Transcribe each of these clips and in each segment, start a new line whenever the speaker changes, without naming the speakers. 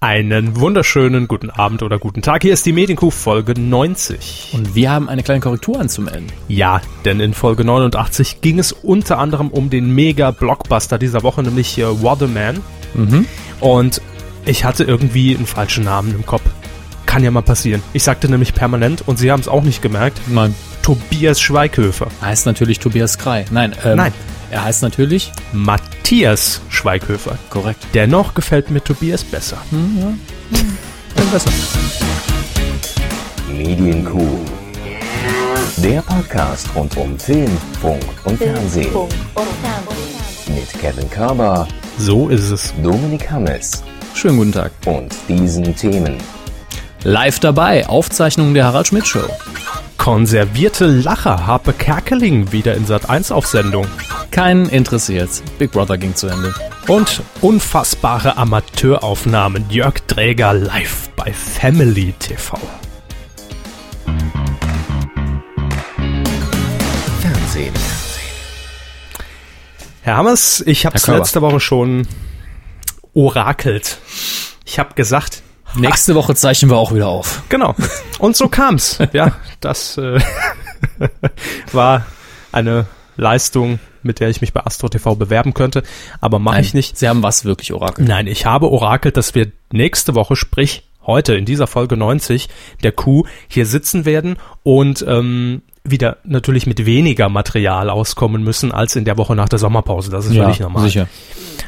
Einen wunderschönen guten Abend oder guten Tag. Hier ist die Medienkuh Folge 90.
Und wir haben eine kleine Korrektur anzumelden.
Ja, denn in Folge 89 ging es unter anderem um den Mega-Blockbuster dieser Woche, nämlich äh, Waterman. Und ich hatte irgendwie einen falschen Namen im Kopf. Kann ja mal passieren. Ich sagte nämlich permanent und Sie haben es auch nicht gemerkt.
Nein.
Tobias Schweighöfer.
Heißt natürlich Tobias Krei. Nein, ähm,
Nein.
Er heißt natürlich.
Matthias Schweighöfer.
Korrekt.
Dennoch gefällt mir Tobias besser.
Besser.
Medienkuh. Der Podcast rund um Film, Funk und Fernsehen. Mit Kevin Körber,
So ist es.
Dominik Hammes
Schönen guten Tag.
und diesen Themen.
Live dabei, Aufzeichnung der Harald Schmidt Show.
Konservierte Lacher Harpe Kerkeling wieder in Sat 1 auf Sendung.
Keinen interessiert's. Big Brother ging zu Ende.
Und unfassbare Amateuraufnahmen Jörg Dräger live bei Family TV.
Fernsehen.
Herr Hammers, ich habe es
Herr Körber.
letzte Woche schon orakelt. Ich habe gesagt,
Nächste Woche zeichnen wir auch wieder auf.
genau. Und so kam's. Ja, das äh, war eine Leistung, mit der ich mich bei Astro TV bewerben könnte, aber mache ich nicht.
Sie haben was wirklich Orakel.
Nein, ich habe orakelt, dass wir nächste Woche, sprich heute in dieser Folge 90 der Kuh, hier sitzen werden und ähm, wieder natürlich mit weniger Material auskommen müssen als in der Woche nach der Sommerpause. Das ist völlig normal.
sicher.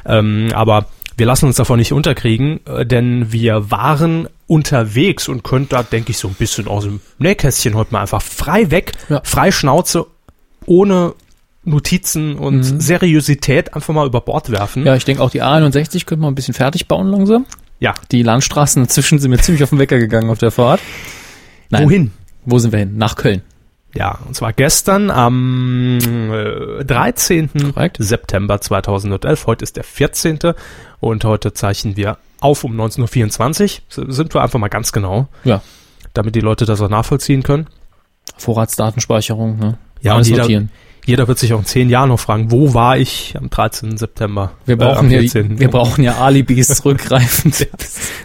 Ähm, aber wir lassen uns davon nicht unterkriegen, äh, denn wir waren unterwegs und können da, denke ich, so ein bisschen aus dem Nähkästchen heute mal einfach frei weg,
Ja.
frei Schnauze, ohne Notizen und Seriosität einfach mal über Bord werfen.
Mhm. Ja, ich denke auch die A61 könnte man ein bisschen fertig bauen langsam.
ja.
Die Landstraßen dazwischen sind mir ziemlich auf den Wecker gegangen auf der Fahrt. Nein.
Wohin?
Wo sind wir hin? Nach Köln.
Ja, und zwar gestern am äh, 13.
Korrekt.
September 2011. Heute ist der 14. Und heute zeichnen wir auf um 19.24 Uhr. Sind wir einfach mal ganz genau,
Ja.
damit die Leute das auch nachvollziehen können.
Vorratsdatenspeicherung, ne?
Ja,
Alles
und jeder-
notieren.
Jeder wird sich auch in zehn Jahren noch fragen, wo war ich am 13. September?
Wir
Äh, am
brauchen, ja,
14..
wir brauchen ja Alibis zurückgreifend.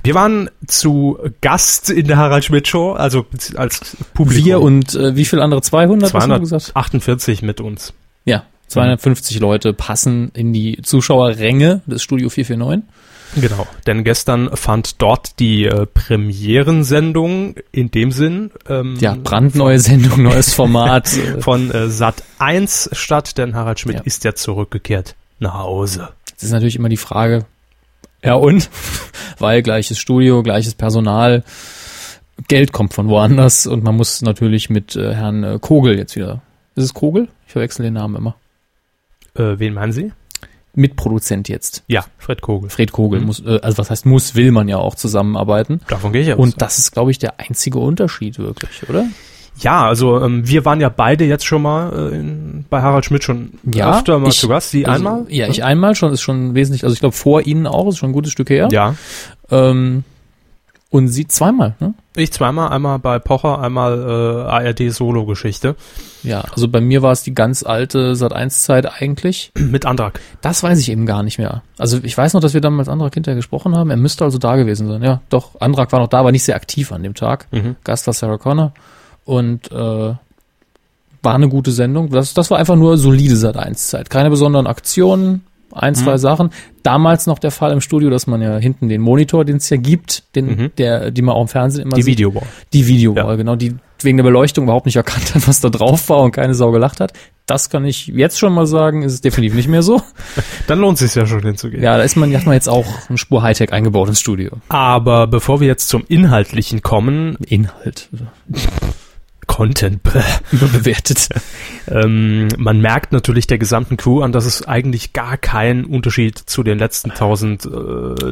wir waren zu Gast in der Harald Schmidt Show, also als Publikum.
Wir und äh, wie viel andere? 200? was haben wir gesagt?
248 mit uns.
Ja, 250 Leute passen in die Zuschauerränge des Studio 449.
Genau, denn gestern fand dort die äh, Premierensendung in dem Sinn ähm,
Ja, brandneue Sendung, neues Format. äh,
von äh, Sat 1 statt, denn Harald Schmidt
Ja.
ist ja zurückgekehrt nach Hause.
Es ist natürlich immer die Frage, ja und? Weil gleiches Studio, gleiches Personal, Geld kommt von woanders und man muss natürlich mit äh, Herrn äh, Kogel jetzt wieder. Ist es Kogel? Ich verwechsel den Namen immer.
Äh, wen meinen Sie?
Mitproduzent jetzt.
Ja, Fred Kogel.
Fred Kogel muss, äh, also was heißt muss, will man ja auch zusammenarbeiten.
Davon gehe ich aus.
Und das ist, glaube ich, der einzige Unterschied wirklich, oder?
ja, also ähm, wir waren ja beide jetzt schon mal äh, in, bei Harald Schmidt schon
Ja,
öfter mal
ich-
zu Gast. Sie
Also,
einmal?
Ja, ich einmal schon, ist schon wesentlich, also ich glaube vor Ihnen auch, ist schon ein gutes Stück her.
Hm? Ja,
Ähm, und Sie zweimal, ne?
ich zweimal, einmal bei Pocher, einmal äh, ARD Solo-Geschichte
Ja, also bei mir war es die ganz alte Sat1-Zeit eigentlich.
mit Antrag.
Das weiß ich eben gar nicht mehr. Also ich weiß noch, dass wir damals Andrak hinterher gesprochen haben. Er müsste also da gewesen sein. Ja, doch, Andrak war noch da, aber nicht sehr aktiv an dem Tag.
Mhm.
Gast war Sarah Connor. Und äh, war eine gute Sendung. Das, das war einfach nur solide Sat1-Zeit. Keine besonderen Aktionen, ein,
Mhm.
zwei Sachen. Damals noch der Fall im Studio, dass man ja hinten den Monitor, den es ja gibt, den,
Mhm.
der, die man auch im Fernsehen immer
Die
sieht,
Videowall.
die Videowall,
Ja.
genau, die wegen der Beleuchtung überhaupt nicht erkannt hat, was da drauf war und keine Sau gelacht hat. Das kann ich jetzt schon mal sagen, ist es definitiv nicht mehr so.
Dann lohnt es sich ja schon hinzugehen.
Ja, da ist man, hat man jetzt auch eine Spur Hightech eingebaut ins Studio.
Aber bevor wir jetzt zum Inhaltlichen kommen,
Inhalt.
Content, bäh.
Überbewertet.
ähm, man merkt natürlich der gesamten Crew an, dass es eigentlich gar keinen Unterschied zu den letzten tausend äh,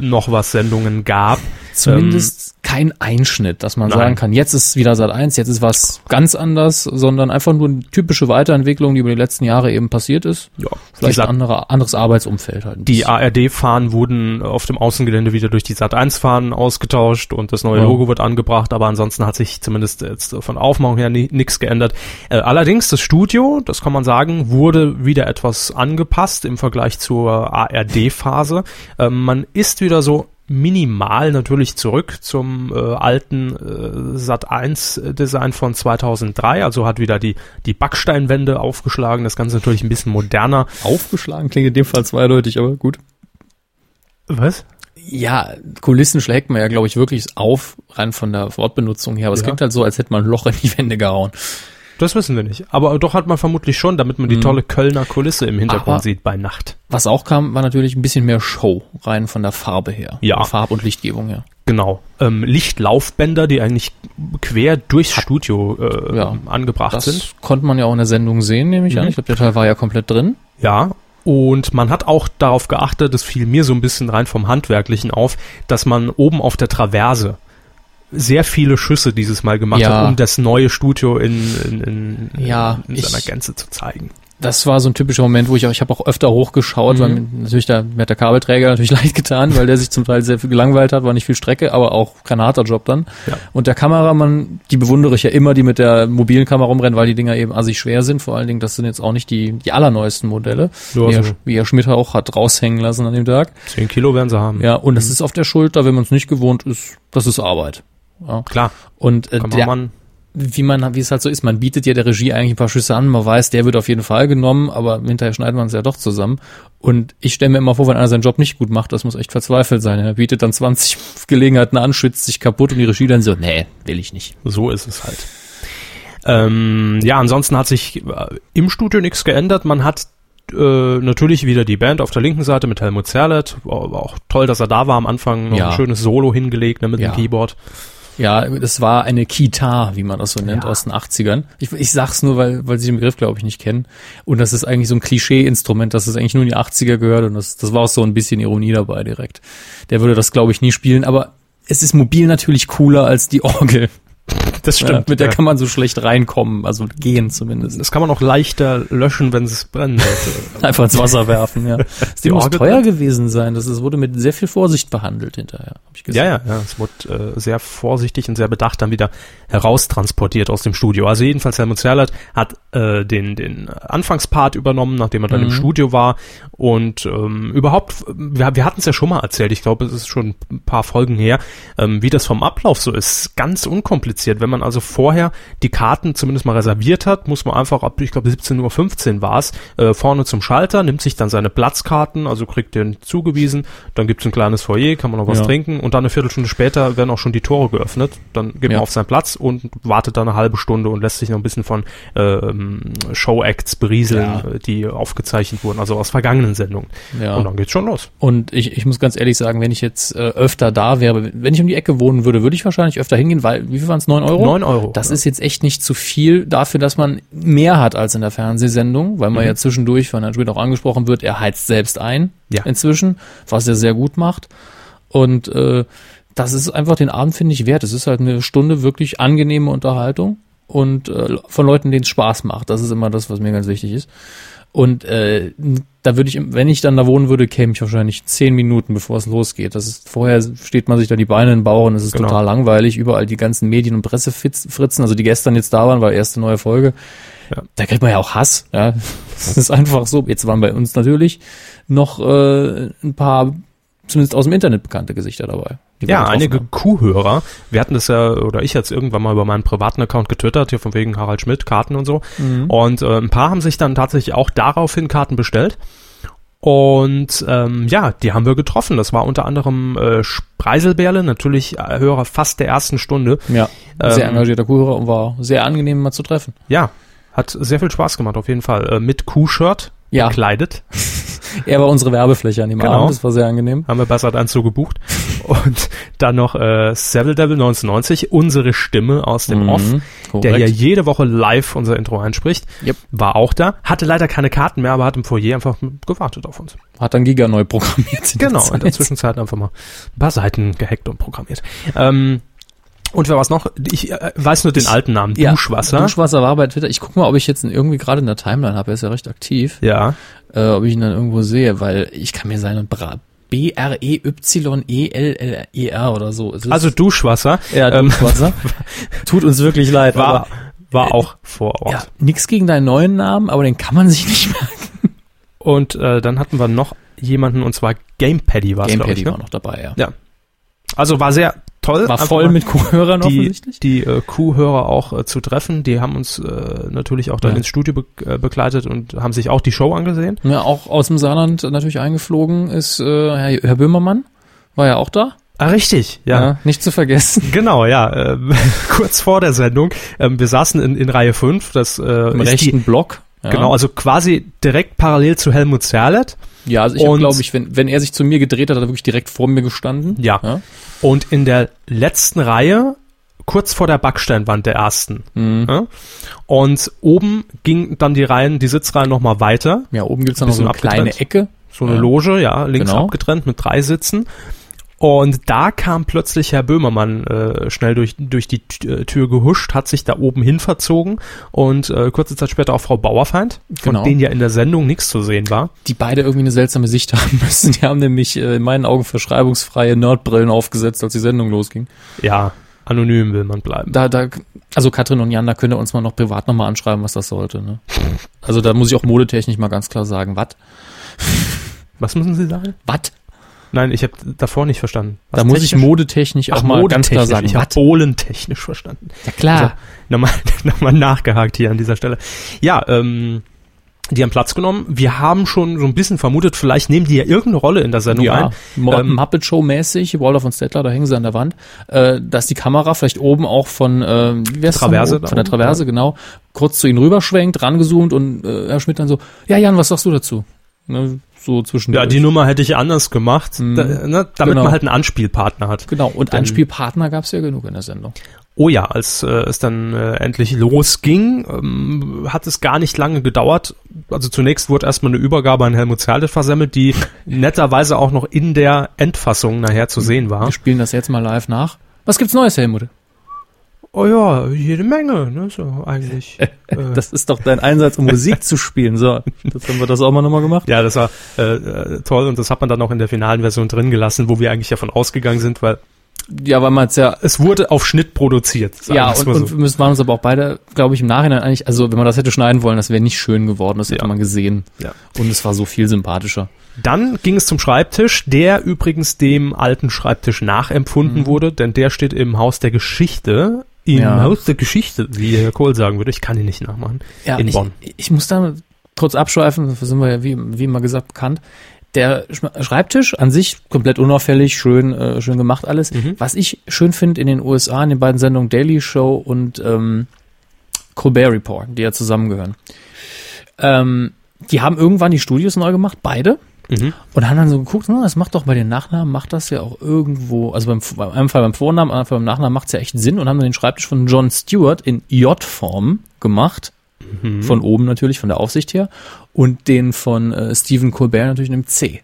noch was Sendungen gab.
Zumindest Ähm, kein Einschnitt, dass man
Nein.
sagen kann, jetzt ist wieder Sat 1, jetzt ist was ganz anders, sondern einfach nur eine typische Weiterentwicklung, die über die letzten Jahre eben passiert ist.
Ja,
Vielleicht
die,
ein
Sat-
anderer, anderes Arbeitsumfeld halt.
die ARD-Fahnen wurden auf dem Außengelände wieder durch die Sat1-Fahnen ausgetauscht und das neue
Ja.
Logo wird angebracht, aber ansonsten hat sich zumindest jetzt von Aufmachung her nichts geändert. Äh, allerdings, das Studio, das kann man sagen, wurde wieder etwas angepasst im Vergleich zur ARD-Phase. Ähm, man ist wieder so minimal natürlich zurück zum äh, alten äh, Sat1-Design von 2003. Also hat wieder die, die Backsteinwände aufgeschlagen. Das Ganze natürlich ein bisschen moderner.
Aufgeschlagen klingt in dem Fall zweideutig, aber gut.
Was?
Ja, Kulissen schlägt man ja, glaube ich, wirklich auf, rein von der Wortbenutzung her. Aber es
Ja.
klingt halt so, als hätte man ein Loch in die Wände gehauen.
Das wissen wir nicht. Aber doch hat man vermutlich schon, damit man die
Mhm.
tolle Kölner Kulisse im Hintergrund
Aber-
sieht bei Nacht.
Was auch kam, war natürlich ein bisschen mehr Show, rein von der Farbe her.
Ja.
Farb- und Lichtgebung her.
Genau. Ähm, Lichtlaufbänder, die eigentlich quer durchs Studio äh,
Ja.
angebracht
Das
sind. Mhm.
konnte man ja auch in der Sendung sehen, nehme ich an. Ich glaube, der Teil war ja komplett drin.
Ja. Und man hat auch darauf geachtet, das fiel mir so ein bisschen rein vom Handwerklichen auf, dass man oben auf der Traverse sehr viele Schüsse dieses Mal gemacht
Ja.
hat, um das neue Studio in, in, in,
Ja,
in
ich-
seiner Gänze zu zeigen.
Das war so ein typischer Moment, wo ich auch, ich habe auch öfter hochgeschaut,
Mhm.
weil mir natürlich der, mir hat der Kabelträger natürlich leicht getan, weil der sich zum Teil sehr viel gelangweilt hat, war nicht viel Strecke, aber auch kein harter Job dann.
Ja.
Und der Kameramann, die bewundere ich ja immer, die mit der mobilen Kamera rumrennen, weil die Dinger eben assig schwer sind. Vor allen Dingen, das sind jetzt auch nicht die, die allerneuesten Modelle,
Ja,
wie, er,
so.
wie er Schmidt auch hat raushängen lassen an dem Tag.
Zehn Kilo werden sie haben.
Ja, und das ist auf der Schulter, wenn man es nicht gewohnt ist, das ist Arbeit. Ja.
Klar,
Und äh,
kann
der,
man
wie man, wie es halt so ist, man bietet ja der Regie eigentlich ein paar Schüsse an, man weiß, der wird auf jeden Fall genommen, aber hinterher schneidet man es ja doch zusammen. Und ich stelle mir immer vor, wenn einer seinen Job nicht gut macht, das muss echt verzweifelt sein. Er bietet dann 20 Gelegenheiten an, schützt sich kaputt und die Regie dann so, nee, will ich nicht.
So ist es halt. Ähm, ja, ansonsten hat sich äh, im Studio nichts geändert. Man hat äh, natürlich wieder die Band auf der linken Seite mit Helmut Zerlett. War Auch toll, dass er da war am Anfang. Noch
Ja.
ein schönes Solo hingelegt ne, mit
Ja.
dem Keyboard.
Ja, das war eine Kita, wie man das so nennt,
Ja.
aus den 80ern. Ich, ich sag's nur, weil, weil sie den Begriff, glaube ich, nicht kennen. Und das ist eigentlich so ein Klischee-Instrument, dass es eigentlich nur in die 80er gehört. Und das, das war auch so ein bisschen Ironie dabei direkt. Der würde das, glaube ich, nie spielen. Aber es ist mobil natürlich cooler als die Orgel.
Das
Ja, mit der
ja.
kann man so schlecht reinkommen, also gehen zumindest.
Das kann man auch leichter löschen, wenn es brennen sollte.
Einfach ins Wasser werfen, ja. Das Ding muss
Orgel-
teuer gewesen sein. Das, das wurde mit sehr viel Vorsicht behandelt hinterher, habe ich
ja,
gesehen.
ja, ja. Es wurde äh, sehr vorsichtig und sehr bedacht dann wieder heraustransportiert aus dem Studio. Also jedenfalls Helmut Zerlett hat äh, den, den Anfangspart übernommen, nachdem er dann im Studio war. Und ähm, überhaupt, wir, wir hatten es ja schon mal erzählt, ich glaube, es ist schon ein paar Folgen her, ähm, wie das vom Ablauf so ist. Ganz unkompliziert. Wenn man also vorher die Karten zumindest mal reserviert hat, muss man einfach ab, ich glaube, 17.15 Uhr war es, äh, vorne zum Schalter, nimmt sich dann seine Platzkarten, also kriegt den zugewiesen, dann gibt's ein kleines Foyer, kann man noch was
Ja.
trinken und dann eine Viertelstunde später werden auch schon die Tore geöffnet. Dann geht
Ja.
man auf seinen Platz und wartet dann eine halbe Stunde und lässt sich noch ein bisschen von ähm, Show-Acts berieseln,
Ja.
äh, die aufgezeichnet wurden, also aus vergangenen Sendungen.
Ja.
Und dann geht's schon los.
Und ich, ich muss ganz ehrlich sagen, wenn ich jetzt äh, öfter da wäre, wenn ich um die Ecke wohnen würde, würde ich wahrscheinlich öfter hingehen, weil, wie viel waren es, 9 Euro?
9 Euro.
Das
Ja.
ist jetzt echt nicht zu viel dafür, dass man mehr hat als in der Fernsehsendung, weil
Mhm.
man ja zwischendurch, von Herrn Schmidt auch angesprochen wird, er heizt selbst ein
Ja.
inzwischen, was er sehr gut macht. Und äh, das ist einfach den Abend, finde ich, wert. Es ist halt eine Stunde wirklich angenehme Unterhaltung und äh, von Leuten, denen es Spaß macht. Das ist immer das, was mir ganz wichtig ist. Und äh, da würde ich, wenn ich dann da wohnen würde, käme ich wahrscheinlich zehn Minuten, bevor es losgeht. Das ist, vorher steht man sich da die Beine in den Bauch und es ist
Genau.
total langweilig. Überall die ganzen Medien und Pressefritzen, also die gestern jetzt da waren, weil erste neue Folge.
Ja.
Da kriegt man ja auch Hass. Ja, das ist einfach so. Jetzt waren bei uns natürlich noch äh, ein paar, zumindest aus dem Internet bekannte Gesichter dabei. die wir
Ja,
getroffen
einige
haben.
Kuhhörer. Wir hatten das ja, oder ich jetzt irgendwann mal über meinen privaten Account getwittert, hier von wegen Harald Schmidt, Karten und so.
Mhm.
Und äh, ein paar haben sich dann tatsächlich auch daraufhin Karten bestellt. Und ähm, ja, die haben wir getroffen. Das war unter anderem äh, Spreiselbärle, natürlich äh, Hörer fast der ersten Stunde.
Ja, sehr
Ähm,
engagierter Kuhörer und war sehr angenehm, mal zu treffen.
Ja, hat sehr viel Spaß gemacht auf jeden Fall. Äh, mit Kuhshirt
Ja.
gekleidet.
Er war unsere Werbefläche an dem
Genau.
Abend, das war sehr angenehm.
Haben wir bei Sat 1 so gebucht. Und dann noch äh, Seville Devil 1990, unsere Stimme aus
Mhm.
dem Off. der ja
Korrekt.
jede Woche live unser Intro einspricht,
Yep.
war auch da, hatte leider keine Karten mehr, aber hat im Foyer einfach gewartet auf uns.
Hat dann Giga neu programmiert. in der
Genau, in
Zeit.
der Zwischenzeit einfach mal ein paar Seiten gehackt und programmiert. Ähm, und wer war's noch? Ich äh, weiß nur den alten Namen,
Ja,
Duschwasser.
Duschwasser war bei Twitter. Ich guck mal, ob ich jetzt ihn irgendwie gerade in der Timeline habe. Er ist ja recht aktiv.
ja,
Äh, ob ich ihn dann irgendwo sehe, weil ich kann mir seine Bra E B-R-E-Y-E-L-L-E-R E oder so. Es ist-
also Duschwasser
ja,
ähm,
Duschwasser. Tut uns wirklich leid.
war,
War,
war auch vor
aber,
Ort.
ja, nix gegen deinen neuen Namen, aber den kann man sich nicht merken.
Und äh, dann hatten wir noch jemanden, und zwar Gamepaddy war es, glaube ich. Ne?
Gamepaddy war noch dabei, ja.
Ja, Also war sehr toll.
War
einfach
voll
mal
mit Kuhhörern
die,
offensichtlich.
die äh, Kuhhörer auch äh, zu treffen. Die haben uns äh, natürlich auch dann
Ja.
ins Studio be äh, begleitet und haben sich auch die Show angesehen.
Ja, Ne, auch aus dem Saarland natürlich eingeflogen ist äh, Herr, Herr Böhmermann. War ja auch da. ne?
Ah, richtig, ja.
Nicht zu vergessen.
Genau, ja. Äh, kurz vor der Sendung. Ähm, wir saßen in, in Reihe 5. Das äh,
Im
ist
rechten Block. Ja.
Genau, also quasi direkt parallel zu Helmut Zerlett.
Ja, also ich
Und-
glaube ich, wenn, wenn er sich zu mir gedreht hat, hat er wirklich direkt vor mir gestanden.
Ja. Und in der letzten Reihe, kurz vor der Backsteinwand der ersten.
Mhm.
Ja? Und oben ging dann die Reihen, die Sitzreihen nochmal weiter.
Ja, oben gibt's dann noch so eine
Bisschen
kleine
abgetrennt.
Ecke.
So eine
Ja.
Loge, ja, links
Genau.
abgetrennt mit drei Sitzen. Und da kam plötzlich Herr Böhmermann äh, schnell durch, durch die T- äh, Tür gehuscht, hat sich da oben hin verzogen und äh, kurze Zeit später auch Frau Bauerfeind, von
Genau.
denen ja in der Sendung nichts zu sehen war.
die beide irgendwie eine seltsame Sicht haben müssen. Die haben nämlich äh, in meinen Augen verschreibungsfreie Nerdbrillen aufgesetzt, als die Sendung losging.
Ja, anonym will man bleiben.
Da, da, also Katrin und Jan, da könnt ihr uns mal noch privat nochmal anschreiben, was das sollte. Ne? Also da muss ich auch modetechnisch mal ganz klar sagen, wat?
Was müssen Sie sagen?
Wat?
Nein, ich habe davor nicht verstanden. Was
Da muss ich
technisch?
modetechnisch auch
Ach,
mal ganz klar
modetechnisch.
sagen,
Ich habe
wat?
bohlentechnisch verstanden.
Ja
Ah.
klar.
Also, Nochmal, nochmal nachgehakt hier an dieser Stelle. Ja, ähm, die haben Platz genommen. Wir haben schon so ein bisschen vermutet, vielleicht nehmen die ja irgendeine Rolle in der Sendung
Ja,
ein.
Mo-
Ähm,
Muppet Show mäßig, Waldorf und Stettler, da hängen sie an der Wand, äh, dass die Kamera vielleicht oben auch von, äh, wie wär's
Traverse
von,
da
von der
oben,
Traverse, genau, kurz zu ihnen rüberschwenkt, rangezoomt und äh, Herr Schmidt dann so, ja Jan, was sagst du dazu? Ne, so zwischen
Ja, die Nummer hätte ich anders gemacht, da, ne, damit
Genau.
man halt einen Anspielpartner hat.
Genau, und
Dann-
Anspielpartner gab es ja genug in der Sendung.
Oh ja, als äh, es dann äh, endlich losging, ähm, hat es gar nicht lange gedauert. Also zunächst wurde erstmal eine Übergabe an Helmut Zerlett versemmelt, die netterweise auch noch in der Endfassung nachher zu sehen war.
Wir spielen das jetzt mal live nach. Was gibt's Neues, Helmut?
Oh ja, jede Menge, ne, so eigentlich. Äh,
Das ist doch dein Einsatz, um Musik zu spielen. So, jetzt haben wir das auch mal nochmal gemacht.
Ja, das war äh, äh, toll und das hat man dann auch in der finalen Version drin gelassen, wo wir eigentlich davon ausgegangen sind, weil
Ja, weil man es ja
es wurde auf Schnitt produziert. sagen
Ja,
wir's
und,
mal
und wir müssen- waren uns aber auch beide, glaube ich, im Nachhinein eigentlich, also wenn man das hätte schneiden wollen, das wäre nicht schön geworden, das hätte
Ja.
man gesehen.
Ja.
Und es war so viel sympathischer.
Dann ging es zum Schreibtisch, der übrigens dem alten Schreibtisch nachempfunden wurde, denn der steht im Haus der Geschichte. Im
Mhm. Ja.
Haus der Geschichte, wie Herr Kohl sagen würde. Ich kann ihn nicht nachmachen. in
ich,
Bonn.
ich muss da kurz abschweifen, dafür sind wir ja wie, wie immer gesagt bekannt. Der Schm- Schreibtisch an sich komplett unauffällig, schön, äh, schön gemacht alles. Was ich schön finde in den USA, in den beiden Sendungen Daily Show und ähm, Colbert Report, die ja zusammengehören. Ähm, die haben irgendwann die Studios neu gemacht, beide.
Mhm.
Und haben dann so geguckt, na, das macht doch bei den Nachnamen, macht das ja auch irgendwo, also beim, beim einem Fall beim Vornamen, einem Fall beim Nachnamen macht's ja echt Sinn und haben dann den Schreibtisch von John Stewart in J-Form gemacht.
Mhm.
Von oben natürlich, von der Aufsicht her. Und den von äh, Stephen Colbert natürlich in einem C.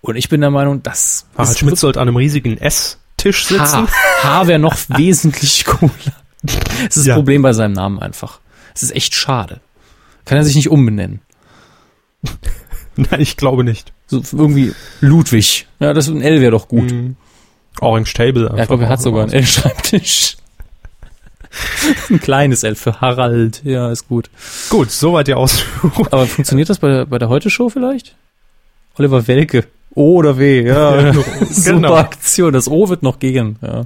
Und ich bin der Meinung, das
Harald
ist
Schmidt sollte an einem riesigen S-Tisch sitzen.
H. H wäre noch wesentlich cooler. Das ist
Ja.
das Problem bei seinem Namen einfach. Es ist echt schade. Kann er sich nicht umbenennen.
Nein, ich glaube nicht.
So irgendwie Ludwig. Mhm. Ja, das ein L wäre doch gut.
Orange Table.
Ja, ich glaube, er hat sogar einen L-Schreibtisch. Ein kleines L für Harald. Ja, ist gut.
Gut, soweit die Ausführung.
Aber funktioniert das bei der, bei der Heute-Show vielleicht? Oliver Welke. O oder W, ja. Super
Genau.
Aktion. Das O wird noch gegen. Ja.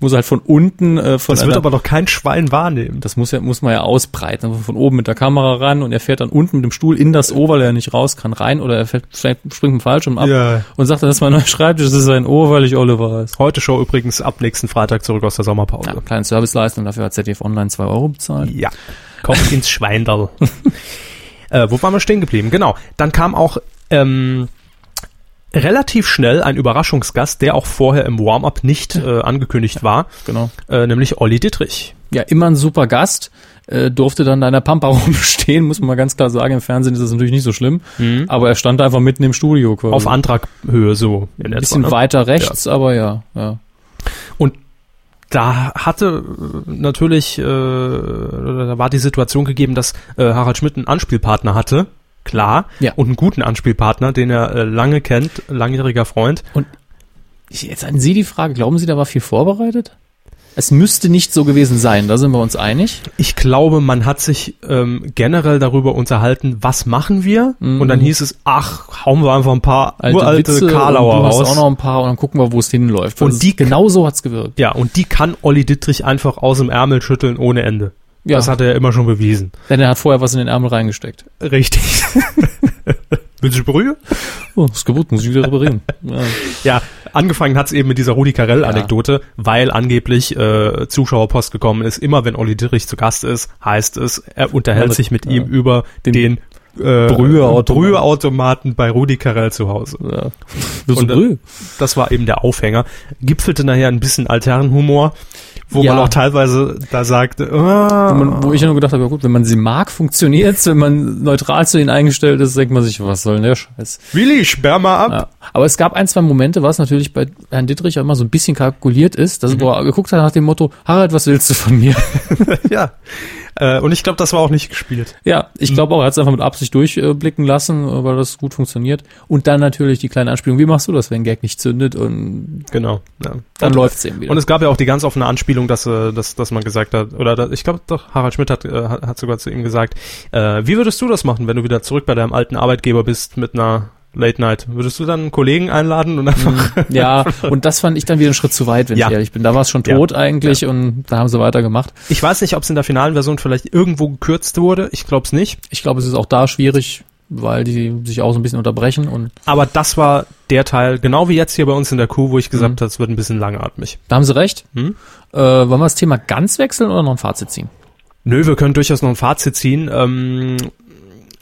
Muss halt von unten, äh, von
Das wird
einer-
aber doch kein Schwein wahrnehmen.
das muss, ja, muss man ja ausbreiten. Also von oben mit der Kamera ran und er fährt dann unten mit dem Stuhl in das O, weil er nicht raus kann, rein oder er fällt, springt springt mit dem Fallschirm ab
Ja.
und sagt dann, das ist mein neuer Schreibtisch, das ist ein O, weil ich Oliver heiße.
Heute Show übrigens ab nächsten Freitag zurück aus der
Ja,
Sommerpause.
kleine Serviceleistung, dafür hat ZDF Online 2 Euro bezahlt.
Ja. Kommt ins Schweindal. äh, wo waren wir stehen geblieben? Genau. Dann kam auch ähm, relativ schnell ein Überraschungsgast, der auch vorher im Warm-up nicht äh, angekündigt war,
Genau.
äh, nämlich Olli Dittrich.
ja immer ein super Gast, äh, durfte dann da in der Pampa rumstehen, muss man mal ganz klar sagen. Im Fernsehen ist das natürlich nicht so schlimm, aber er stand einfach mitten im Studio quasi.
Hm. Auf Antraghöhe so in
Oh. ein bisschen
ne?
weiter rechts, aber ja, ja.
da hatte äh, natürlich, äh, da war die Situation gegeben, dass äh, Harald Schmidt einen Anspielpartner hatte, klar,
Ja.
und einen guten Anspielpartner, den er äh, lange kennt, langjähriger Freund.
Ich, jetzt an Sie die Frage, glauben Sie, da war viel vorbereitet? Es müsste nicht so gewesen sein, da sind wir uns einig.
Ich glaube, man hat sich ähm, generell darüber unterhalten, was machen wir? Und dann hieß es, ach, hauen wir einfach ein paar uralte
Mhm. Witze
Karlauer
und du hast
raus.
auch noch ein paar und dann gucken wir, wo es hinläuft.
Und
Also
die-
genau so hat's gewirkt.
ja, und die kann Olli Dittrich einfach aus dem Ärmel schütteln ohne Ende.
Ja.
Das hat er ja immer schon bewiesen.
Denn er hat vorher was in den Ärmel reingesteckt.
Richtig. Willst du Brühe?
Oh, ist kaputt, muss ich wieder reparieren. Ja.
Ja, angefangen hat's eben mit dieser Rudi Carell-Anekdote, weil angeblich äh, Zuschauerpost gekommen ist. Immer wenn Olli Dittrich zu Gast ist, heißt es, er unterhält
Ja,
sich mit
ja.
ihm über
Den
den, äh,
Brüheautomaten.
Brüheautomaten bei Rudi Carell zu Hause.
Ja. Willst du
Und, äh,
Brühe?
Das war eben der Aufhänger. Gipfelte nachher ein bisschen alternen Humor, wo
Ja.
man auch teilweise da sagte,
Wo
ah,
man, wo ich ja nur gedacht habe, ja gut, wenn man sie mag, funktioniert's. Wenn man neutral zu ihnen eingestellt ist, denkt man sich, was soll denn der Scheiß?
Willi, sperr mal ab.
Ja. Aber es gab ein, zwei Momente, was natürlich bei Herrn Dittrich auch immer so ein bisschen kalkuliert ist,
Mhm.
dass er wo er geguckt hat nach dem Motto, Harald, was willst du von mir?
Ja. Äh, und ich glaube, das war auch nicht gespielt.
ja,
Mhm.
ich glaube auch, er hat es einfach mit Absicht durchblicken lassen, äh, weil das gut funktioniert. Und dann natürlich die kleine Anspielung, wie machst du das, wenn ein Gag nicht zündet? Und
Genau. Ja.
dann
Und-
läuft's eben wieder.
Und es gab ja auch die ganz offene Anspielung, dass, äh, dass, dass man gesagt hat, oder da- ich glaube doch, Harald Schmidt hat, äh, hat sogar zu ihm gesagt, äh, wie würdest du das machen, wenn du wieder zurück bei deinem alten Arbeitgeber bist mit einer Late Night? Würdest du dann einen Kollegen einladen und einfach
ja, und das fand ich dann wieder einen Schritt zu weit, wenn
Ja.
ich ehrlich bin. Da war es schon
Ja.
tot eigentlich und da haben sie weitergemacht.
Ich weiß nicht, ob es in der finalen Version vielleicht irgendwo gekürzt wurde, ich glaube es nicht,
Ich glaube, es ist auch da schwierig, weil die sich auch so ein bisschen unterbrechen und
aber das war der Teil, genau wie jetzt hier bei uns in der Crew, wo ich gesagt habe, es wird ein bisschen langatmig.
da haben sie recht.
Hm?
Äh, wollen wir das Thema ganz wechseln oder noch ein Fazit ziehen?
Nö, wir können durchaus noch ein Fazit ziehen. Ähm,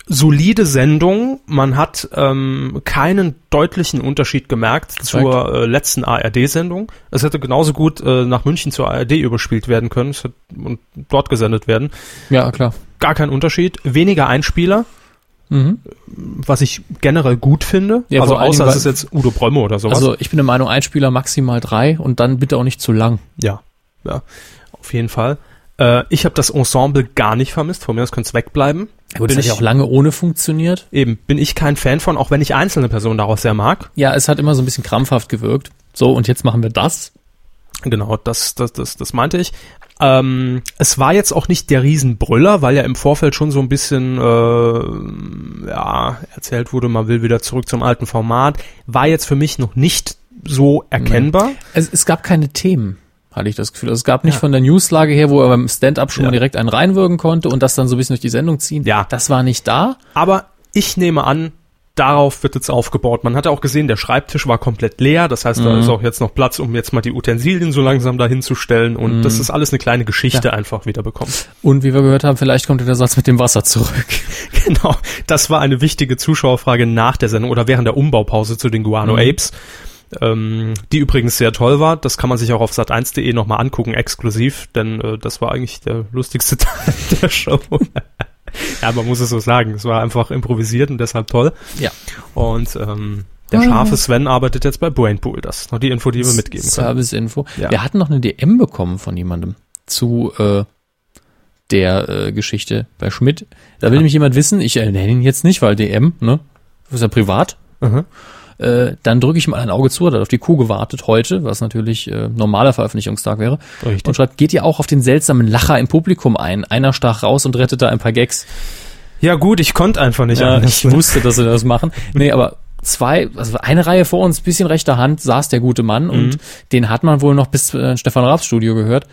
solide Sendung. Man hat ähm, keinen deutlichen Unterschied gemerkt zur äh, letzten ARD-Sendung. Es hätte genauso gut äh, nach München zur ARD überspielt werden können es hätte, und dort gesendet werden.
Ja, klar.
Gar kein Unterschied. Weniger Einspieler,
Mhm.
was ich generell gut finde.
Ja,
also
vor allen
außer
Dingen,
es
weil-
ist jetzt Udo Brömme oder sowas.
Also ich bin der Meinung, ein Spieler maximal drei und dann bitte auch nicht zu lang.
Ja, ja, auf jeden Fall. Äh, ich habe das Ensemble gar nicht vermisst. Von mir aus könnte es wegbleiben.
das
bin
hat
ich,
ja auch lange ohne funktioniert.
eben, bin ich kein Fan von, auch wenn ich einzelne Personen daraus sehr mag.
Ja, es hat immer so ein bisschen krampfhaft gewirkt. So, und jetzt machen wir das.
Genau, das, das, das, das meinte ich. Ähm, es war jetzt auch nicht der Riesenbrüller, weil ja im Vorfeld schon so ein bisschen äh, ja, erzählt wurde, man will wieder zurück zum alten Format. War jetzt für mich noch nicht so erkennbar.
Es, es gab keine Themen, hatte ich das Gefühl. Also es gab nicht
Ja.
von der Newslage her, wo er beim Stand-up schon
Ja.
mal direkt einen reinwürgen konnte und das dann so ein bisschen durch die Sendung ziehen.
Ja.
Das war nicht da.
Aber ich nehme an, darauf wird jetzt aufgebaut. Man hat ja auch gesehen, der Schreibtisch war komplett leer. Das heißt, da ist auch jetzt noch Platz, um jetzt mal die Utensilien so langsam dahinzustellen. Und das ist alles eine kleine Geschichte einfach wieder bekommt.
Und wie wir gehört haben, vielleicht kommt der Satz mit dem Wasser zurück.
Genau, das war eine wichtige Zuschauerfrage nach der Sendung oder während der Umbaupause zu den Guano Apes, ähm, die übrigens sehr toll war. Das kann man sich auch auf sat1.de nochmal angucken, exklusiv, denn äh, das war eigentlich der lustigste Teil der Show. ja, man muss es so sagen, es war einfach improvisiert und deshalb toll.
Ja.
Und ähm, der scharfe Sven arbeitet jetzt bei Brainpool. Das ist noch die Info, die wir mitgeben können.
Service-Info.
Ja.
Wir hatten noch eine DM bekommen von jemandem zu äh, der äh, Geschichte bei Schmidt. Da will nämlich jemand wissen, ich äh, nenne ihn jetzt nicht, weil DM, ne? Das ist ja privat.
Mhm.
Äh, dann drücke ich mal ein Auge zu, hat auf die Kuh gewartet heute, was natürlich äh, normaler Veröffentlichungstag wäre.
Richtig.
Und schreibt, geht ihr auch auf den seltsamen Lacher im Publikum ein? Einer stach raus und rettete ein paar Gags.
Ja gut, ich konnte einfach nicht
Ja,
anders.
ich wusste, dass sie das machen. Nee, aber zwei, also eine Reihe vor uns, bisschen rechter Hand, saß der gute Mann
Mhm.
und den hat man wohl noch bis äh, ins Stefan Raabs Studio gehört.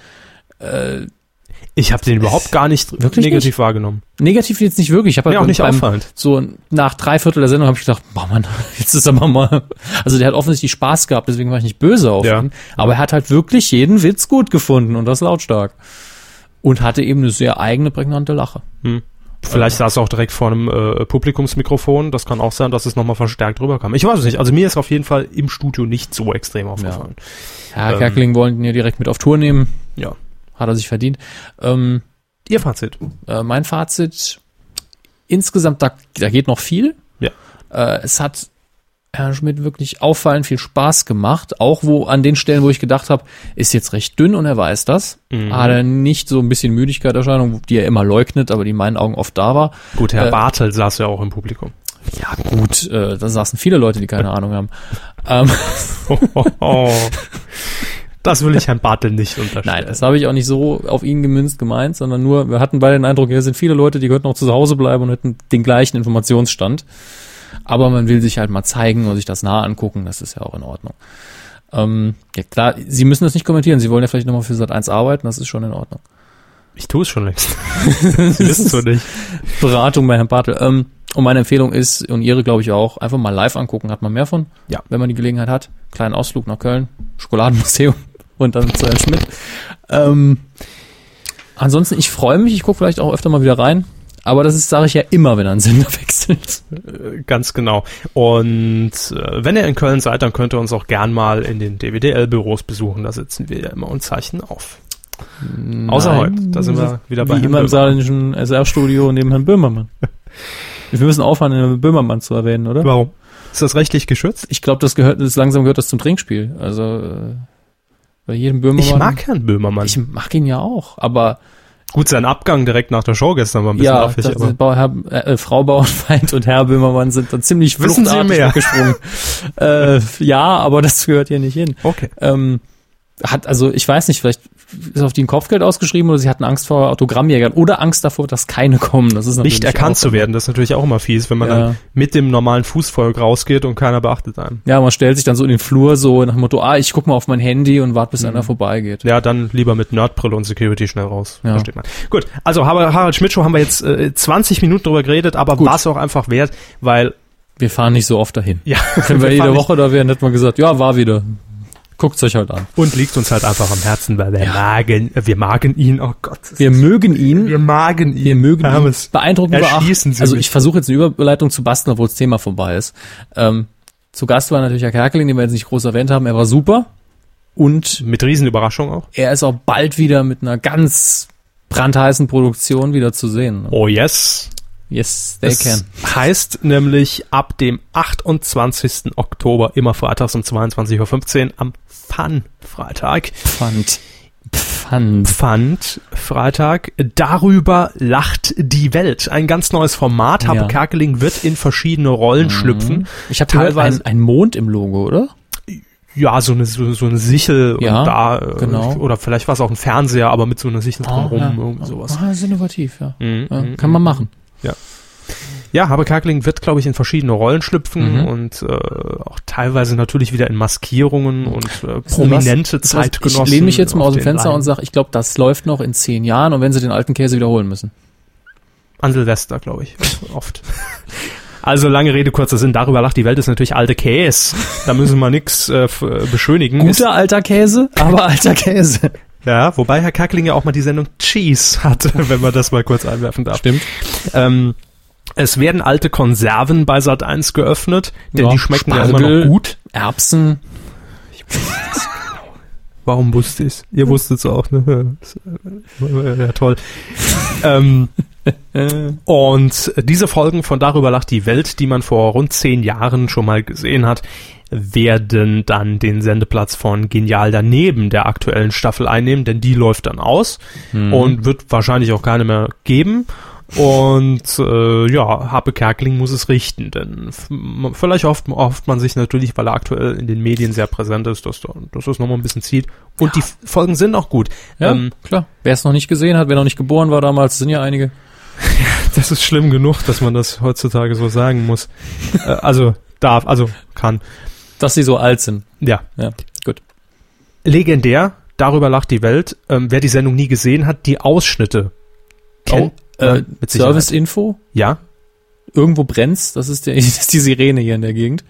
Ich habe den überhaupt gar nicht
Wirklich
negativ wahrgenommen.
Negativ jetzt nicht wirklich. Ich habe
Mir
halt
auch
beim-
nicht
beim-
auffallend.
So nach drei Viertel der Sendung habe ich gedacht, boah Mann, jetzt ist er mal. Also der hat offensichtlich Spaß gehabt, deswegen war ich nicht böse auf
Ja.
ihn. Aber er hat halt wirklich jeden Witz gut gefunden und das lautstark. Und hatte eben eine sehr eigene, prägnante Lache.
Vielleicht saß er auch direkt vor einem äh, Publikumsmikrofon. Das kann auch sein, dass es nochmal verstärkt rüberkam. Ich weiß es nicht. Also mir ist auf jeden Fall im Studio nicht so extrem aufgefallen.
Herr
Ähm.
Kerkeling wollten ihn ja direkt mit auf Tour nehmen.
Ja.
Hat er sich verdient. Ähm,
Ihr Fazit.
Äh, mein Fazit, insgesamt, da, da geht noch viel.
Ja.
Äh, es hat Herrn Schmidt wirklich auffallend viel Spaß gemacht, auch wo an den Stellen, wo ich gedacht habe, ist jetzt recht dünn und er weiß das.
Mhm.
Hat er nicht so ein bisschen Müdigkeiterscheinung, die er immer leugnet, aber die in meinen Augen oft da war.
Gut, Herr
Äh,
Bartel saß ja auch im Publikum.
Ja gut, äh, da saßen viele Leute, die keine Ahnung haben. Ähm,
Oh, oh, oh. Das will ich Herrn Bartel nicht unterstellen.
Nein, das habe ich auch nicht so auf ihn gemünzt gemeint, sondern nur, wir hatten beide den Eindruck, hier sind viele Leute, die könnten auch zu Hause bleiben und hätten den gleichen Informationsstand. Aber man will sich halt mal zeigen und sich das nah angucken, das ist ja auch in Ordnung. Ähm, ja klar, Sie müssen das nicht kommentieren, Sie wollen ja vielleicht nochmal für Sat 1 arbeiten, das ist schon in Ordnung.
Ich tue es schon längst. Sie wissen es doch nicht.
Beratung bei Herrn Bartel. Ähm, und meine Empfehlung ist, und Ihre glaube ich auch, einfach mal live angucken, hat man mehr von,
Ja.
wenn man die Gelegenheit hat. Kleinen Ausflug nach Köln, Schokoladenmuseum und dann zu Herrn Schmidt. Ähm, ansonsten, ich freue mich, ich gucke vielleicht auch öfter mal wieder rein. Aber das ist, sage ich ja immer, wenn er einen Sender wechselt.
Ganz genau. Und äh, wenn ihr in Köln seid, dann könnt ihr uns auch gern mal in den DWDL-Büros besuchen. Da sitzen wir ja immer und zeichnen auf. Außer
Nein,
heute. Da sind wir wieder bei
Wie
Herrn
immer im
Böhmer.
saarländischen SR-Studio neben Herrn Böhmermann. Wir müssen aufhören, Herrn Böhmermann zu erwähnen, oder?
Warum? Ist das rechtlich geschützt?
Ich glaube, das gehört, das langsam gehört das zum Trinkspiel. Also äh, bei jedem Böhmermann.
Ich mag Herrn Böhmermann.
Ich mag ihn ja auch, aber
Gut, sein Abgang direkt nach der Show gestern war ein bisschen
ja,
affig,
das,
aber
Bau- Herr, äh, Frau Bauernfeind und Herr Böhmermann sind dann ziemlich
Wissen Sie
fluchtartig
mehr?
abgesprungen. äh, ja, aber das gehört hier nicht hin.
okay.
Ähm, hat, also ich weiß nicht, vielleicht ist auf die ein Kopfgeld ausgeschrieben oder sie hatten Angst vor Autogrammjägern oder Angst davor, dass keine kommen. Das ist
Nicht
natürlich
erkannt
auch-
zu werden, das ist natürlich auch immer fies, wenn man
Ja.
dann mit dem normalen Fußvolk rausgeht und keiner beachtet einen.
Ja, man stellt sich dann so in den Flur so nach dem Motto, ah, ich guck mal auf mein Handy und warte, bis
Mhm.
einer vorbeigeht.
Ja, dann lieber mit Nerdbrille und Security schnell raus.
Ja.
Versteht man. Gut, also Har- Harald Schmidt Show haben wir jetzt äh, 20 Minuten drüber geredet, aber war es auch einfach wert, weil
Wir fahren nicht so oft dahin.
ja,
Wenn wir jede
fanden-
Woche da wären, hätte man gesagt, ja, war wieder. Guckt's euch halt an.
und liegt uns halt einfach am Herzen, weil wir magen, äh, wir magen ihn. Oh Gott,
Wir mögen ihn.
wir magen ihn.
Wir mögen ihn.
Hermes.
Beeindruckend war auch,
Erschließen Sie
also
mich.
ich versuche jetzt eine Überleitung zu basteln, obwohl das Thema vorbei ist. Ähm, zu Gast war natürlich Herr Kerkeling, den wir jetzt nicht groß erwähnt haben. Er war super. Und
Mit Riesenüberraschung auch.
er ist auch bald wieder mit einer ganz brandheißen Produktion wieder zu sehen.
Oh yes.
Yes, they can.
das heißt nämlich ab dem 28. Oktober immer freitags um 22.15 Uhr am Fun-Freitag.
Pfand. Pfand.
fand Freitag darüber lacht die Welt. Ein ganz neues Format. Habe
Ja. Mhm.
Kerkeling wird in verschiedene Rollen schlüpfen.
Ich habe gehört,
teilweise
ein, ein Mond im Logo, oder?
ja so eine so, so eine Sichel
Ja,
und da äh,
genau.
oder vielleicht war es auch ein Fernseher, aber mit so einer Sichel drumherum irgendwie sowas.
Ah, das ist innovativ, ja.
Mhm,
ja
mhm,
kann man machen.
Ja, Habe Kerkeling wird glaube ich in verschiedene Rollen schlüpfen
Mhm.
und äh, auch teilweise natürlich wieder in Maskierungen und äh, prominente
Das heißt,
Zeitgenossen.
Ich lehne mich jetzt mal
auf
aus dem
den
Fenster
Leinen.
und sage, ich glaube, das läuft noch in zehn Jahren und wenn sie den alten Käse wiederholen müssen.
An Silvester, glaube ich. Oft. Also lange Rede, kurzer Sinn. Darüber lacht die Welt ist natürlich alte Käse. Da müssen wir nix äh, f- äh, beschönigen. Ist,
alter Käse, aber alter Käse.
ja, wobei Herr Kackling ja auch mal die Sendung Cheese hatte, wenn man das mal kurz einwerfen darf.
Stimmt.
Ähm, es werden alte Konserven bei Sat 1 geöffnet, denn
Ja,
die schmecken ja immer
Spargel.
noch gut.
Erbsen.
Warum wusste ich's? Ihr wusstet's auch, ne? äh, Ja, toll. ähm,
äh,
und diese Folgen von Darüber lacht die Welt, die man vor rund zehn Jahren schon mal gesehen hat, werden dann den Sendeplatz von Genial daneben der aktuellen Staffel einnehmen, denn die läuft dann aus und wird wahrscheinlich auch keine mehr geben. Und äh, ja, Happe Kerkling muss es richten, denn f- m- vielleicht hofft, hofft man sich natürlich, weil er aktuell in den Medien sehr präsent ist, dass, da, dass es nochmal ein bisschen zieht. Und die F- Folgen sind auch gut.
Ja,
Ähm,
klar. Wer es noch nicht gesehen hat, wer noch nicht geboren war damals, sind ja einige.
Das ist schlimm genug, dass man das heutzutage so sagen muss. Äh, also darf, also kann.
Dass sie so alt sind.
Ja.
Ja, gut.
Legendär, darüber lacht die Welt. Ähm, wer die Sendung nie gesehen hat, die Ausschnitte.
Ken-
äh,
äh,
mit Sicherheit.
Service-Info.
Ja.
Irgendwo brennt's. Das ist, der, das ist die Sirene hier in der Gegend.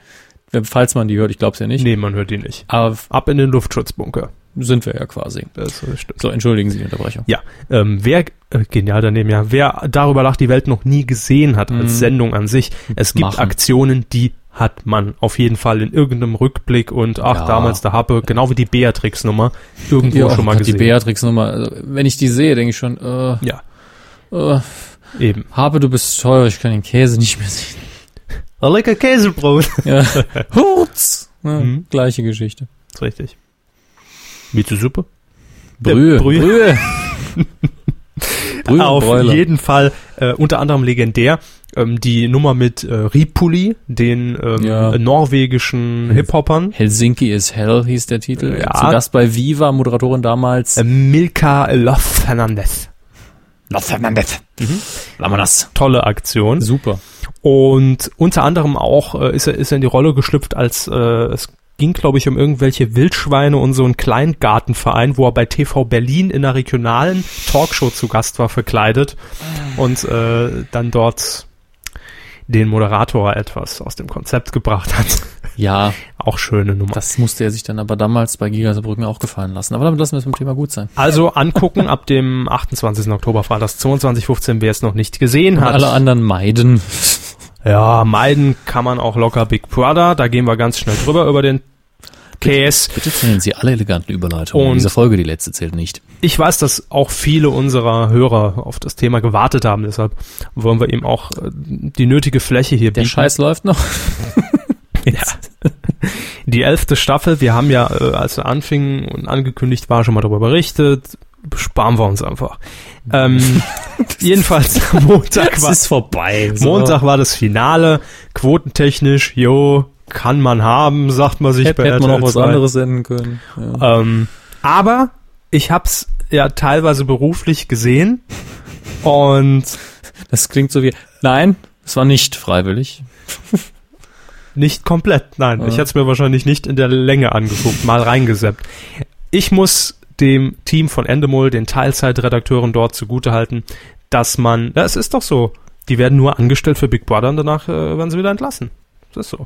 Wenn- Falls man die hört, ich glaub's ja nicht.
Nee, man hört die nicht.
Aber f-
Ab in den Luftschutzbunker.
sind wir ja quasi.
Das äh, stimmt.
So, entschuldigen Sie die Unterbrechung.
Ja, ähm, wer, äh, genial daneben, ja, wer darüber lacht die Welt noch nie gesehen hat
Mhm.
als Sendung an sich, es gibt
Machen.
Aktionen, die hat man auf jeden Fall in irgendeinem Rückblick und ach,
Ja.
damals der Happe, genau wie die Beatrix-Nummer, irgendwo
Ja,
schon mal
die
gesehen.
Beatrix-Nummer. Also, wenn ich die sehe, denke ich schon, äh,
ja,
äh,
eben.
Habe, du bist teuer, ich kann den Käse nicht mehr sehen.
Lecker Käsebrot.
Ja. Hurz! Ja,
Mhm.
Gleiche Geschichte.
ist richtig. Mit der Suppe? Der
Brühe.
Brühe.
Brühe. Brühe und
Auf
Bräuler.
jeden Fall äh, unter anderem legendär. ähm, die Nummer mit äh, Ripuli, den ähm,
Ja.
norwegischen Hip-Hopern.
Helsinki is Hell hieß der Titel.
Ja.
Zu Gast bei Viva, Moderatorin damals.
Äh, Milka Love Fernandez.
Los Fernandez. Lamanas.
Tolle Aktion.
Super.
Und unter anderem auch äh, ist, er, ist er in die Rolle geschlüpft, als äh, es ging, glaube ich, um irgendwelche Wildschweine und so einen Kleingartenverein, wo er bei TV Berlin in einer regionalen Talkshow zu Gast war, verkleidet und äh, dann dort den Moderator etwas aus dem Konzept gebracht hat.
Ja,
Auch schöne Nummer.
das musste er sich dann aber damals bei Giga Saarbrücken auch gefallen lassen. Aber damit lassen wir es beim Thema gut sein.
Also angucken ab dem 28. Oktober, Freitags 22.15, wer es noch nicht gesehen hat.
Alle anderen meiden.
Ja, meiden kann man auch locker Big Brother. Da gehen wir ganz schnell drüber über den Käse.
Bitte zählen Sie alle eleganten Überleitungen.
Und-
Diese Folge, die letzte, zählt nicht.
Ich weiß, dass auch viele unserer Hörer auf das Thema gewartet haben. Deshalb wollen wir ihm auch äh, die nötige Fläche hier
Der
bieten.
Scheiß läuft noch.
Ja. Die elfte Staffel, wir haben ja, äh, als wir anfingen und angekündigt war, schon mal darüber berichtet. Sparen wir uns einfach. Ähm, jedenfalls am Montag war,
vorbei.
Montag war das Finale. Quotentechnisch, jo, kann man haben, sagt man sich
Hätte,
bei
hätte man
RTL
noch was
2.
anderes senden können. Ja.
Ähm, aber ich hab's ja teilweise beruflich gesehen und
Das klingt so wie, nein, es war nicht freiwillig.
nicht komplett. Nein,
Ja.
ich hätte es mir wahrscheinlich nicht in der Länge angeguckt, mal reingeseppt. Ich muss dem Team von Endemol, den Teilzeitredakteuren dort zugutehalten, dass man, ja, es ist doch so, die werden nur angestellt für Big Brother und danach äh, werden sie wieder entlassen. Das ist so.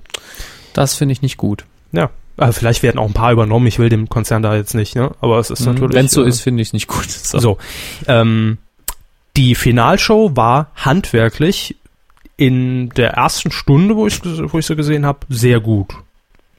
Das finde ich nicht gut.
Ja. Äh, vielleicht werden auch ein paar übernommen, ich will dem Konzern da jetzt nicht, ne? Aber es ist natürlich.
Wenn es Mhm. so
äh,
ist, finde ich es nicht gut.
So. Ähm, die Finalshow war handwerklich in der ersten Stunde, wo ich, ges- wo ich sie gesehen habe, sehr gut.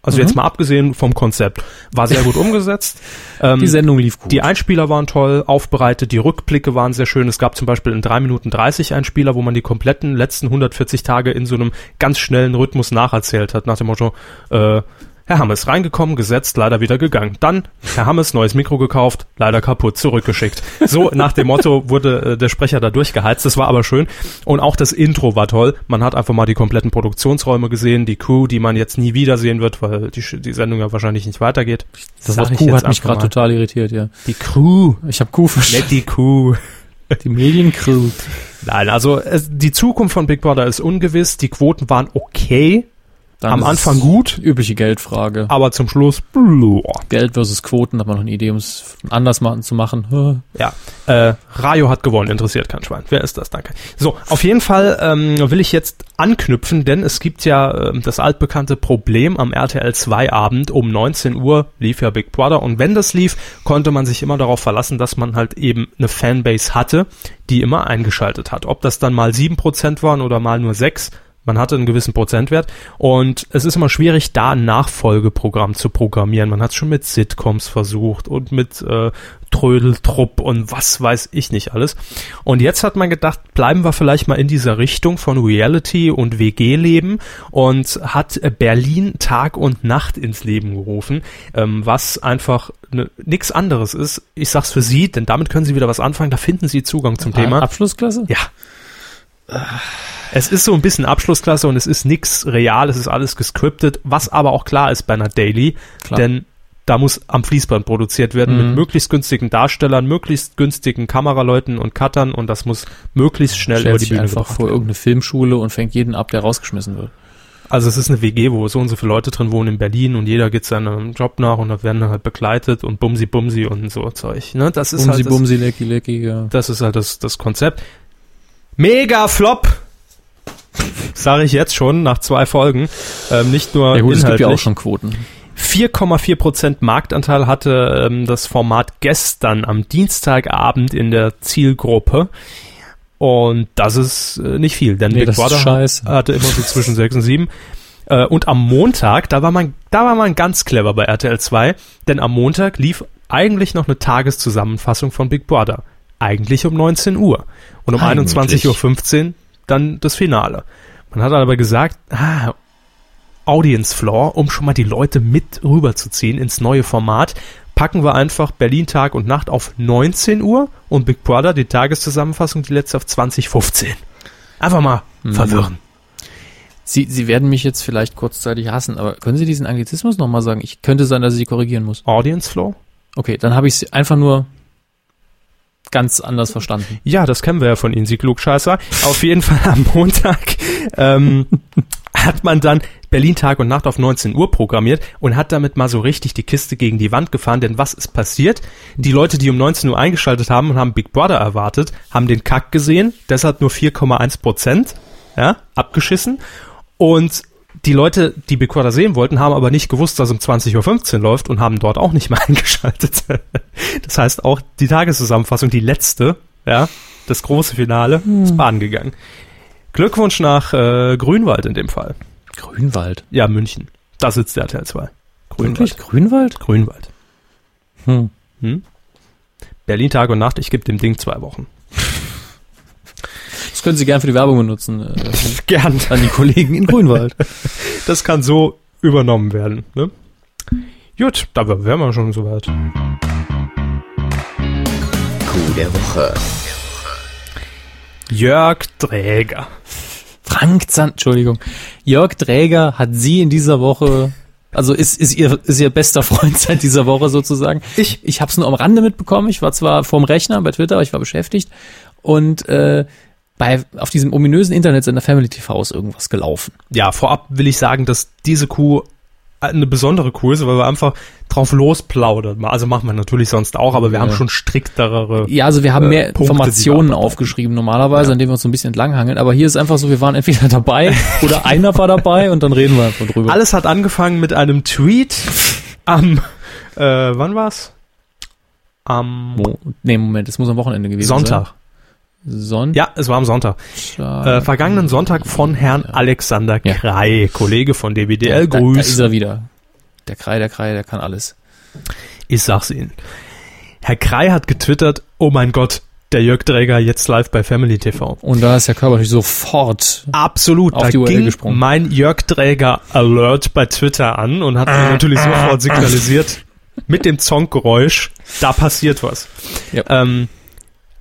Also
Mhm.
jetzt mal abgesehen vom Konzept. War sehr gut umgesetzt. Ähm,
Die Sendung lief gut.
die Einspieler waren toll aufbereitet, die Rückblicke waren sehr schön. Es gab zum Beispiel in 3 Minuten 30 Einspieler, wo man die kompletten letzten 140 Tage in so einem ganz schnellen Rhythmus nacherzählt hat, nach dem Motto, äh, Herr Hammes reingekommen, gesetzt, leider wieder gegangen. Dann Herr Hammes neues Mikro gekauft, leider kaputt, zurückgeschickt. So nach dem Motto wurde äh, der Sprecher da durchgeheizt. Das war aber schön. Und auch das Intro war toll. Man hat einfach mal die kompletten Produktionsräume gesehen, die Crew, die man jetzt nie wiedersehen wird, weil die, Sch- die Sendung ja wahrscheinlich nicht weitergeht.
das
sag
Wort
ich
Kuh
jetzt
hat mich
einfach
gerade
mal.
total irritiert, ja.
Die Crew,
Ich habe Kuh verstanden.
nicht die Crew.
Die Mediencrew.
Nein, also es, die Zukunft von Big Brother ist ungewiss. Die Quoten waren okay,
Dann
am
ist
Anfang
es
gut,
Übliche Geldfrage.
aber zum Schluss. blö.
Geld versus Quoten, hat man noch eine Idee, um es anders ma- zu machen.
Ja, äh, Rayo hat gewonnen, interessiert kein Schwein. Wer ist das? Danke. So, auf jeden Fall ähm, will ich jetzt anknüpfen, denn es gibt ja ähm, das altbekannte Problem am RTL 2 Abend um 19 Uhr lief ja Big Brother und wenn das lief, konnte man sich immer darauf verlassen, dass man halt eben eine Fanbase hatte, die immer eingeschaltet hat. Ob das dann mal 7% waren oder mal nur 6, man hatte einen gewissen Prozentwert und es ist immer schwierig, da ein Nachfolgeprogramm zu programmieren. Man hat es schon mit Sitcoms versucht und mit äh, Trödeltrupp und was weiß ich nicht alles. Und jetzt hat man gedacht, bleiben wir vielleicht mal in dieser Richtung von Reality und WG-Leben und hat äh, Berlin Tag und Nacht ins Leben gerufen, ähm, was einfach ne, nichts anderes ist. Ich sag's für Sie, denn damit können Sie wieder was anfangen. Da finden Sie Zugang
Ah,
zum Thema.
Abschlussklasse?
Ja. Es ist so ein bisschen Abschlussklasse und es ist nix real, es ist alles gescriptet, was aber auch klar ist bei einer Daily,
Klar.
denn da muss am Fließband produziert werden
Mhm.
mit möglichst günstigen Darstellern, möglichst günstigen Kameraleuten und Cuttern und das muss möglichst schnell
Stellt
über die
sich
Bühne
einfach
gebracht
vor
werden.
irgendeine Filmschule und fängt jeden ab, der rausgeschmissen wird.
Also es ist eine WG, wo so und so viele Leute drin wohnen in Berlin und jeder geht seinem Job nach und da werden dann halt begleitet und bumsi bumsi und so Zeug. Ne? Das ist
Bumsi,
halt das,
bumsi, lecki, lecki. Ja.
Das ist halt das, das Konzept. Mega Flop! Sage ich jetzt schon, nach zwei Folgen. Ähm, nicht nur
ja gut, es gibt ja auch
inhaltlich.
schon Quoten.
4,4% Marktanteil hatte ähm, das Format gestern am Dienstagabend in der Zielgruppe. Und das ist äh, nicht viel, denn
Nee,
Big
das ist
Brother
scheiße.
hatte immer so zwischen 6 und 7. Äh, und am Montag, da war, man, da war man ganz clever bei RTL 2, denn am Montag lief eigentlich noch eine Tageszusammenfassung von Big Brother. Eigentlich um 19 Uhr. Und um
Eigentlich.
21.15 Uhr dann das Finale. Man hat aber gesagt, ah, Audience Floor, um schon mal die Leute mit rüberzuziehen ins neue Format, packen wir einfach Berlin Tag und Nacht auf 19 Uhr und Big Brother, die Tageszusammenfassung, die letzte auf 2015. Einfach mal verwirren.
Sie, Sie werden mich jetzt vielleicht kurzzeitig hassen, aber können Sie diesen Anglizismus nochmal sagen? Ich könnte sein, dass ich Sie korrigieren muss.
Audience Flow?
Okay, dann habe ich sie einfach nur ganz anders verstanden.
Ja, das kennen wir ja von Ihnen, Sie Klugscheißer. Auf jeden Fall am Montag ähm, hat man dann Berlin Tag und Nacht auf 19 Uhr programmiert und hat damit mal so richtig die Kiste gegen die Wand gefahren. Denn was ist passiert? Die Leute, die um 19 Uhr eingeschaltet haben und haben Big Brother erwartet, haben den Kack gesehen, deshalb nur 4,1 Prozent, ja, abgeschissen. Und die Leute, die Big Brother sehen wollten, haben aber nicht gewusst, dass um 20.15 Uhr läuft und haben dort auch nicht mal eingeschaltet. Das heißt, auch die Tageszusammenfassung, die letzte, ja, das große Finale, ist baden gegangen. Glückwunsch nach äh, Grünwald in dem Fall.
Grünwald.
Ja, München. Da sitzt der RTL 2. Grünwald.
Wirklich? Grünwald?
Grünwald.
Hm.
Hm? Berlin Tag und Nacht, ich gebe dem Ding zwei Wochen.
Das können Sie gern für die Werbung benutzen. Äh,
Gern.
an die Kollegen in Grünwald.
Das kann so übernommen werden. Ne? Gut, da wären wir schon soweit.
Coup der Woche.
Jörg Träger.
Frank Zand, Entschuldigung. Jörg Dräger hat Sie in dieser Woche, also ist, ist, ihr, ist Ihr bester Freund seit dieser Woche sozusagen.
Ich-
ich habe es nur am Rande mitbekommen. Ich war zwar vorm Rechner bei Twitter, aber ich war beschäftigt. Und äh, bei, auf diesem ominösen Internetsender Family TV ist irgendwas gelaufen.
ja, vorab will ich sagen, dass diese Kuh eine besondere Kuh ist, weil wir einfach drauf losplaudern. Also machen wir natürlich sonst auch, aber wir haben
Ja.
schon striktere.
Ja, also wir haben
Äh,
mehr
Punkte, die wir
Informationen
abarbeiten.
aufgeschrieben normalerweise, an denen wir uns so ein bisschen entlanghangeln. Aber hier ist einfach so, wir waren entweder dabei oder einer war dabei und dann reden wir einfach drüber.
Alles hat angefangen mit einem Tweet am, äh, wann war's? Am
Mo- nee, Moment, es muss am Wochenende gewesen
Sonntag.
sein. Sonntag.
Ja, es war am Sonntag. Äh, vergangenen Sonntag von Herrn Alexander
Ja.
Krei, Kollege von DBDL.
da, Da ist
Grüß.
er wieder. Der Krei, der Krei, der kann alles.
Ich sag's Ihnen. Herr Krei hat getwittert, oh mein Gott, der Jörg Dräger jetzt live bei Family TV.
Und da ist der Körper natürlich sofort.
Absolut,
Auf
da
die URL
ging
gesprungen.
mein Jörg Dräger Alert bei Twitter an und hat mir natürlich sofort signalisiert, mit dem Zonggeräusch, da passiert was.
Ja.
Ähm,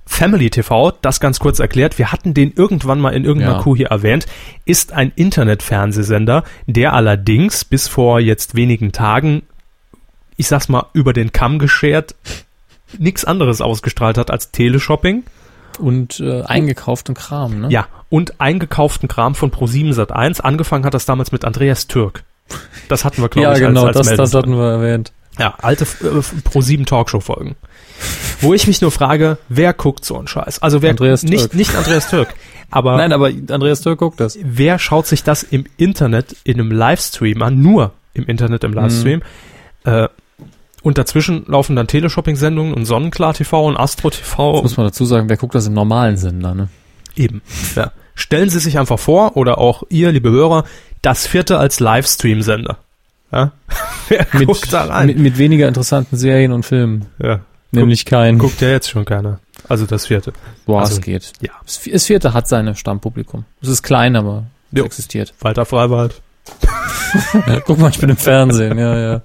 Family TV, das ganz kurz erklärt, wir hatten den irgendwann mal in irgendeiner
Ja.
Kuh hier erwähnt, ist ein Internetfernsehsender, der allerdings bis vor jetzt wenigen Tagen, ich sag's mal, über den Kamm geschert, nichts anderes ausgestrahlt hat als Teleshopping.
Und äh, eingekauft und Kram, ne?
Ja, und eingekauften Kram von Pro7 Sat1. Angefangen hat das damals mit Andreas Türk. Das hatten wir, glaube
Ja,
ich,
genau,
als, als
das,
Meldung.
das hatten wir erwähnt.
Ja, alte äh, Pro7 Talkshow-Folgen. Wo ich mich nur frage, wer guckt so einen Scheiß? Also wer
Andreas
nicht,
Türk.
nicht Andreas Türk, aber
Nein, aber Andreas Tür guckt das.
wer schaut sich das im Internet in einem Livestream an? Nur im Internet
Mhm.
im Livestream. Äh, und dazwischen laufen dann Teleshopping-Sendungen und Sonnenklar TV und Astro TV.
Muss man dazu sagen, wer guckt das im normalen Sender, ne?
Eben. Ja. Stellen Sie sich einfach vor, oder auch ihr, liebe Hörer, das vierte als Livestream-Sender. Ja? Wer guckt da rein?
mit, mit weniger interessanten Serien und Filmen.
ja.
Nämlich kein.
Guckt ja jetzt schon keiner. Also das vierte.
Boah,
also,
es geht.
ja.
Das Vi- das vierte hat seine Stammpublikum. Es ist klein, aber es
Jo.
existiert.
Walter Freiwald.
Ja, guck mal, ich bin im Fernsehen, ja, ja.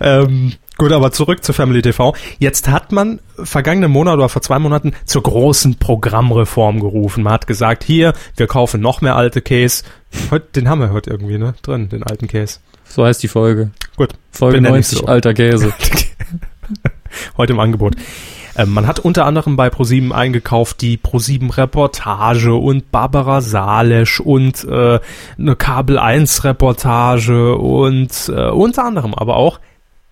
Ähm, gut, aber zurück zu Family TV. Jetzt hat man vergangenen Monat oder vor zwei Monaten zur großen Programmreform gerufen. Man hat gesagt, hier, wir kaufen noch mehr alte Case. Heut, den haben wir heute irgendwie, ne? Drin, den alten Case.
So heißt die Folge.
Gut.
Folge
Bin ja nicht
90,
so.
alter Käse.
heute im Angebot. Ähm, man hat unter anderem bei ProSieben eingekauft die ProSieben Reportage und Barbara Salesch und äh, eine Kabel 1 Reportage und äh, unter anderem aber auch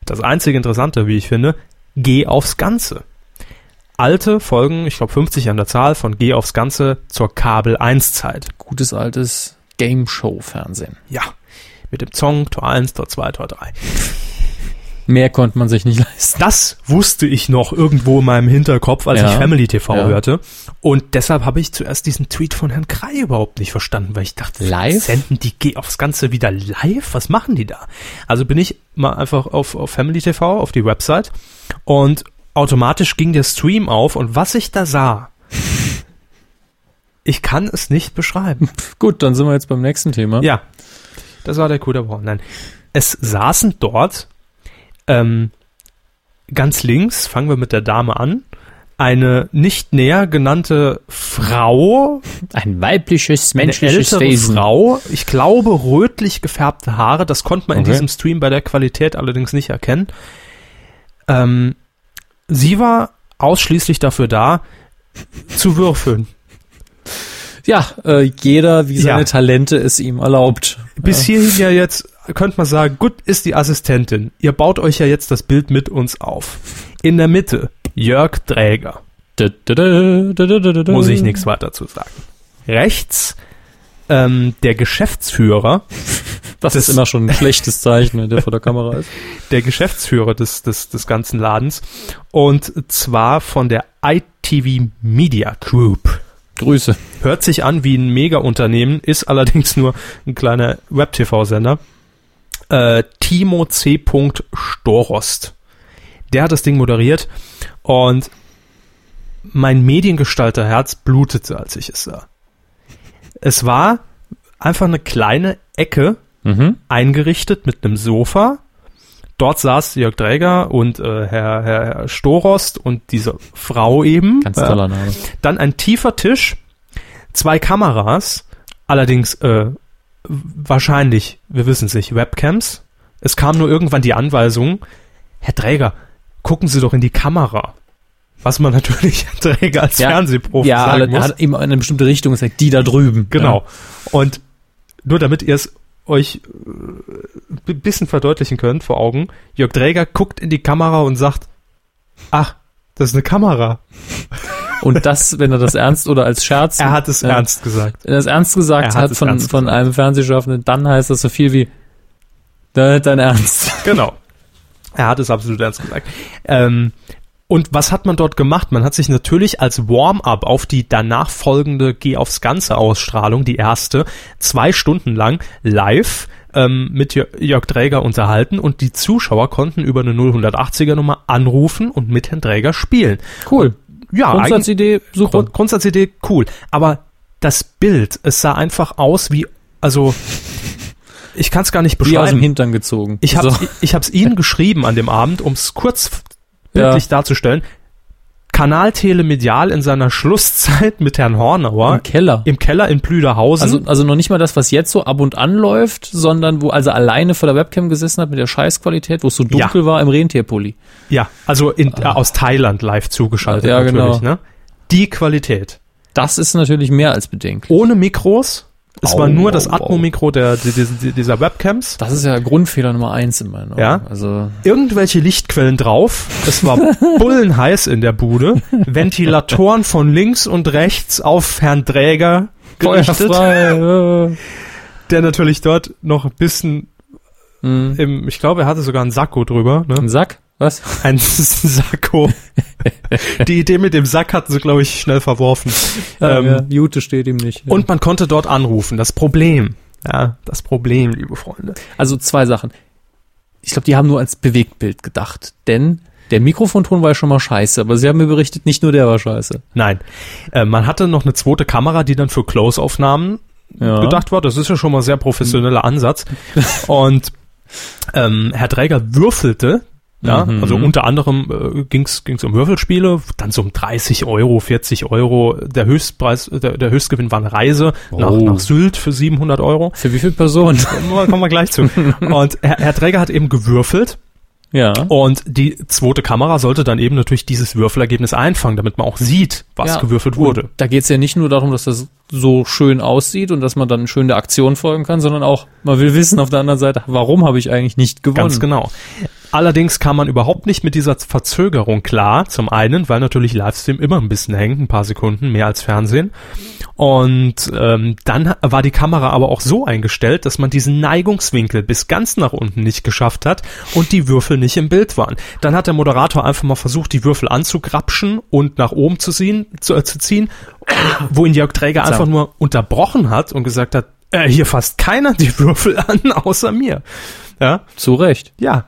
das einzige Interessante, wie ich finde, Geh aufs Ganze. Alte Folgen, ich glaube 50 an der Zahl, von Geh aufs Ganze zur Kabel 1 Zeit.
Gutes altes Game Show Fernsehen.
Ja. Mit dem Song Tor 1, Tor 2, Tor 3.
Mehr konnte man sich nicht leisten.
Das wusste ich noch irgendwo in meinem Hinterkopf, als
Ja.
ich Family TV
Ja.
hörte. Und deshalb habe ich zuerst diesen Tweet von Herrn Krei überhaupt nicht verstanden, weil ich dachte,
Live?
senden die G aufs Ganze wieder live? Was machen die da? Also bin ich mal einfach auf, auf Family TV, auf die Website und automatisch ging der Stream auf und was ich da sah, ich kann es nicht beschreiben.
Gut, dann sind wir jetzt beim nächsten Thema.
Ja, das war der Coup der Woche. Nein, es saßen dort ähm, ganz links, fangen wir mit der Dame an, eine nicht näher genannte Frau,
Ein weibliches,
eine
menschliches
ältere
Wesen.
Frau, ich glaube rötlich gefärbte Haare, das konnte man
Okay.
in diesem Stream bei der Qualität allerdings nicht erkennen. Ähm, sie war ausschließlich dafür da, zu würfeln.
Ja, äh, jeder, wie seine
Ja.
Talente es ihm erlaubt.
Bis hierhin ja jetzt könnte man sagen, gut ist die Assistentin. Ihr baut euch ja jetzt das Bild mit uns auf. In der Mitte Jörg Träger. Muss ich nichts weiter zu sagen. Rechts ähm, der Geschäftsführer,
Das, ist immer schon ein schlechtes Zeichen, wenn der vor der Kamera ist.
der Geschäftsführer des, des, des ganzen Ladens. Und zwar von der ITV Media Group.
Grüße.
Hört sich an wie ein Mega-Unternehmen, ist allerdings nur ein kleiner Web-TV-Sender. Äh, Timo C. Storost. Der hat das Ding moderiert und mein Mediengestalterherz blutete, als ich es sah. Es war einfach eine kleine Ecke
Mhm.
eingerichtet mit einem Sofa. Dort saß Jörg Dräger und äh, Herr, Herr, Herr Storost und diese Frau eben.
Ganz
Äh,
toller Name.
dann ein tiefer Tisch, zwei Kameras, allerdings äh, wahrscheinlich, wir wissen es nicht, Webcams. Es kam nur irgendwann die Anweisung, Herr Träger, gucken Sie doch in die Kamera. Was man natürlich Herr Träger als
Ja.
Fernsehprofi
Ja,
sagen
alle,
muss.
er hat eben eine bestimmte Richtung gesagt, die da drüben.
Genau. Und nur damit ihr es euch äh, ein bisschen verdeutlichen könnt vor Augen, Jörg Dräger guckt in die Kamera und sagt, ach, das ist eine Kamera.
Ja. Und das, wenn er das ernst oder als Scherz.
Er hat es
Ja.
ernst gesagt.
Wenn er es ernst gesagt
Er
hat,
hat es
von,
ernst
von
gesagt.
einem Fernsehschaffenden, dann heißt das so viel wie, da hat dein Ernst.
Genau. Er hat es absolut ernst gesagt. Ähm, und was hat man dort gemacht? Man hat sich natürlich als Warm-up auf die danach folgende Geh aufs Ganze Ausstrahlung, die erste, zwei Stunden lang live ähm, mit Jör- Jörg Dräger unterhalten und die Zuschauer konnten über eine 080er Nummer anrufen und mit Herrn Dräger spielen.
Cool.
Ja, eigen-
Grundsatzidee, super.
Grund, Grundsatzidee cool. Aber das Bild, es sah einfach aus wie, also ich kann es gar nicht
Wie aus dem
beschreiben.
Hintern gezogen.
Ich habe
So.
ich, ich hab's Ihnen geschrieben an dem Abend, um es kurz
Ja.
bildlich darzustellen. Kanal Telemedial in seiner Schlusszeit mit Herrn Hornauer
im Keller.
im Keller in Plüderhausen.
Also, also noch nicht mal das, was jetzt so ab und an läuft, sondern wo also alleine vor der Webcam gesessen hat mit der Scheißqualität, wo es so dunkel war im Rentierpulli.
ja, also in, äh, aus Thailand live zugeschaltet
Ah. Ja,
natürlich.
genau.
Ne? Die Qualität.
Das ist natürlich mehr als bedenklich.
Ohne Mikros. Es
Au,
war nur
au,
das
au.
Atmo-Mikro der, die- die- dieser Webcams.
Das ist ja Grundfehler Nummer eins in meinen Augen.
Ja.
Also
irgendwelche Lichtquellen drauf. Es war bullenheiß in der Bude. Ventilatoren von links und rechts auf Herrn Dräger gerichtet,
feuerfrei.
der natürlich dort noch ein bisschen
äh. Hm.
im, ich glaube, er hatte sogar einen Sakko drüber, ne?
Ein Sack? Was?
Ein Sakko. Die Idee mit dem Sack hatten sie, glaube ich, schnell verworfen.
Ah,
Ähm,
Jute steht ihm nicht.
Und man konnte dort anrufen. Das Problem. Ja, das Problem, liebe Freunde.
also zwei Sachen. Ich glaube, die haben nur als Bewegtbild gedacht, denn der Mikrofonton war ja schon mal scheiße, aber sie haben mir berichtet, nicht nur der war scheiße.
Nein. Äh, man hatte noch eine zweite Kamera, die dann für Close-Aufnahmen
Ja.
gedacht war. Das ist ja schon mal sehr professioneller Ansatz. Und ähm, Herr Dräger würfelte. Ja,
Mhm.
also unter anderem äh, ging's ging's um Würfelspiele, dann so um 30 Euro, 40 Euro. Der Höchstpreis, der, der Höchstgewinn war eine Reise nach,
Oh.
nach Sylt für 700 Euro.
Für wie viele Personen?
Da kommen wir gleich zu. Und Herr, Herr Dräger hat eben gewürfelt
ja.
und die zweite Kamera sollte dann eben natürlich dieses Würfelergebnis einfangen, damit man auch sieht, was
Ja,
gewürfelt wurde.
Da geht es ja nicht nur darum, dass das so schön aussieht und dass man dann schön der Aktion folgen kann, sondern auch, man will wissen auf der anderen Seite, warum habe ich eigentlich nicht gewonnen?
Ganz genau. Allerdings kam man überhaupt nicht mit dieser Verzögerung klar. Zum einen, weil natürlich Livestream immer ein bisschen hängt, ein paar Sekunden mehr als Fernsehen. Und ähm, dann war die Kamera aber auch so eingestellt, dass man diesen Neigungswinkel bis ganz nach unten nicht geschafft hat und die Würfel nicht im Bild waren. Dann hat der Moderator einfach mal versucht, die Würfel anzugrapschen und nach oben zu ziehen, zu, äh, zu ziehen wo ihn Jörg Träger einfach nur unterbrochen hat und gesagt hat, äh, hier fasst keiner die Würfel an, außer mir. Ja,
Zu Recht.
ja.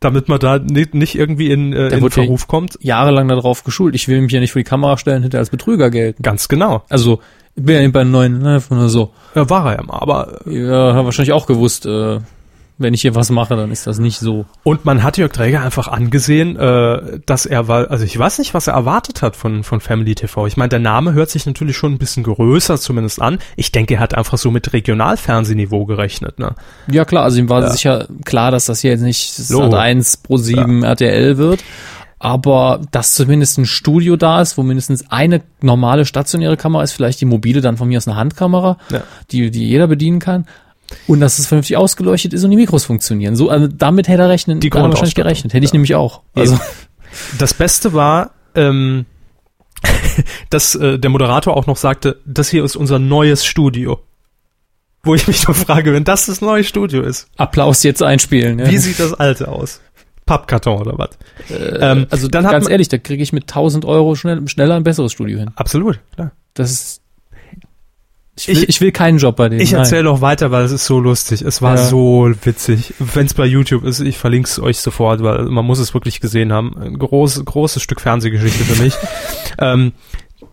Damit man da nicht, nicht irgendwie in, äh, in
wird ja-
Verruf kommt.
Jahrelang darauf geschult. Ich will mich ja nicht vor die Kamera stellen, hinter als Betrüger gelten.
Ganz genau.
Also, ich bin ja nicht bei einem neuen Live oder so.
Ja, war er ja mal, aber
Ja, hab wahrscheinlich auch gewusst, äh, wenn ich hier was mache, dann ist das nicht so.
Und man hat Jörg Träger einfach angesehen, äh, dass er war, also ich weiß nicht, was er erwartet hat von, von Family TV. Ich meine, der Name hört sich natürlich schon ein bisschen größer zumindest an. Ich denke, er hat einfach so mit Regionalfernsehniveau gerechnet, ne?
Ja klar, also ihm war sicher klar, dass das hier jetzt nicht
Logo.
Sat1 Pro 7 RTL wird. Aber dass zumindest ein Studio da ist, wo mindestens eine normale stationäre Kamera ist, vielleicht die mobile dann von mir aus eine Handkamera,
Ja.
die, die jeder bedienen kann. Und dass es vernünftig ausgeleuchtet ist und die Mikros funktionieren. So, also damit hätte er rechnen,
Die
da hat er wahrscheinlich
Grundausstattung.
gerechnet. Hätte ich nämlich auch. Also,
Das Beste war, ähm, dass äh, der Moderator auch noch sagte, das hier ist unser neues Studio. Wo ich mich nur frage, wenn das das neue Studio ist,
Applaus jetzt einspielen. Ja.
wie sieht das alte aus? Pappkarton oder was? ähm,
also
dann hat
ganz
man-
ehrlich, da kriege ich mit 1000 Euro schnell, schneller ein besseres Studio hin.
Absolut, klar.
Das ist, ich will,
Ich-
ich, will keinen Job bei denen.
Ich
nein.
erzähle auch weiter, weil es ist so lustig. Es war
Ja.
so witzig. Wenn es bei YouTube ist, ich verlinke es euch sofort, weil man muss es wirklich gesehen haben. Ein großes, großes Stück Fernsehgeschichte für mich. ähm,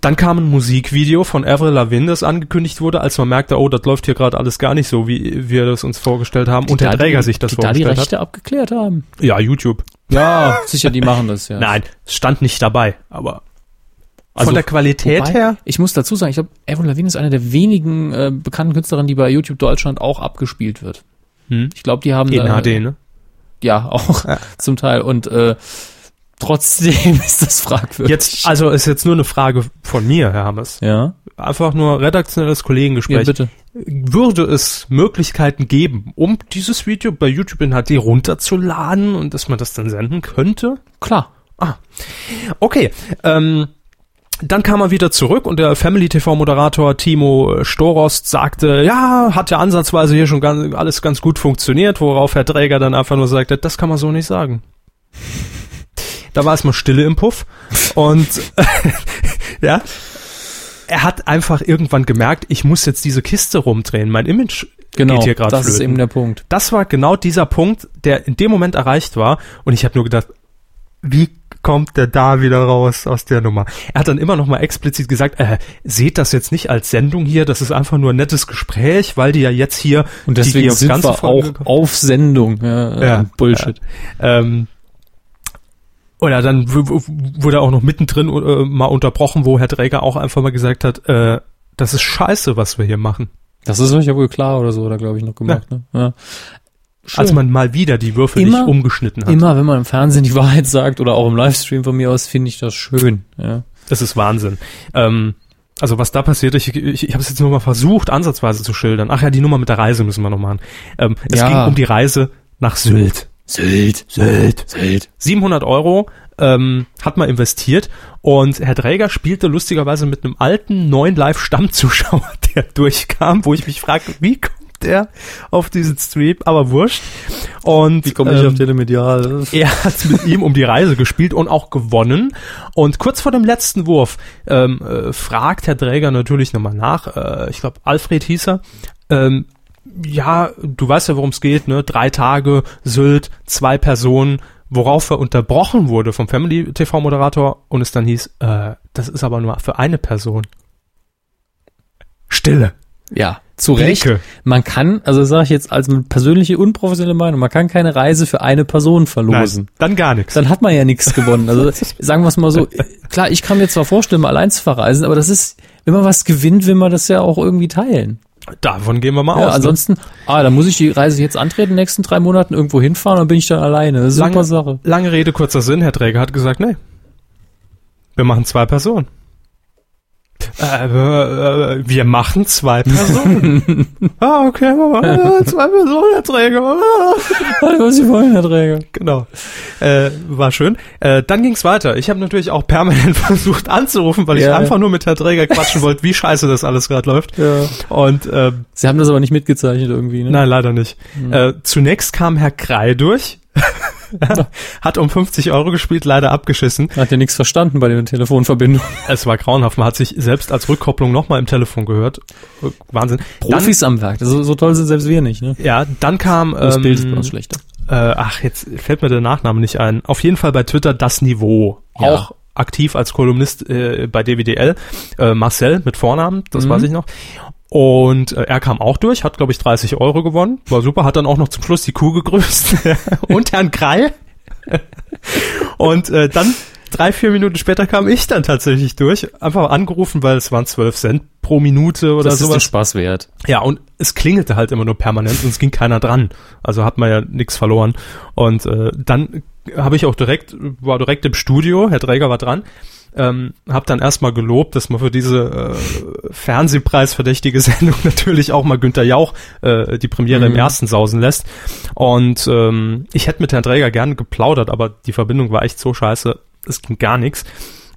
dann kam ein Musikvideo von Avril Lavigne, das angekündigt wurde, als man merkte, oh, das läuft hier gerade alles gar nicht so, wie wir das uns vorgestellt haben und
Die
der
da die-
Träger sich das
die da die
vorgestellt hat.
Rechte abgeklärt haben.
Ja, YouTube.
Ja, sicher, die machen das ja.
Nein, es stand nicht dabei, aber
Also,
von der Qualität
Wobei,
her.
Ich muss dazu sagen, ich glaube, Avril Lavigne ist eine der wenigen äh, bekannten Künstlerinnen, die bei YouTube Deutschland auch abgespielt wird.
Hm.
Ich glaube, die haben
In
da,
HD, ne?
ja auch zum Teil und äh, trotzdem ist das fragwürdig.
Jetzt, also ist jetzt nur eine Frage von mir, Herr Hammes.
ja,
Einfach nur redaktionelles
ja
Kollegengespräch.
bitte.
würde es Möglichkeiten geben, um dieses Video bei YouTube in HD runterzuladen und dass man das dann senden könnte?
Klar.
Okay, ähm, dann kam er wieder zurück und der Family TV-Moderator Timo äh, Storost sagte, ja, hat ja ansatzweise hier schon ganz, alles ganz gut funktioniert, worauf Herr Träger dann einfach nur sagte, das kann man so nicht sagen. Da war es mal Stille im Puff und ja, er hat einfach irgendwann gemerkt, ich muss jetzt diese Kiste rumdrehen, mein Image
Genau.
geht hier gerade
das ist
flöten
eben der Punkt.
das war genau dieser Punkt, der in dem Moment erreicht war. Und ich habe nur gedacht, wie kommt der da wieder raus aus der Nummer? Er hat dann immer noch mal explizit gesagt, äh, seht das jetzt nicht als Sendung hier, das ist einfach nur ein nettes Gespräch, weil die ja jetzt hier
Und
die,
deswegen
die aufs
sind
Ganze
wir auch
vorgekommen-
auf Sendung. Ja, äh,
Ja.
Bullshit.
ähm, oder dann w- w- wurde auch noch mittendrin äh, mal unterbrochen, wo Herr Dräger auch einfach mal gesagt hat, äh, das ist scheiße, was wir hier machen.
Das ist euch ja wohl klar oder so, oder glaube ich noch gemacht. Ne? Ja.
Als man mal wieder die Würfel
Immer-
nicht umgeschnitten hat.
Immer wenn man im Fernsehen die Wahrheit sagt oder auch im Livestream von mir aus, finde ich das schön. Ja.
Das ist Wahnsinn. Ähm, also was da passiert, ich, ich, ich habe es jetzt nur mal versucht, ansatzweise zu schildern. Ach ja, die Nummer mit der Reise müssen wir noch machen. Ähm, es
Ja.
ging um die Reise nach Sylt.
Sylt, Sylt, Sylt.
700 Euro ähm, hat man investiert und Herr Dräger spielte lustigerweise mit einem alten, neuen Live-Stammzuschauer, der durchkam, wo ich mich frage, wie kommt der auf diesen Stream? Aber wurscht. Und ähm,
Telemedial?
er hat mit ihm um die Reise gespielt und auch gewonnen. Und kurz vor dem letzten Wurf ähm, äh, fragt Herr Dräger natürlich nochmal nach. Äh, ich glaube, Alfred hieß er. Ähm, ja, du weißt ja, worum es geht, ne? Drei Tage, Sylt, zwei Personen, worauf er unterbrochen wurde vom Family TV-Moderator und es dann hieß, äh, das ist aber nur für eine Person. Stille.
Ja, zu Recht.
Blicke.
Man kann, also sage ich jetzt als persönliche unprofessionelle Meinung, man kann keine Reise für eine Person verlosen.
Nein, dann gar nichts.
Dann hat man ja nichts gewonnen. Also sagen wir es mal so, klar, ich kann mir zwar vorstellen, mal allein zu verreisen, aber das ist, wenn man was gewinnt, will man das ja auch irgendwie teilen.
Davon gehen wir mal
Ja,
aus. ne?
ansonsten, ah, dann muss ich die Reise jetzt antreten, in den nächsten drei Monaten irgendwo hinfahren, dann bin ich dann alleine. Das ist eine
Lange-
Super Sache.
Lange Rede, kurzer Sinn. Herr Träger hat gesagt, nee. Wir machen zwei Personen. Äh, äh, äh, wir machen zwei Personen. ah, okay, wir machen äh, zwei Personen, Herr Träger.
Was Sie wollen, Herr Träger.
genau. Äh, war schön. Äh, dann ging's weiter. Ich habe natürlich auch permanent versucht anzurufen, weil ich
Ja.
einfach nur mit Herr Träger quatschen wollte, wie scheiße das alles gerade läuft.
Ja.
Und ähm,
Sie haben das aber nicht mitgezeichnet irgendwie, ne?
Nein, leider nicht. Äh, zunächst kam Herr Krei durch, hat um 50 Euro gespielt, leider abgeschissen.
Hat ja nichts verstanden bei den Telefonverbindungen.
Es war grauenhaft, man hat sich selbst als Rückkopplung nochmal im Telefon gehört. Äh, Wahnsinn.
Profis am Werk. Also, so toll sind selbst wir nicht, ne?
Dann, ja, dann kam,
Das Bild ist bei
ähm,
uns schlechter.
äh, ach, jetzt fällt mir der Nachname nicht ein. Auf jeden Fall bei Twitter das Niveau.
Ja.
Auch Mhm. aktiv als Kolumnist äh, bei DWDL. Äh, Marcel mit Vornamen, das weiß ich noch. Und äh, er kam auch durch, hat, glaube ich, 30 Euro gewonnen. War super, hat dann auch noch zum Schluss die Kuh gegrüßt und Herrn Krall. und äh, dann, drei, vier Minuten später, kam ich dann tatsächlich durch. Einfach angerufen, weil es waren 12 Cent pro Minute oder
das ist den
sowas.
Spaß wert.
Ja, und es klingelte halt immer nur permanent und es ging keiner dran. Also hat man ja nichts verloren. Und äh, dann habe ich auch direkt, war direkt im Studio, Herr Träger war dran, ähm, habe dann erstmal gelobt, dass man für diese äh, Fernsehpreisverdächtige Sendung natürlich auch mal Günter Jauch äh, die Premiere im
Mhm.
ersten sausen lässt. Und ähm, ich hätte mit Herrn Träger gern geplaudert, aber die Verbindung war echt so scheiße, es ging gar nichts.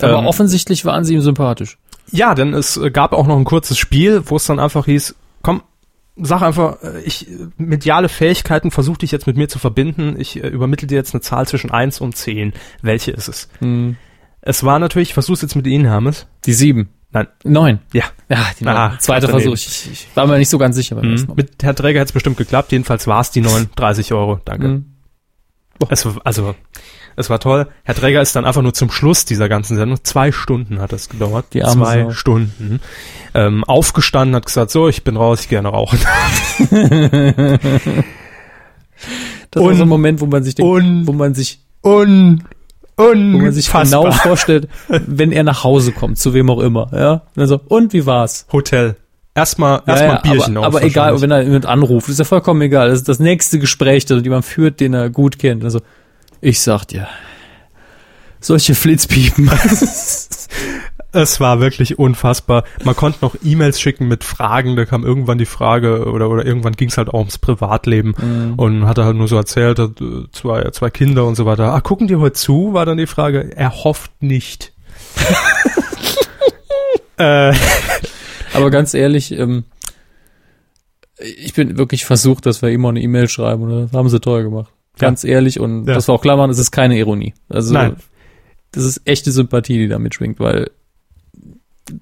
Aber
Ähm,
offensichtlich waren sie ihm sympathisch.
ja, denn es äh, gab auch noch ein kurzes Spiel, wo es dann einfach hieß, komm, sag einfach, äh, ich äh, mediale Fähigkeiten versuch dich jetzt mit mir zu verbinden. Ich äh, übermittle dir jetzt eine Zahl zwischen 1 und 10. Welche ist es? Es war natürlich, ich versuch's jetzt mit Ihnen, Hermes.
Die sieben.
Nein.
Neun.
Ja.
Ja, die
Ah,
neun. zweiter
daneben.
Versuch. Ich, ich war mir nicht so ganz sicher beim ersten
Mhm.
Mal.
Mit Herrn Träger hätte es bestimmt geklappt. Jedenfalls war es die 9, 30 Euro. Danke.
Mhm.
Es, war- also, es war toll. Herr Träger ist dann einfach nur zum Schluss dieser ganzen Sendung. Zwei Stunden hat das gedauert.
Die arme
Zwei
Sau.
Stunden. Ähm, aufgestanden, hat gesagt, so, ich bin raus, ich gehe gerne rauchen.
Das war
Und-
so ein Moment, wo man sich denkt,
Und
wo man sich,
un un
wo man sich genau vorstellt, wenn er nach Hause kommt, zu wem auch immer, ja. Also, und wie war's?
Hotel. Erstmal erstmal ein Bierchen
aber,
auf.
aber egal,
wahrscheinlich.
wenn er jemand anruft, ist ja vollkommen egal. Das ist das nächste Gespräch, das jemand führt, den er gut kennt. Also, ich sag dir, solche Flitzpiepen.
es war wirklich unfassbar. Man konnte noch E-Mails schicken mit Fragen, da kam irgendwann die Frage oder oder irgendwann ging es halt auch ums Privatleben
Mhm.
und hat er halt nur so erzählt, hat äh, zwei zwei Kinder und so weiter. Ah, gucken die heute zu? War dann die Frage. Er hofft nicht. äh,
aber ganz ehrlich, ähm, ich bin wirklich versucht, dass wir ihm mal eine E-Mail schreiben. Oder? Das haben sie toll gemacht. Ganz ehrlich. Und
Ja.
das war auch klar machen, es ist keine Ironie. Also,
Nein.
das ist echte Sympathie, die da mitschwingt, weil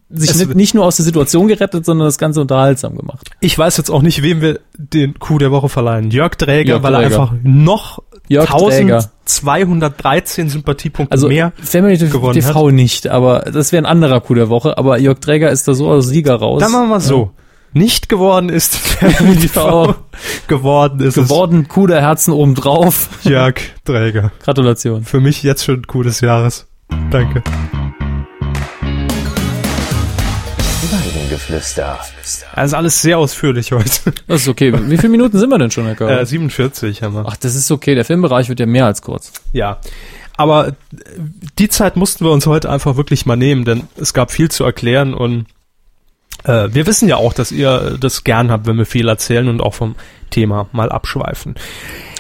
sich
Es-
nicht, nicht nur aus der Situation gerettet, sondern das Ganze unterhaltsam gemacht.
ich weiß jetzt auch nicht, wem wir den Coup der Woche verleihen. Jörg Dräger,
Jörg
weil er
Dräger.
einfach noch
Jörg Träger.
1213 Sympathiepunkte
Also
mehr.
Family
gewonnen
TV nicht, aber das wäre ein anderer Coup der Woche. Aber Jörg Träger ist da so aus Sieger raus.
Dann machen wir so. Nicht geworden ist Family TV. geworden ist
geworden, Coup der Herzen obendrauf.
es Jörg Dräger.
Gratulation.
Für mich jetzt schon ein cooles Jahres. Danke.
Weidengeflüster.
Also alles sehr ausführlich heute.
Das ist okay. Wie viele Minuten sind wir denn schon, Herr Körber?
Äh, 47 haben wir.
Ach, das ist okay. Der Filmbereich wird ja mehr als kurz.
Ja. Aber äh, die Zeit mussten wir uns heute einfach wirklich mal nehmen, denn es gab viel zu erklären und äh, wir wissen ja auch, dass ihr äh, das gern habt, wenn wir viel erzählen und auch vom Thema mal abschweifen.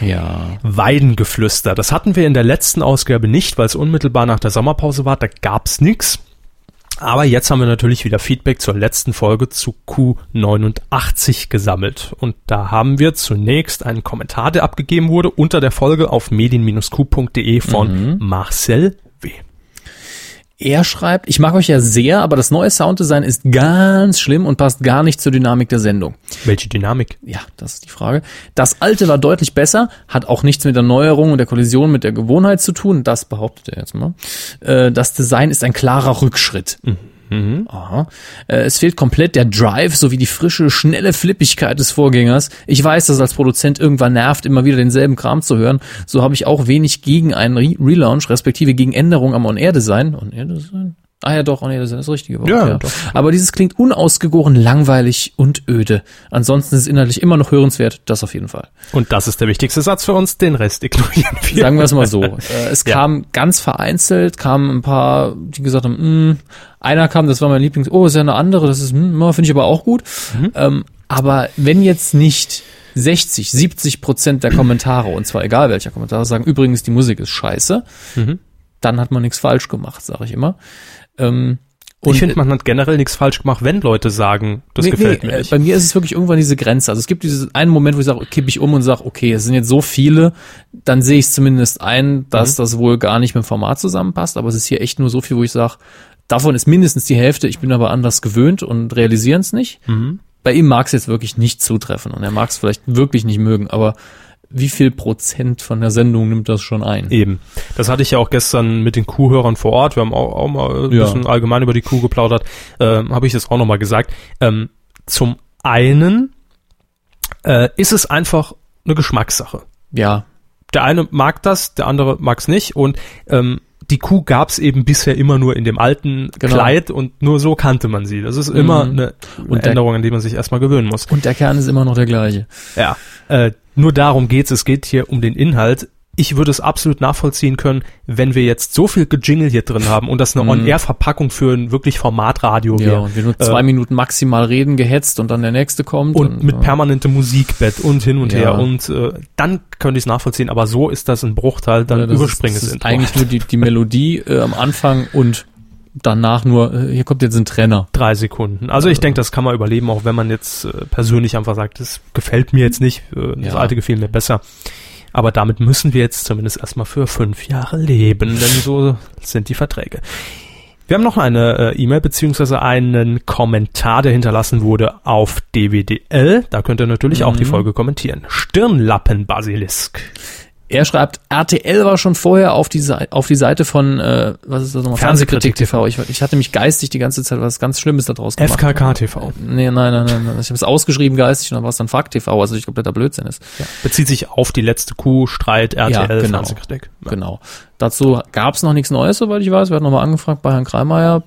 Ja.
Weidengeflüster. Das hatten wir in der letzten Ausgabe nicht, weil es unmittelbar nach der Sommerpause war. Da gab's nix. Aber jetzt haben wir natürlich wieder Feedback zur letzten Folge zu Q89 gesammelt. Und da haben wir zunächst einen Kommentar, der abgegeben wurde, unter der Folge auf medien-q.de von
Mhm.
Marcel W.
Er schreibt, ich mag euch ja sehr, aber das neue Sounddesign ist ganz schlimm und passt gar nicht zur Dynamik der Sendung.
Welche Dynamik?
Ja, das ist die Frage. Das alte war deutlich besser, hat auch nichts mit der Neuerung und der Kollision mit der Gewohnheit zu tun, das behauptet er jetzt mal. Äh, Das Design ist ein klarer Rückschritt. Aha. Äh, Es fehlt komplett der Drive sowie die frische, schnelle Flippigkeit des Vorgängers. Ich weiß, dass es als Produzent irgendwann nervt, immer wieder denselben Kram zu hören. So habe ich auch wenig gegen einen Re Relaunch, respektive gegen Änderungen am On-Air-Design. On-Air-Design? Ah ja, doch, On-Air-Design ist das richtige Wort.
Ja, doch.
Aber dieses klingt unausgegoren, langweilig und öde. Ansonsten ist es inhaltlich immer noch hörenswert, das auf jeden Fall.
Und das ist der wichtigste Satz für uns. Den Rest ignorieren wir.
Sagen wir es mal so. Äh, es kam ganz vereinzelt, kamen ein paar, die gesagt haben, mm, einer kam, das war mein Lieblings, oh, ist ja eine andere, das ist, mm, ja, finde ich aber auch gut. Ähm, aber wenn jetzt nicht 60, 70 Prozent der Kommentare, und zwar egal welcher Kommentar, sagen, übrigens, die Musik ist scheiße, dann hat man nichts falsch gemacht, sage ich immer. Ähm,
ich finde, man hat generell nichts falsch gemacht, wenn Leute sagen, das
Nee,
gefällt
nee,
mir
äh,
nicht.
Bei mir ist es wirklich irgendwann diese Grenze. Also es gibt diesen einen Moment, wo ich sage, kippe ich um und sage, okay, es sind jetzt so viele, dann sehe ich zumindest ein, dass
Mhm.
das wohl gar nicht mit dem Format zusammenpasst. Aber es ist hier echt nur so viel, wo ich sage, davon ist mindestens die Hälfte. Ich bin aber anders gewöhnt und realisieren es nicht.
Mhm.
Bei ihm mag es jetzt wirklich nicht zutreffen und er mag es vielleicht wirklich nicht mögen. Aber wie viel Prozent von der Sendung nimmt das schon ein?
Eben. Das hatte ich ja auch gestern mit den Kuhhörern vor Ort. Wir haben auch, auch mal ein
Ja.
bisschen allgemein über die Kuh geplaudert. Ähm, Habe ich das auch nochmal gesagt. Ähm, zum einen äh, ist es einfach eine Geschmackssache.
Ja.
Der eine mag das, der andere mag es nicht und ähm, die Kuh gab es eben bisher immer nur in dem alten
Genau.
Kleid und nur so kannte man sie. Das ist immer
Mhm.
eine
Und der-
Änderung, an die man sich erstmal gewöhnen muss.
Und der Kern ist immer noch der gleiche.
Ja, äh, nur darum geht's. Es geht hier um den Inhalt. Ich würde es absolut nachvollziehen können, wenn wir jetzt so viel Gejingle hier drin haben und das eine On-Air-Verpackung für ein wirklich Formatradio
Mhm. Ja,
wäre.
und wir nur zwei
Äh,
Minuten maximal reden, gehetzt und dann der nächste kommt.
Und mit permanentem Musikbett und hin und
Ja.
her und äh, dann könnte ich es nachvollziehen, aber so ist das ein Bruchteil, dann
Ja, das
überspringen
ist,
es
das ist eigentlich nur die, die Melodie äh, am Anfang und danach nur, äh, hier kommt jetzt ein Trainer.
drei Sekunden. Also ich denke, das kann man überleben, auch wenn man jetzt äh, persönlich einfach sagt, das gefällt mir jetzt nicht, äh, das
Ja.
alte gefiel mir besser. Aber damit müssen wir jetzt zumindest erstmal für fünf Jahre leben, denn so sind die Verträge. Wir haben noch eine äh, E-Mail beziehungsweise einen Kommentar, der hinterlassen wurde auf DWDL. Da könnt ihr natürlich auch die
Mhm.
Folge kommentieren. Stirnlappenbasilisk.
Er schreibt, RTL war schon vorher auf die, Sei- auf die Seite von, äh, was ist das nochmal?
Fernsehkritik.
TV. Ich, ich hatte mich geistig die ganze Zeit was ganz Schlimmes daraus gemacht.
FKK TV.
Nee, nein, nein, nein, nein. Ich habe es ausgeschrieben geistig und dann war es dann Fuck TV, was natürlich kompletter Blödsinn ist.
Bezieht sich auf die letzte Kuh, Streit, RTL,
genau.
Fernsehkritik.
Genau. Dazu gab es noch nichts Neues, soweit ich weiß. Wir hatten nochmal angefragt bei Herrn Kreimeier.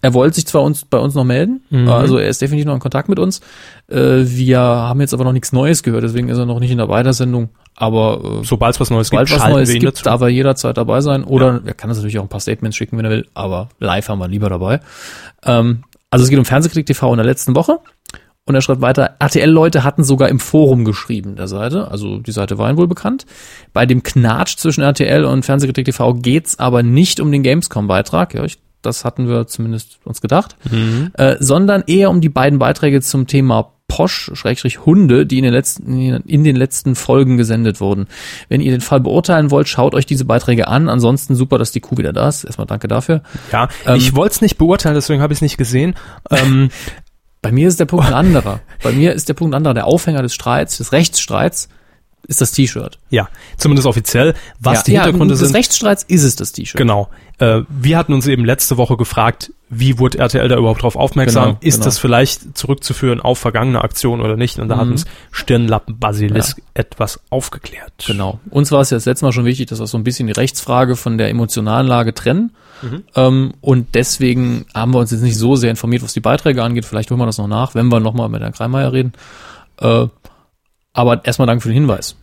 Er wollte sich zwar uns, bei uns noch melden,
Mhm.
also er ist definitiv noch in Kontakt mit uns. Äh, wir haben jetzt aber noch nichts Neues gehört, deswegen ist er noch nicht in der Weitersendung. Aber äh,
Sobald es was Neues
sobald
gibt,
was
schalten
Neues
wir ihn
gibt,
dazu.
darf er jederzeit dabei sein. Oder er kann uns natürlich auch ein paar Statements schicken, wenn er will, aber live haben wir lieber dabei. Ähm, also es geht um Fernsehkrieg TV in der letzten Woche. Und er schreibt weiter, RTL-Leute hatten sogar im Forum geschrieben, der Seite, also die Seite war ihnen wohl bekannt. Bei dem Knatsch zwischen RTL und Fernsehkritik TV geht's aber nicht um den Gamescom-Beitrag, ja, ich, das hatten wir zumindest uns gedacht,
Mhm.
äh, sondern eher um die beiden Beiträge zum Thema Posch, Schrägstrich Hunde, die in den, letzten, in den letzten Folgen gesendet wurden. Wenn ihr den Fall beurteilen wollt, schaut euch diese Beiträge an. Ansonsten super, dass die Kuh wieder da ist. Erstmal danke dafür.
Ja,
Ähm,
ich wollte es nicht beurteilen, deswegen habe ich es nicht gesehen. Ähm,
Bei mir ist der Punkt ein anderer. Bei mir ist der Punkt ein anderer. Der Aufhänger des Streits, des Rechtsstreits, ist das T-Shirt.
ja, zumindest offiziell. Was
Ja,
die Hintergründe
ja, Des
sind,
Rechtsstreits ist es das T-Shirt.
genau. Äh, wir hatten uns eben letzte Woche gefragt, wie wurde RTL da überhaupt drauf aufmerksam?
Genau,
Ist
genau.
das vielleicht zurückzuführen auf vergangene Aktionen oder nicht? Und da
Mhm.
hat uns Stirnlappen Basilisk etwas aufgeklärt.
Genau. Uns war es ja das letzte Mal schon wichtig, dass wir so ein bisschen die Rechtsfrage von der emotionalen Lage trennen.
Mhm.
Ähm, und deswegen haben wir uns jetzt nicht so sehr informiert, was die Beiträge angeht. Vielleicht holen wir das noch nach, wenn wir nochmal mit Herrn Kreimeier reden. Äh, aber erstmal danke für den Hinweis.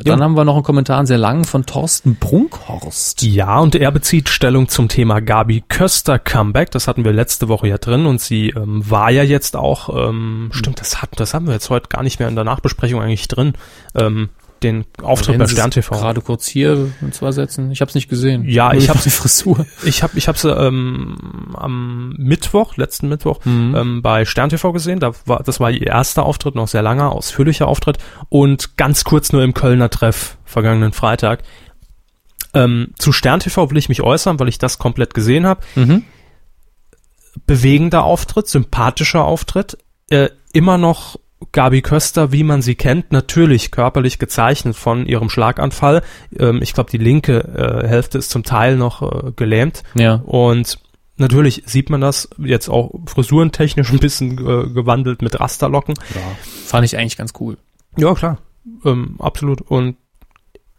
Dann
Ja.
haben wir noch einen Kommentar, einen sehr langen, von Thorsten Brunkhorst.
Ja, und er bezieht Stellung zum Thema Gabi Köster Comeback. Das hatten wir letzte Woche ja drin und sie ähm, war ja jetzt auch, ähm, stimmt, das hatten, das haben wir jetzt heute gar nicht mehr in der Nachbesprechung eigentlich drin, ähm, den Auftritt bei
Erwähnen Sie es
Stern TV.
Gerade kurz hier in zwei Sätzen. Ich habe es nicht gesehen.
Ja,
Nur
ich
die-
hab's-
die Frisur.
Ich habe ich hab's, ähm, am Mittwoch, letzten Mittwoch, ähm, bei Stern TV gesehen. Da war, das war ihr erster Auftritt, noch sehr langer, ausführlicher Auftritt und ganz kurz nur im Kölner Treff vergangenen Freitag. Ähm, zu Stern TV will ich mich äußern, weil ich das komplett gesehen habe.
Mhm.
bewegender Auftritt, sympathischer Auftritt, äh, immer noch Gabi Köster, wie man sie kennt, natürlich körperlich gezeichnet von ihrem Schlaganfall. Ähm, ich glaube, die linke äh, Hälfte ist zum Teil noch äh, gelähmt.
Ja.
Und natürlich sieht man das jetzt auch frisurentechnisch ein bisschen äh, gewandelt mit Rasterlocken.
Fand ich eigentlich ganz cool.
Ja, klar. Ähm, absolut. Und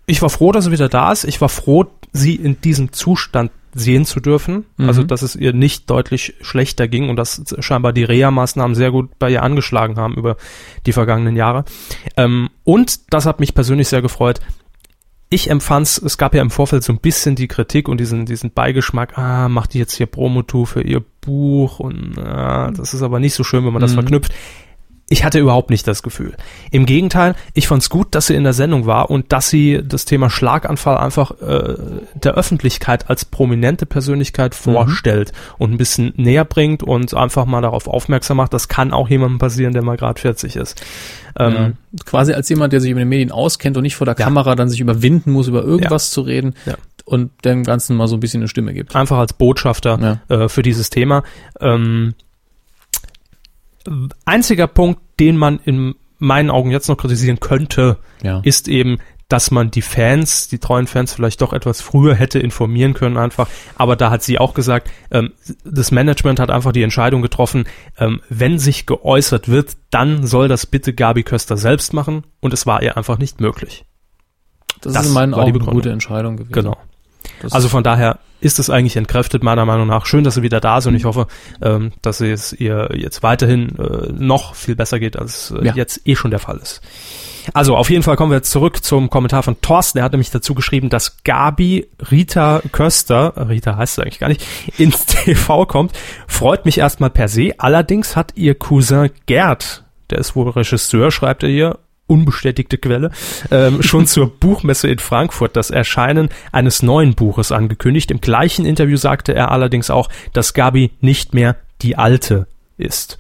ich war froh, dass sie wieder da ist. Ich war froh, sie in diesem Zustand sehen zu dürfen.
Mhm.
Also, dass es ihr nicht deutlich schlechter ging und dass scheinbar die Reha-Maßnahmen sehr gut bei ihr angeschlagen haben über die vergangenen Jahre. Ähm, und das hat mich persönlich sehr gefreut. Ich empfand's, es gab ja im Vorfeld so ein bisschen die Kritik und diesen, diesen Beigeschmack, ah, macht die jetzt hier Promotour für ihr Buch und ah, das ist aber nicht so schön, wenn man das
Mhm.
verknüpft. Ich hatte überhaupt nicht das Gefühl. Im Gegenteil, ich fand's gut, dass sie in der Sendung war und dass sie das Thema Schlaganfall einfach äh, der Öffentlichkeit als prominente Persönlichkeit vorstellt und ein bisschen näher bringt und einfach mal darauf aufmerksam macht, das kann auch jemandem passieren, der mal gerade 40 ist. Ähm,
Ja. Quasi als jemand, der sich über den Medien auskennt und nicht vor der Kamera dann sich überwinden muss, über irgendwas zu reden
Ja. Ah,
und dem Ganzen mal so ein bisschen eine Stimme gibt.
einfach als Botschafter äh, für dieses Thema. Ähm, einziger Punkt, den man in meinen Augen jetzt noch kritisieren könnte,
Ja.
ist eben, dass man die Fans, die treuen Fans vielleicht doch etwas früher hätte informieren können einfach. Aber da hat sie auch gesagt, ähm, das Management hat einfach die Entscheidung getroffen, ähm, wenn sich geäußert wird, dann soll das bitte Gabi Köster selbst machen und es war ihr einfach nicht möglich.
Das,
Das
ist in meinen
war die
Augen eine
Begründung.
gute Entscheidung gewesen.
Genau.
Das
Also von daher ist es eigentlich entkräftet, meiner Meinung nach. Schön, dass sie wieder da ist und
Mhm.
ich hoffe, ähm, dass es ihr jetzt weiterhin äh, noch viel besser geht, als äh,
Ja.
jetzt eh schon der Fall ist. Also auf jeden Fall kommen wir jetzt zurück zum Kommentar von Thorsten. Er hat nämlich dazu geschrieben, dass Gabi Rita Köster, Rita heißt sie eigentlich gar nicht, ins TV kommt. Freut mich erstmal per se. Allerdings hat ihr Cousin Gerd, der ist wohl Regisseur, schreibt er hier, unbestätigte Quelle, ähm, schon zur Buchmesse in Frankfurt das Erscheinen eines neuen Buches angekündigt. Im gleichen Interview sagte er allerdings auch, dass Gabi nicht mehr die alte ist.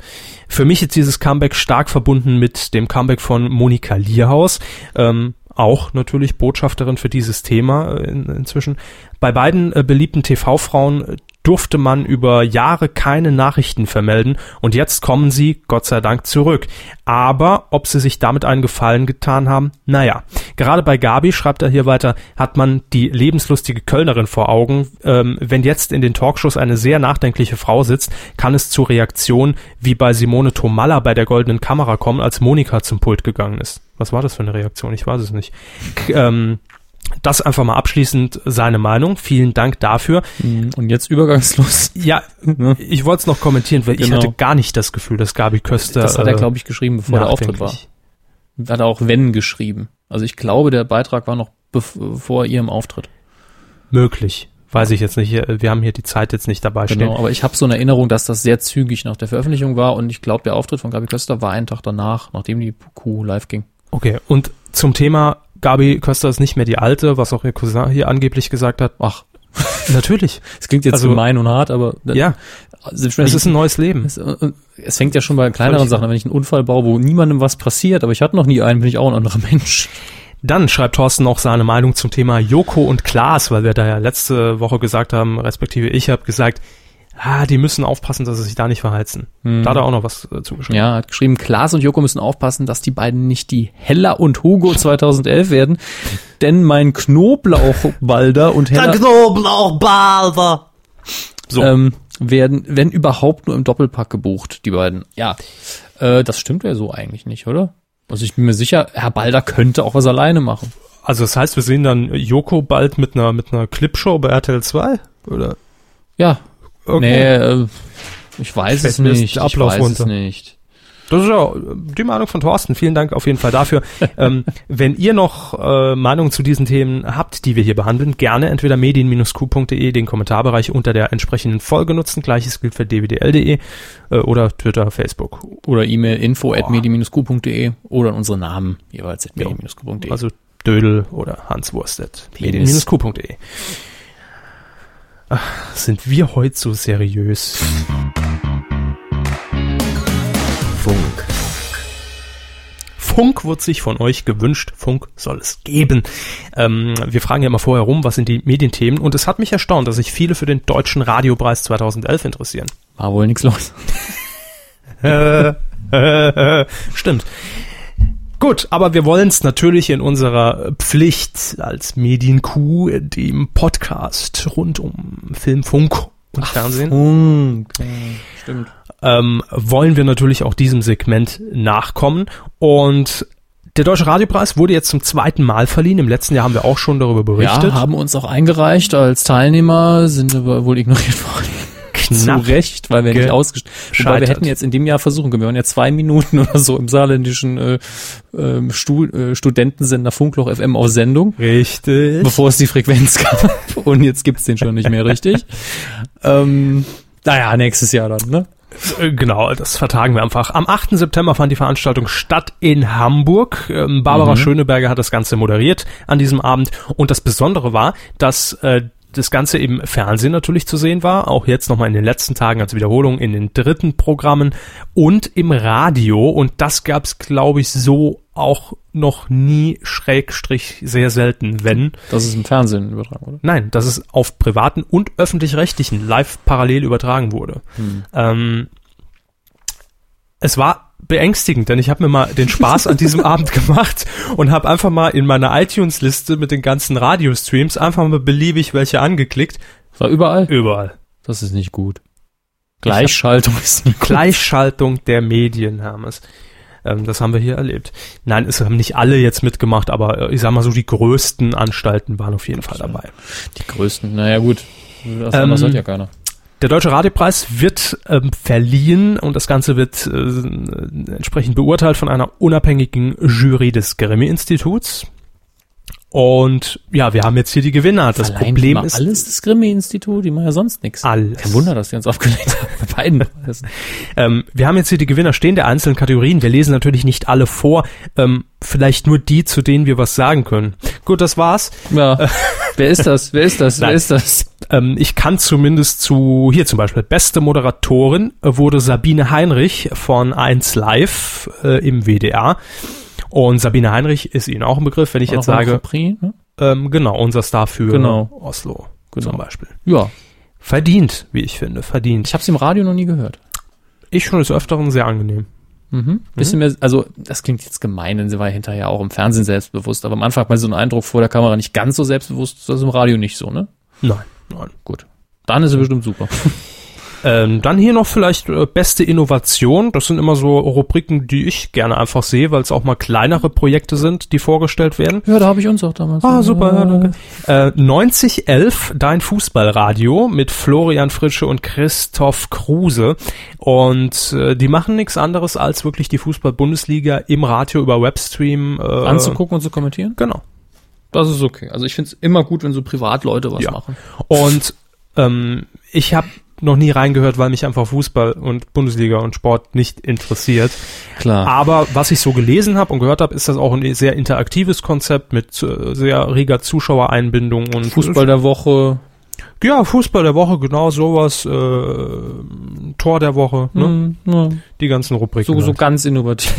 Für mich ist dieses Comeback stark verbunden mit dem Comeback von Monika Lierhaus, ähm, auch natürlich Botschafterin für dieses Thema äh, in, inzwischen. Bei beiden äh, beliebten TV-Frauen äh, durfte man über Jahre keine Nachrichten vermelden und jetzt kommen sie, Gott sei Dank, zurück. Aber ob sie sich damit einen Gefallen getan haben, naja. Gerade bei Gabi, schreibt er hier weiter, hat man die lebenslustige Kölnerin vor Augen. Ähm, wenn jetzt in den Talkshows eine sehr nachdenkliche Frau sitzt, kann es zu Reaktionen wie bei Simone Tomalla bei der goldenen Kamera kommen, als Monika zum Pult gegangen ist. Was war das für eine Reaktion? Ich weiß es nicht. K ähm, das einfach mal abschließend seine Meinung. Vielen Dank dafür.
Und jetzt übergangslos.
Ja,
Ne?
ich wollte es noch kommentieren, weil ich
Genau.
hatte gar nicht das Gefühl, dass Gabi Köster.
Das hat er,
äh,
glaube ich, geschrieben, bevor der Auftritt war.
nachdenklich-
Hat er auch wenn geschrieben. Also ich glaube, der Beitrag war noch bev- vor ihrem Auftritt.
Möglich. Weiß ich jetzt nicht. Hier, äh, Wir haben hier die Zeit jetzt nicht dabei stehen.
Genau. Aber ich habe so eine Erinnerung, dass das sehr zügig nach der Veröffentlichung war und ich glaube, der Auftritt von Gabi Köster war einen Tag danach, nachdem die Kuh live ging.
Okay, und zum Thema Gabi Köster ist nicht mehr die alte, was auch ihr Cousin hier angeblich gesagt hat.
Ach,
Natürlich.
es klingt jetzt
Also-
gemein und hart, aber
ja, es ist ein neues Leben.
Es, äh, es fängt ja schon bei kleineren
Völlig
Sachen an, wenn ich einen Unfall baue, wo niemandem was passiert, aber ich hatte noch nie einen, bin ich auch ein anderer Mensch.
Dann schreibt Thorsten auch seine Meinung zum Thema Joko und Klaas, weil wir da ja letzte Woche gesagt haben, respektive ich habe gesagt, ah, die müssen aufpassen, dass sie sich da nicht verheizen.
Hm.
Da hat er auch noch was äh, zugeschrieben.
Ja, hat geschrieben, Klaas und Joko müssen aufpassen, dass die beiden nicht die Hella und Hugo 2011 werden, denn mein Knoblauchbalder und Hella
Knoblauchbalder.
So.
ähm, werden, wenn überhaupt, nur im Doppelpack gebucht, die beiden. Ja, äh, das stimmt ja so eigentlich nicht, oder? Also ich bin mir sicher, Herr Balder könnte auch was alleine machen.
Also das heißt, wir sehen dann Joko bald mit einer mit einer Clipshow bei RTL 2 oder
Ja, nee,
okay.
äh, ich weiß
Fällt
es
mir jetzt
nicht,
der
ich
Ablauf
weiß
runter.
es nicht.
Das ist ja die Meinung von Thorsten. Vielen Dank auf jeden Fall dafür. ähm, wenn ihr noch äh, Meinungen zu diesen Themen habt, die wir hier behandeln, gerne entweder medien-q.de, den Kommentarbereich unter der entsprechenden Folge nutzen. Gleiches gilt für dwdl.de äh, oder Twitter, Facebook.
Oder E-Mail info at medien-q.de oder unsere Namen jeweils at medien-q.de.
Also Dödel oder Hans Wurstet.
Penis.
medien-q.de. Ach, Sind wir heute so seriös?
Funk.
Funk wird sich von euch gewünscht. Funk soll es geben. Ähm, wir fragen ja immer vorher rum, was sind die Medienthemen. Und es hat mich erstaunt, dass sich viele für den Deutschen Radiopreis 2011 interessieren.
War wohl nichts los.
Äh, äh, äh, Stimmt. Gut, aber wir wollen es natürlich in unserer Pflicht als Medienkuh, dem Podcast rund um Film, Funk und Fernsehen.
Stimmt.
ähm, wollen wir natürlich auch diesem Segment nachkommen. Und der Deutsche Radiopreis wurde jetzt zum zweiten Mal verliehen. Im letzten Jahr haben wir auch schon darüber berichtet.
Ja, haben uns auch eingereicht als Teilnehmer, sind aber wohl ignoriert worden.
Knapp
Zu Recht, weil wir nicht
ge-
ausgestellt Wobei wir
scheitert.
hätten jetzt in dem Jahr versuchen können. Wir waren ja zwei Minuten oder so im saarländischen äh, ähm, Stu äh, Studentensender Funkloch FM auf Sendung.
Richtig.
bevor es die Frequenz gab. Und jetzt gibt's den schon nicht mehr richtig. ähm, naja, nächstes Jahr dann, ne?
Äh, Genau, das vertagen wir einfach. Am 8. September fand die Veranstaltung statt in Hamburg. Ähm, Barbara Schöneberger hat das Ganze moderiert an diesem Abend. Und das Besondere war, dass äh, das Ganze im Fernsehen natürlich zu sehen war, auch jetzt nochmal in den letzten Tagen als Wiederholung in den dritten Programmen und im Radio. Und das gab's, glaube ich, so auch noch nie, Schrägstrich, sehr selten, wenn.
Das ist im Fernsehen übertragen, oder?
Nein, dass es auf privaten und öffentlich-rechtlichen live parallel übertragen wurde. Ähm, es war beängstigend, denn ich habe mir mal den Spaß an diesem Abend gemacht und habe einfach mal in meiner iTunes-Liste mit den ganzen Radio-Streams einfach mal beliebig welche angeklickt.
War überall?
Überall.
Das ist nicht gut. Gleichschaltung ist nicht gut.
Gleichschaltung der Medien, Hermes. Ähm, das haben wir hier erlebt. Nein, es haben nicht alle jetzt mitgemacht, aber äh, ich sag mal so, die größten Anstalten waren auf jeden Fall dabei.
Die größten, naja gut. Das
Ähm,
anderes hat ja keiner.
Der Deutsche Radiopreis wird ähm, verliehen und das Ganze wird äh, entsprechend beurteilt von einer unabhängigen Jury des Grammy-Instituts. Und ja, wir haben jetzt hier die Gewinner. Das
Allein
Problem
mal
ist Ah,
alles das Grimme-Institut, die machen ja sonst nichts.
alles.
Kein Wunder, dass die uns aufgelegt haben. Bei beiden. Preisen.
Ähm, wir haben jetzt hier die Gewinner stehen der einzelnen Kategorien. Wir lesen natürlich nicht alle vor. Ähm, vielleicht nur die, zu denen wir was sagen können. Gut, das war's.
Ja. Wer ist das? Wer ist das? Wer
Nein.
ist das?
Ähm, ich kann zumindest zu, hier zum Beispiel, beste Moderatorin wurde Sabine Heinrich von 1 Live äh, im WDR. Und Sabine Heinrich ist Ihnen auch ein Begriff, wenn ich jetzt
Auch noch ein
sage,
Grand Prix, ne?
ähm, genau, unser Star für
Genau.
Oslo
Genau.
zum Beispiel.
Ja.
Verdient, wie ich finde, verdient.
Ich habe es im Radio noch nie gehört.
Ich schon des Öfteren sehr angenehm.
Mhm. Bisschen
Hm?
mehr, also das klingt jetzt gemein, denn sie war hinterher auch im Fernsehen selbstbewusst, aber am Anfang hat man so einen Eindruck vor der Kamera nicht ganz so selbstbewusst, das ist im Radio nicht so, ne?
Nein, nein.
Gut. Dann ist sie bestimmt super.
Ähm, dann hier noch vielleicht äh, beste Innovation. Das sind immer so Rubriken, die ich gerne einfach sehe, weil es auch mal kleinere Projekte sind, die vorgestellt werden.
ja, da habe ich uns auch damals.
Ah, super, ja, danke. Äh, 9011, dein Fußballradio mit Florian Fritsche und Christoph Kruse. Und äh, die machen nichts anderes, als wirklich die Fußball-Bundesliga im Radio über Webstream äh,
Anzugucken und zu kommentieren?
Genau.
Das ist okay. Also ich finde es immer gut, wenn so Privatleute was
Ja.
machen.
Und ähm, ich habe noch nie reingehört, weil mich einfach Fußball und Bundesliga und Sport nicht interessiert.
Klar.
Aber was ich so gelesen habe und gehört habe, ist das auch ein sehr interaktives Konzept mit äh, sehr reger Zuschauereinbindung und
Fußball der Woche.
Ja, Fußball der Woche, genau sowas. Äh, Tor der Woche, ne?
Hm, ja.
die ganzen Rubriken.
So, so
halt.
ganz innovativ.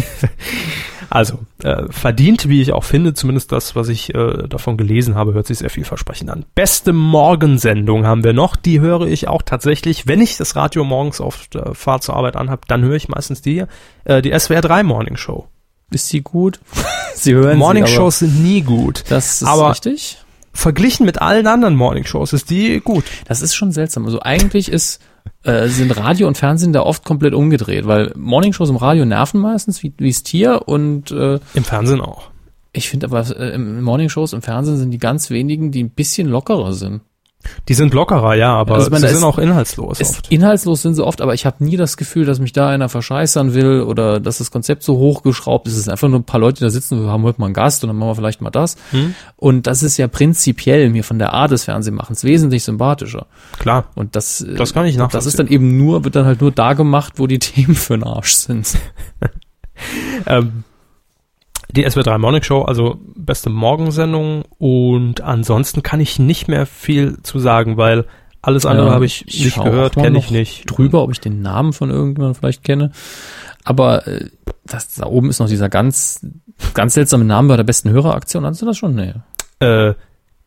Also, äh, verdient, wie ich auch finde, zumindest das, was ich äh, davon gelesen habe, hört sich sehr vielversprechend an. Beste Morgensendung haben wir noch. Die höre ich auch tatsächlich. Wenn ich das Radio morgens auf der Fahrt zur Arbeit anhab, dann höre ich meistens die, hier, äh, die SWR 3 Morning Show.
Ist sie gut? sie hören
Morning
sie, aber
Shows sind nie gut.
Das ist
Aber-
richtig.
Verglichen mit allen anderen Morning Shows ist die gut.
Das ist schon seltsam. Also eigentlich ist, äh, sind Radio und Fernsehen da oft komplett umgedreht, weil Morningshows im Radio nerven meistens wie wie's Tier und äh,
Im Fernsehen auch.
ich finde aber äh, im- Morningshows im Fernsehen sind die ganz wenigen, die ein bisschen lockerer sind.
Die sind lockerer, ja, aber
Also ich meine,
sie sind
da ist-
auch inhaltslos
Es,
oft.
inhaltslos sind sie oft, aber ich habe nie das Gefühl, dass mich da einer verscheißern will oder dass das Konzept so hochgeschraubt ist. Es sind einfach nur ein paar Leute, die da sitzen, wir haben heute mal einen Gast und dann machen wir vielleicht mal das. Und das ist ja prinzipiell mir von der Art des Fernsehmachens wesentlich sympathischer.
Klar.
Und das, äh,
Das kann ich nachvollziehen.
Das ist dann eben nur, wird dann halt nur da gemacht, wo die Themen für den Arsch sind.
Ähm, die SW3 Morning Show, also beste Morgensendung. Und ansonsten kann ich nicht mehr viel zu sagen, weil alles andere
Ja,
habe ich,
Ähm, ich
nicht
schau
gehört,
auch mal
kenne ich
noch
nicht.
Drüber, ob ich den Namen von irgendjemandem vielleicht kenne. Aber äh, das, da oben ist noch dieser ganz, ganz seltsame Name bei der besten Höreraktion. Hast du das schon? Nee.
Äh,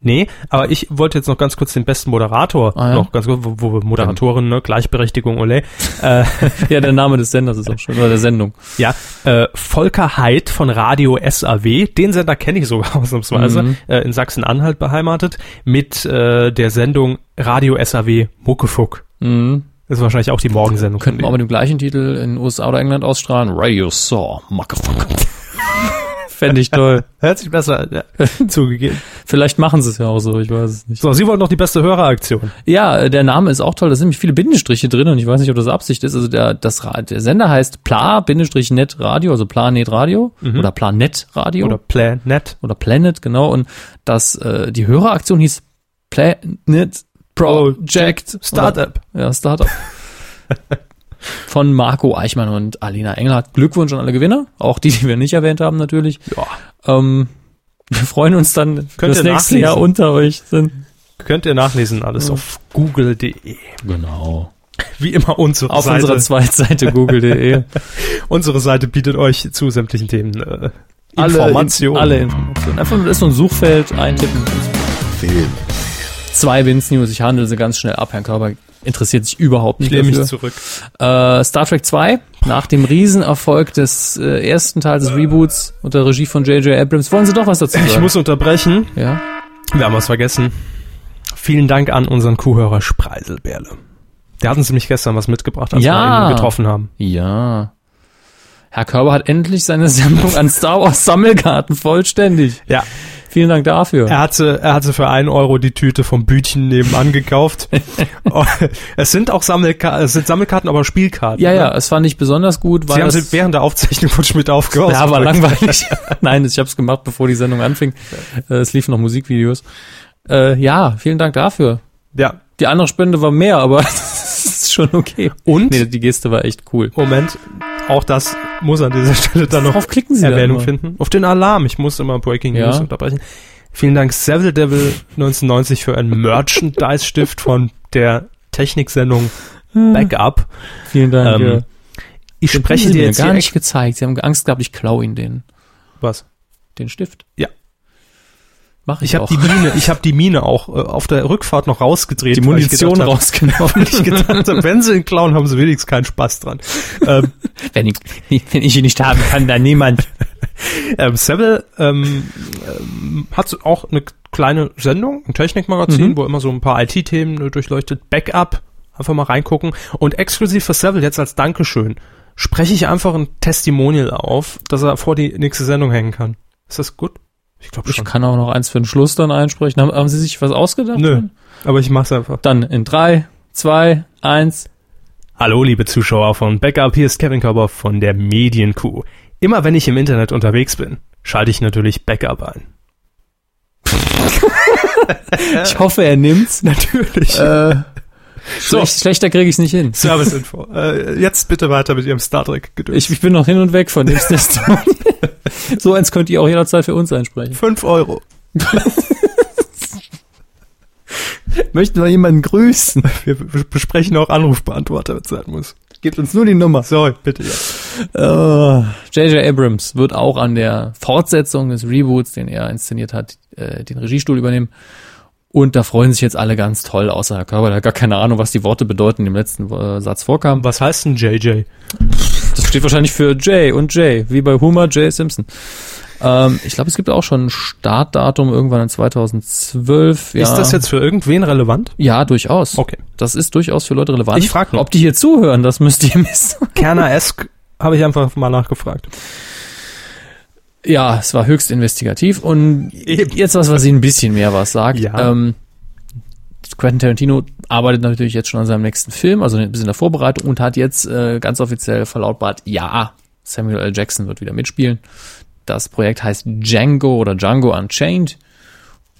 nee, aber ich wollte jetzt noch ganz kurz den besten Moderator,
Ah, ja.
noch ganz kurz, wo, wo wir Moderatorin, ne, Gleichberechtigung, ole.
Ja, der Name des Senders ist auch schön. Oder der Sendung.
Ja, äh, Volker Heid von Radio SAW, den Sender kenne ich sogar ausnahmsweise,
Mhm.
äh, in Sachsen-Anhalt beheimatet, mit äh, der Sendung Radio SAW Muckefuck.
Mhm.
Das ist wahrscheinlich auch die Morgensendung. von
Könnten wir
denen.
auch mit dem gleichen Titel in USA oder England ausstrahlen. Radio Saw. Motherfucker. Fände ich toll.
Hört sich besser an, ja. zugegeben.
Vielleicht machen sie es ja auch so, ich weiß es nicht.
So, Sie wollen noch die beste Höreraktion.
Ja, äh, der Name ist auch toll. Da sind nämlich viele Bindestriche drin und ich weiß nicht, ob das Absicht ist. Also der, das, Ra- der Sender heißt Pla-Net Radio, also Planet Radio oder Planet Radio
Oder
oder,
Planet.
Planet, genau. Und das, äh, die Höreraktion hieß Planet Project
Startup.
Oder, ja, Startup. Von Marco Eichmann und Alina Engelhardt. Glückwunsch an alle Gewinner. Auch die, die wir nicht erwähnt haben, natürlich.
Ja.
Ähm, wir freuen uns dann, wenn
Könnt
das
ihr
nächste
nachlesen.
Jahr unter euch sind.
Könnt ihr nachlesen, alles auf google.de.
Genau.
Wie immer unsere
Auf
Seite.
unserer Zweitseite google.de.
unsere Seite bietet euch zu sämtlichen Themen äh,
alle
Informationen.
Informationen. alle Informationen. Einfach nur das ist so ein Suchfeld eintippen.
Film.
Zwei Vince News, ich handle sie ganz schnell ab. Herrn Körber interessiert sich überhaupt
Ich
nicht
lehne mich
dafür.
zurück.
Äh, Star Trek 2, nach dem Riesenerfolg des äh, ersten Teils des Reboots unter Regie von J.J. Abrams, wollen Sie doch was dazu sagen?
Ich muss unterbrechen.
ja.
Wir haben was vergessen. Vielen Dank an unseren Kuhhörer Spreiselbärle. Der hat uns nämlich gestern was mitgebracht, als
Ja.
wir ihn getroffen haben.
Ja. Herr Körber hat endlich seine Sammlung an Star Wars Sammelkarten vollständig.
Ja.
Vielen Dank dafür.
Er hatte, er hatte für 1 Euro die Tüte vom Bütchen nebenan gekauft. Oh, es sind auch Sammelka es sind Sammelkarten, aber Spielkarten.
Ja,
ne?
ja, es fand ich besonders gut, weil
Sie haben
das,
sie während der Aufzeichnung von Schmidt aufgehört.
ja, war langweilig. Nein, ich habe es gemacht, bevor die Sendung anfing. Äh, Es liefen noch Musikvideos. Äh, ja, vielen Dank dafür.
Ja.
Die andere Spende war mehr, aber das ist schon okay.
Und,
Nee, die Geste war echt cool.
Moment, auch das muss an dieser Stelle dann noch
Worauf klicken Sie da
Erwähnung
immer?
finden. Auf den Alarm. Ich muss immer Breaking
Ja.
News unterbrechen. Vielen Dank Seville Devil 1990 für einen Merchandise-Stift von der Techniksendung
Ah.
Backup.
Vielen Dank.
Ähm,
ja.
Ich
Den
spreche
haben Sie
dir
mir
jetzt
gar
hier
nicht gezeigt. Sie haben Angst gehabt, ich klau Ihnen den,
was.
den Stift.
Ja.
Mach ich,
Ich habe
auch.
die Mine, ich habe die Mine auch äh, auf der Rückfahrt noch rausgedreht. weil ich gedacht hab-
rausgenommen.
Ich gedacht hab, wenn sie ihn klauen, haben sie wenigstens keinen Spaß dran. Ähm,
wenn, ich, wenn ich ihn nicht haben kann, dann niemand.
Ähm, Seville ähm, ähm, hat auch eine kleine Sendung, ein Technikmagazin,
Mhm.
wo immer so ein paar IT-Themen durchleuchtet. Backup, einfach mal reingucken. Und exklusiv für Seville jetzt als Dankeschön spreche ich einfach ein Testimonial auf, dass er vor die nächste Sendung hängen kann. Ist das gut? Ich glaube
Ich
schon.
kann auch noch eins für den Schluss dann einsprechen. Haben, haben Sie sich was ausgedacht?
Nö, aber ich mach's einfach.
Dann in drei, zwei, eins.
Hallo, liebe Zuschauer von Backup, hier ist Kevin Körber von der Medienkuh. Immer wenn ich im Internet unterwegs bin, schalte ich natürlich Backup ein.
Ich hoffe, er nimmt's.
Natürlich.
Äh, schlecht, schlechter kriege ich's nicht hin.
Service-Info. äh, jetzt bitte weiter mit Ihrem Star trek gedöns
Ich, ich bin noch hin und weg von dem Testimonial. so eins könnt ihr auch jederzeit für uns einsprechen.
5 Euro.
Möchten wir jemanden grüßen?
Wir b- besprechen auch Anrufbeantworter, wenn es sein muss.
Gebt uns nur die Nummer.
So, bitte. Ja.
Äh, J.J. Abrams wird auch an der Fortsetzung des Reboots, den er inszeniert hat, äh, den Regiestuhl übernehmen. Und da freuen sich jetzt alle ganz toll, außer Herr Körber, der hat gar keine Ahnung, was die Worte bedeuten, die im letzten äh, Satz vorkamen.
Was heißt denn JJ?
Das steht wahrscheinlich für Jay und Jay, wie bei Homer J. Simpson. Ähm, ich glaube, es gibt auch schon ein Startdatum irgendwann in 2012. Ja,
Ist das jetzt für irgendwen relevant?
Ja, durchaus.
Okay.
Das ist durchaus für Leute relevant.
Ich frag nur.
Ob die hier zuhören, das müsst ihr wissen.
Kerner-esk habe ich einfach mal nachgefragt.
Ja, es war höchst investigativ und
Eben.
jetzt was, was Ihnen ein bisschen mehr was sagt.
Ja.
Ähm, Quentin Tarantino arbeitet natürlich jetzt schon an seinem nächsten Film, also ein bisschen in der Vorbereitung und hat jetzt äh, ganz offiziell verlautbart, ja, Samuel L. Jackson wird wieder mitspielen. Das Projekt heißt Django oder Django Unchained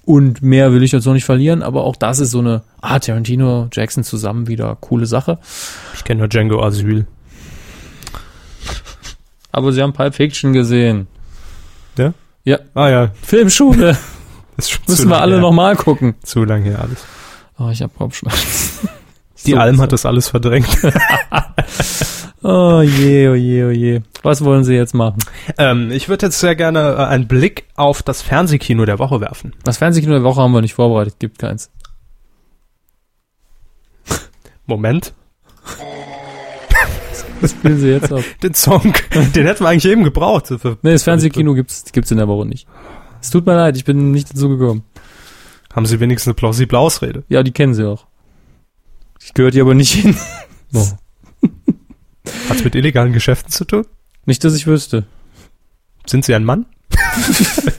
und mehr will ich jetzt noch nicht verlieren, aber auch das ist so eine, ah, Tarantino, Jackson zusammen wieder coole Sache.
Ich kenne nur Django Asyl.
Aber Sie haben Pulp Fiction gesehen.
Ja?
Ja,
Ah ja,
Filmschule,
das ist schon zu
müssen wir
lang
alle
her.
nochmal gucken.
Zu lang her alles.
Oh, ich hab Kopfschmerzen.
Die
So,
Alm
so.
hat das alles verdrängt.
Oh je, oh je, oh je. Was wollen Sie jetzt machen?
ähm, ich würde jetzt sehr gerne äh, einen Blick auf das Fernsehkino der Woche werfen.
Das Fernsehkino der Woche haben wir nicht vorbereitet, gibt keins.
Moment.
Was spielen Sie jetzt auf?
Den Song, den hätten wir eigentlich eben gebraucht. Für-
Nee, das Fernsehkino gibt's, gibt's in der Woche nicht. Es tut mir leid, ich bin nicht dazu gekommen.
Haben Sie wenigstens eine plausible Ausrede?
Ja, die kennen Sie auch. Ich gehört hier aber nicht hin.
Hat's mit illegalen Geschäften zu tun?
Nicht, dass ich wüsste.
Sind Sie ein Mann?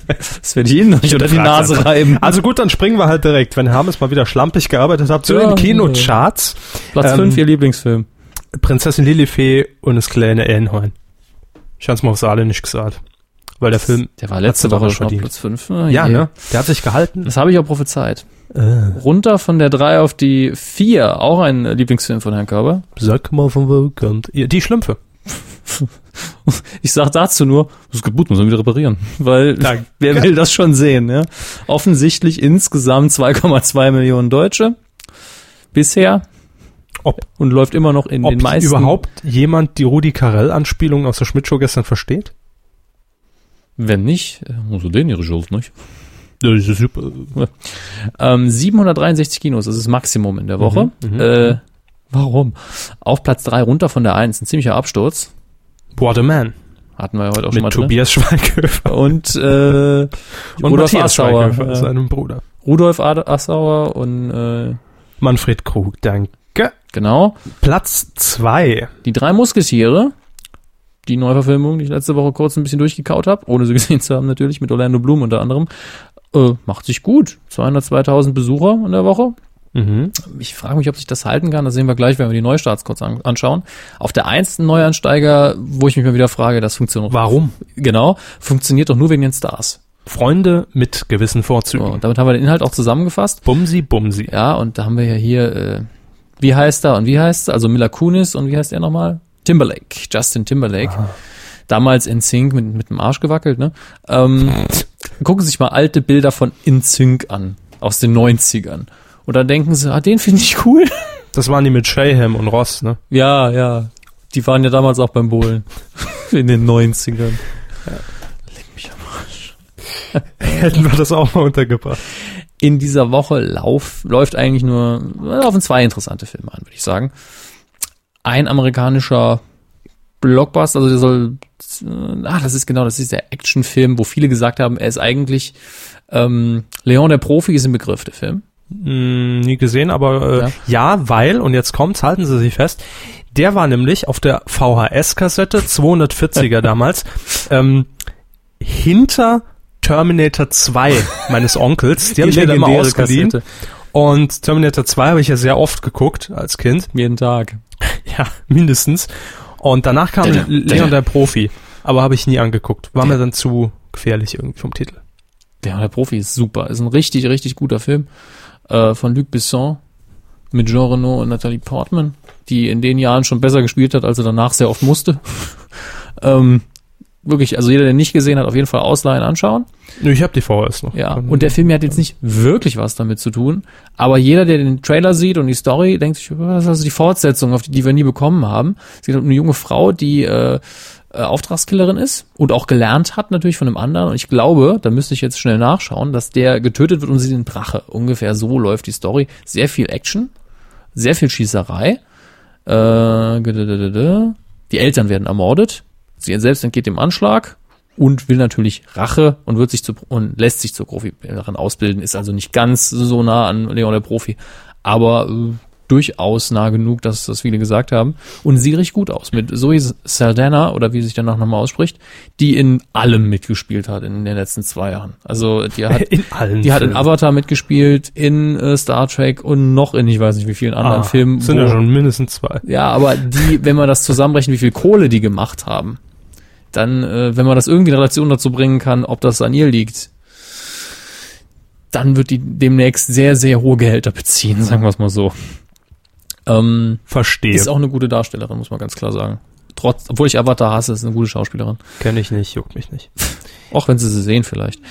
Das werde ich Ihnen noch nicht unter die Nase reiben.
Also gut, dann springen wir halt direkt, wenn Hermes mal wieder schlampig gearbeitet hat, zu
Ja,
den Kinocharts.
Platz
ähm,
5, Ihr Lieblingsfilm.
Prinzessin Lilifee und das kleine Ellenhorn. Ich hab's mal aufs Saale nicht gesagt. Weil der Film,
Der war letzte
hat's aber
Woche schon auf
verdient.
Platz 5.
ja, ne? Der hat sich gehalten.
Das habe ich auch prophezeit.
Äh,
Runter von der 3 auf die 4, auch ein Lieblingsfilm von Herrn Körber.
sag mal, von wo kommt. ihr- Die Schlümpfe.
Ich sag dazu nur, das Gebot muss man wieder reparieren, weil
Danke.
wer will das schon sehen? Ja? Offensichtlich insgesamt 2,2 Millionen Deutsche bisher
Ob,
und läuft immer noch in
ob
den meisten.
überhaupt jemand die Rudi Carell-Anspielung aus der Schmidt-Show gestern versteht?
Wenn nicht, äh, muss du den ihre Schuld nicht.
Das ist super.
Ähm, 763 Kinos, das ist das Maximum
Mhm,
in der Woche. äh, warum? Auf Platz 3 runter von der 1, ein ziemlicher Absturz.
What a Man.
Hatten wir ja heute auch schon
Mit
mal drin.
Tobias Schweighöfer
Und, äh,
und
Rudolf
Matthias
Assauer.
Schweighöfer,
Äh,
seinem Bruder.
Rudolf Ad- Assauer und äh,
Manfred Krug, danke.
genau.
Platz 2.
Die drei Musketiere, die Neuverfilmung, die ich letzte Woche kurz ein bisschen durchgekaut habe, ohne sie gesehen zu haben natürlich, mit Orlando Bloom unter anderem, äh, macht sich gut. 202.000 Besucher in der Woche.
Mhm.
Ich frage mich, ob sich das halten kann. Das sehen wir gleich, wenn wir die Neustarts kurz an anschauen. Auf der 1. ein Neuansteiger, wo ich mich mal wieder frage, das funktioniert.
Warum?
Genau, funktioniert doch nur wegen den Stars.
Freunde mit gewissen
So,
Vorzügen.
und damit haben wir den Inhalt auch zusammengefasst.
Bumsi, Bumsi.
Ja, und da haben wir ja hier, äh, wie heißt er und wie heißt er? Also Mila Kunis und wie heißt er nochmal? Timberlake, Justin Timberlake. Damals in Sync mit, mit dem Arsch gewackelt, ne? Ähm, gucken Sie sich mal alte Bilder von In Sync an, aus den 90ern. Und dann denken sie, ah, den finde ich cool.
Das waren die mit Shayham und Ross, ne?
Ja, ja. Die waren ja damals auch beim Bowlen. In den 90ern. Leck mich am
Hätten wir das auch mal untergebracht.
in dieser Woche lauf, läuft eigentlich nur, laufen zwei interessante Filme an, würde ich sagen. Ein amerikanischer Blockbuster, also der soll, äh, ah, das ist genau, das ist der Actionfilm, wo viele gesagt haben, er ist eigentlich, ähm, Leon der Profi ist im Begriff, der Film.
Hm, nie gesehen, aber äh, ja. weil, und jetzt kommt's, halten Sie sich fest, der war nämlich auf der VHS-Kassette 240er damals, ähm, hinter Terminator 2 meines Onkels. Die, habe ich mir dann mal
legendäre
ausgeliehen.
Kassette.
Und Terminator 2 habe ich ja sehr oft geguckt als Kind.
Jeden Tag.
Ja, mindestens. Und danach kam
Dada,
Leon
dada.
der Profi, aber habe ich nie angeguckt. War mir dann zu gefährlich irgendwie vom Titel.
Leon der Profi ist super, ist ein richtig, richtig guter Film, äh, von Luc Besson mit Jean Reno und Natalie Portman, die in den Jahren schon besser gespielt hat, als er danach sehr oft musste. ähm, wirklich, also jeder, der nicht gesehen hat, auf jeden Fall ausleihen anschauen.
Nö, Ich habe die VHS noch. Ähm,
Ja, und der Film hier hat jetzt nicht wirklich was damit zu tun, aber jeder, der den Trailer sieht und die Story, denkt sich, was ist also die Fortsetzung, auf die, die wir nie bekommen haben. Es geht um eine junge Frau, die äh, äh, Auftragskillerin ist und auch gelernt hat natürlich von einem anderen. Und ich glaube, da müsste ich jetzt schnell nachschauen, dass der getötet wird und sie den Drache. Ungefähr so läuft die Story. Sehr viel Action, sehr viel Schießerei. Äh, gedededede. die Eltern werden ermordet. Sie selbst entgeht dem Anschlag und will natürlich Rache und wird sich zu und lässt sich zur Profibilderin ausbilden, ist also nicht ganz so nah an Leon der Profi, aber äh, durchaus nah genug, dass das viele gesagt haben. Und sieht richtig gut aus mit Zoe Saldana oder wie sie sich danach nochmal ausspricht, die in allem mitgespielt hat in den letzten zwei Jahren. Also die hat
in allen
die hat in
Filmen.
Avatar mitgespielt, in äh, Star Trek und noch in ich weiß nicht wie vielen anderen
Ah,
Filmen.
Sind ja
wo-
schon mindestens zwei.
ja, aber die, wenn man das zusammenrechnet, wie viel Kohle die gemacht haben, dann, äh, wenn man das irgendwie in Relation dazu bringen kann, ob das an ihr liegt, dann wird die demnächst sehr, sehr hohe Gehälter beziehen, sagen wir es mal so. Ähm,
Verstehe.
Ist auch eine gute Darstellerin, muss man ganz klar sagen. Trotz, obwohl ich Avatar hasse, ist eine gute Schauspielerin.
Kenne ich nicht, juckt mich nicht.
Auch wenn sie sie sehen vielleicht.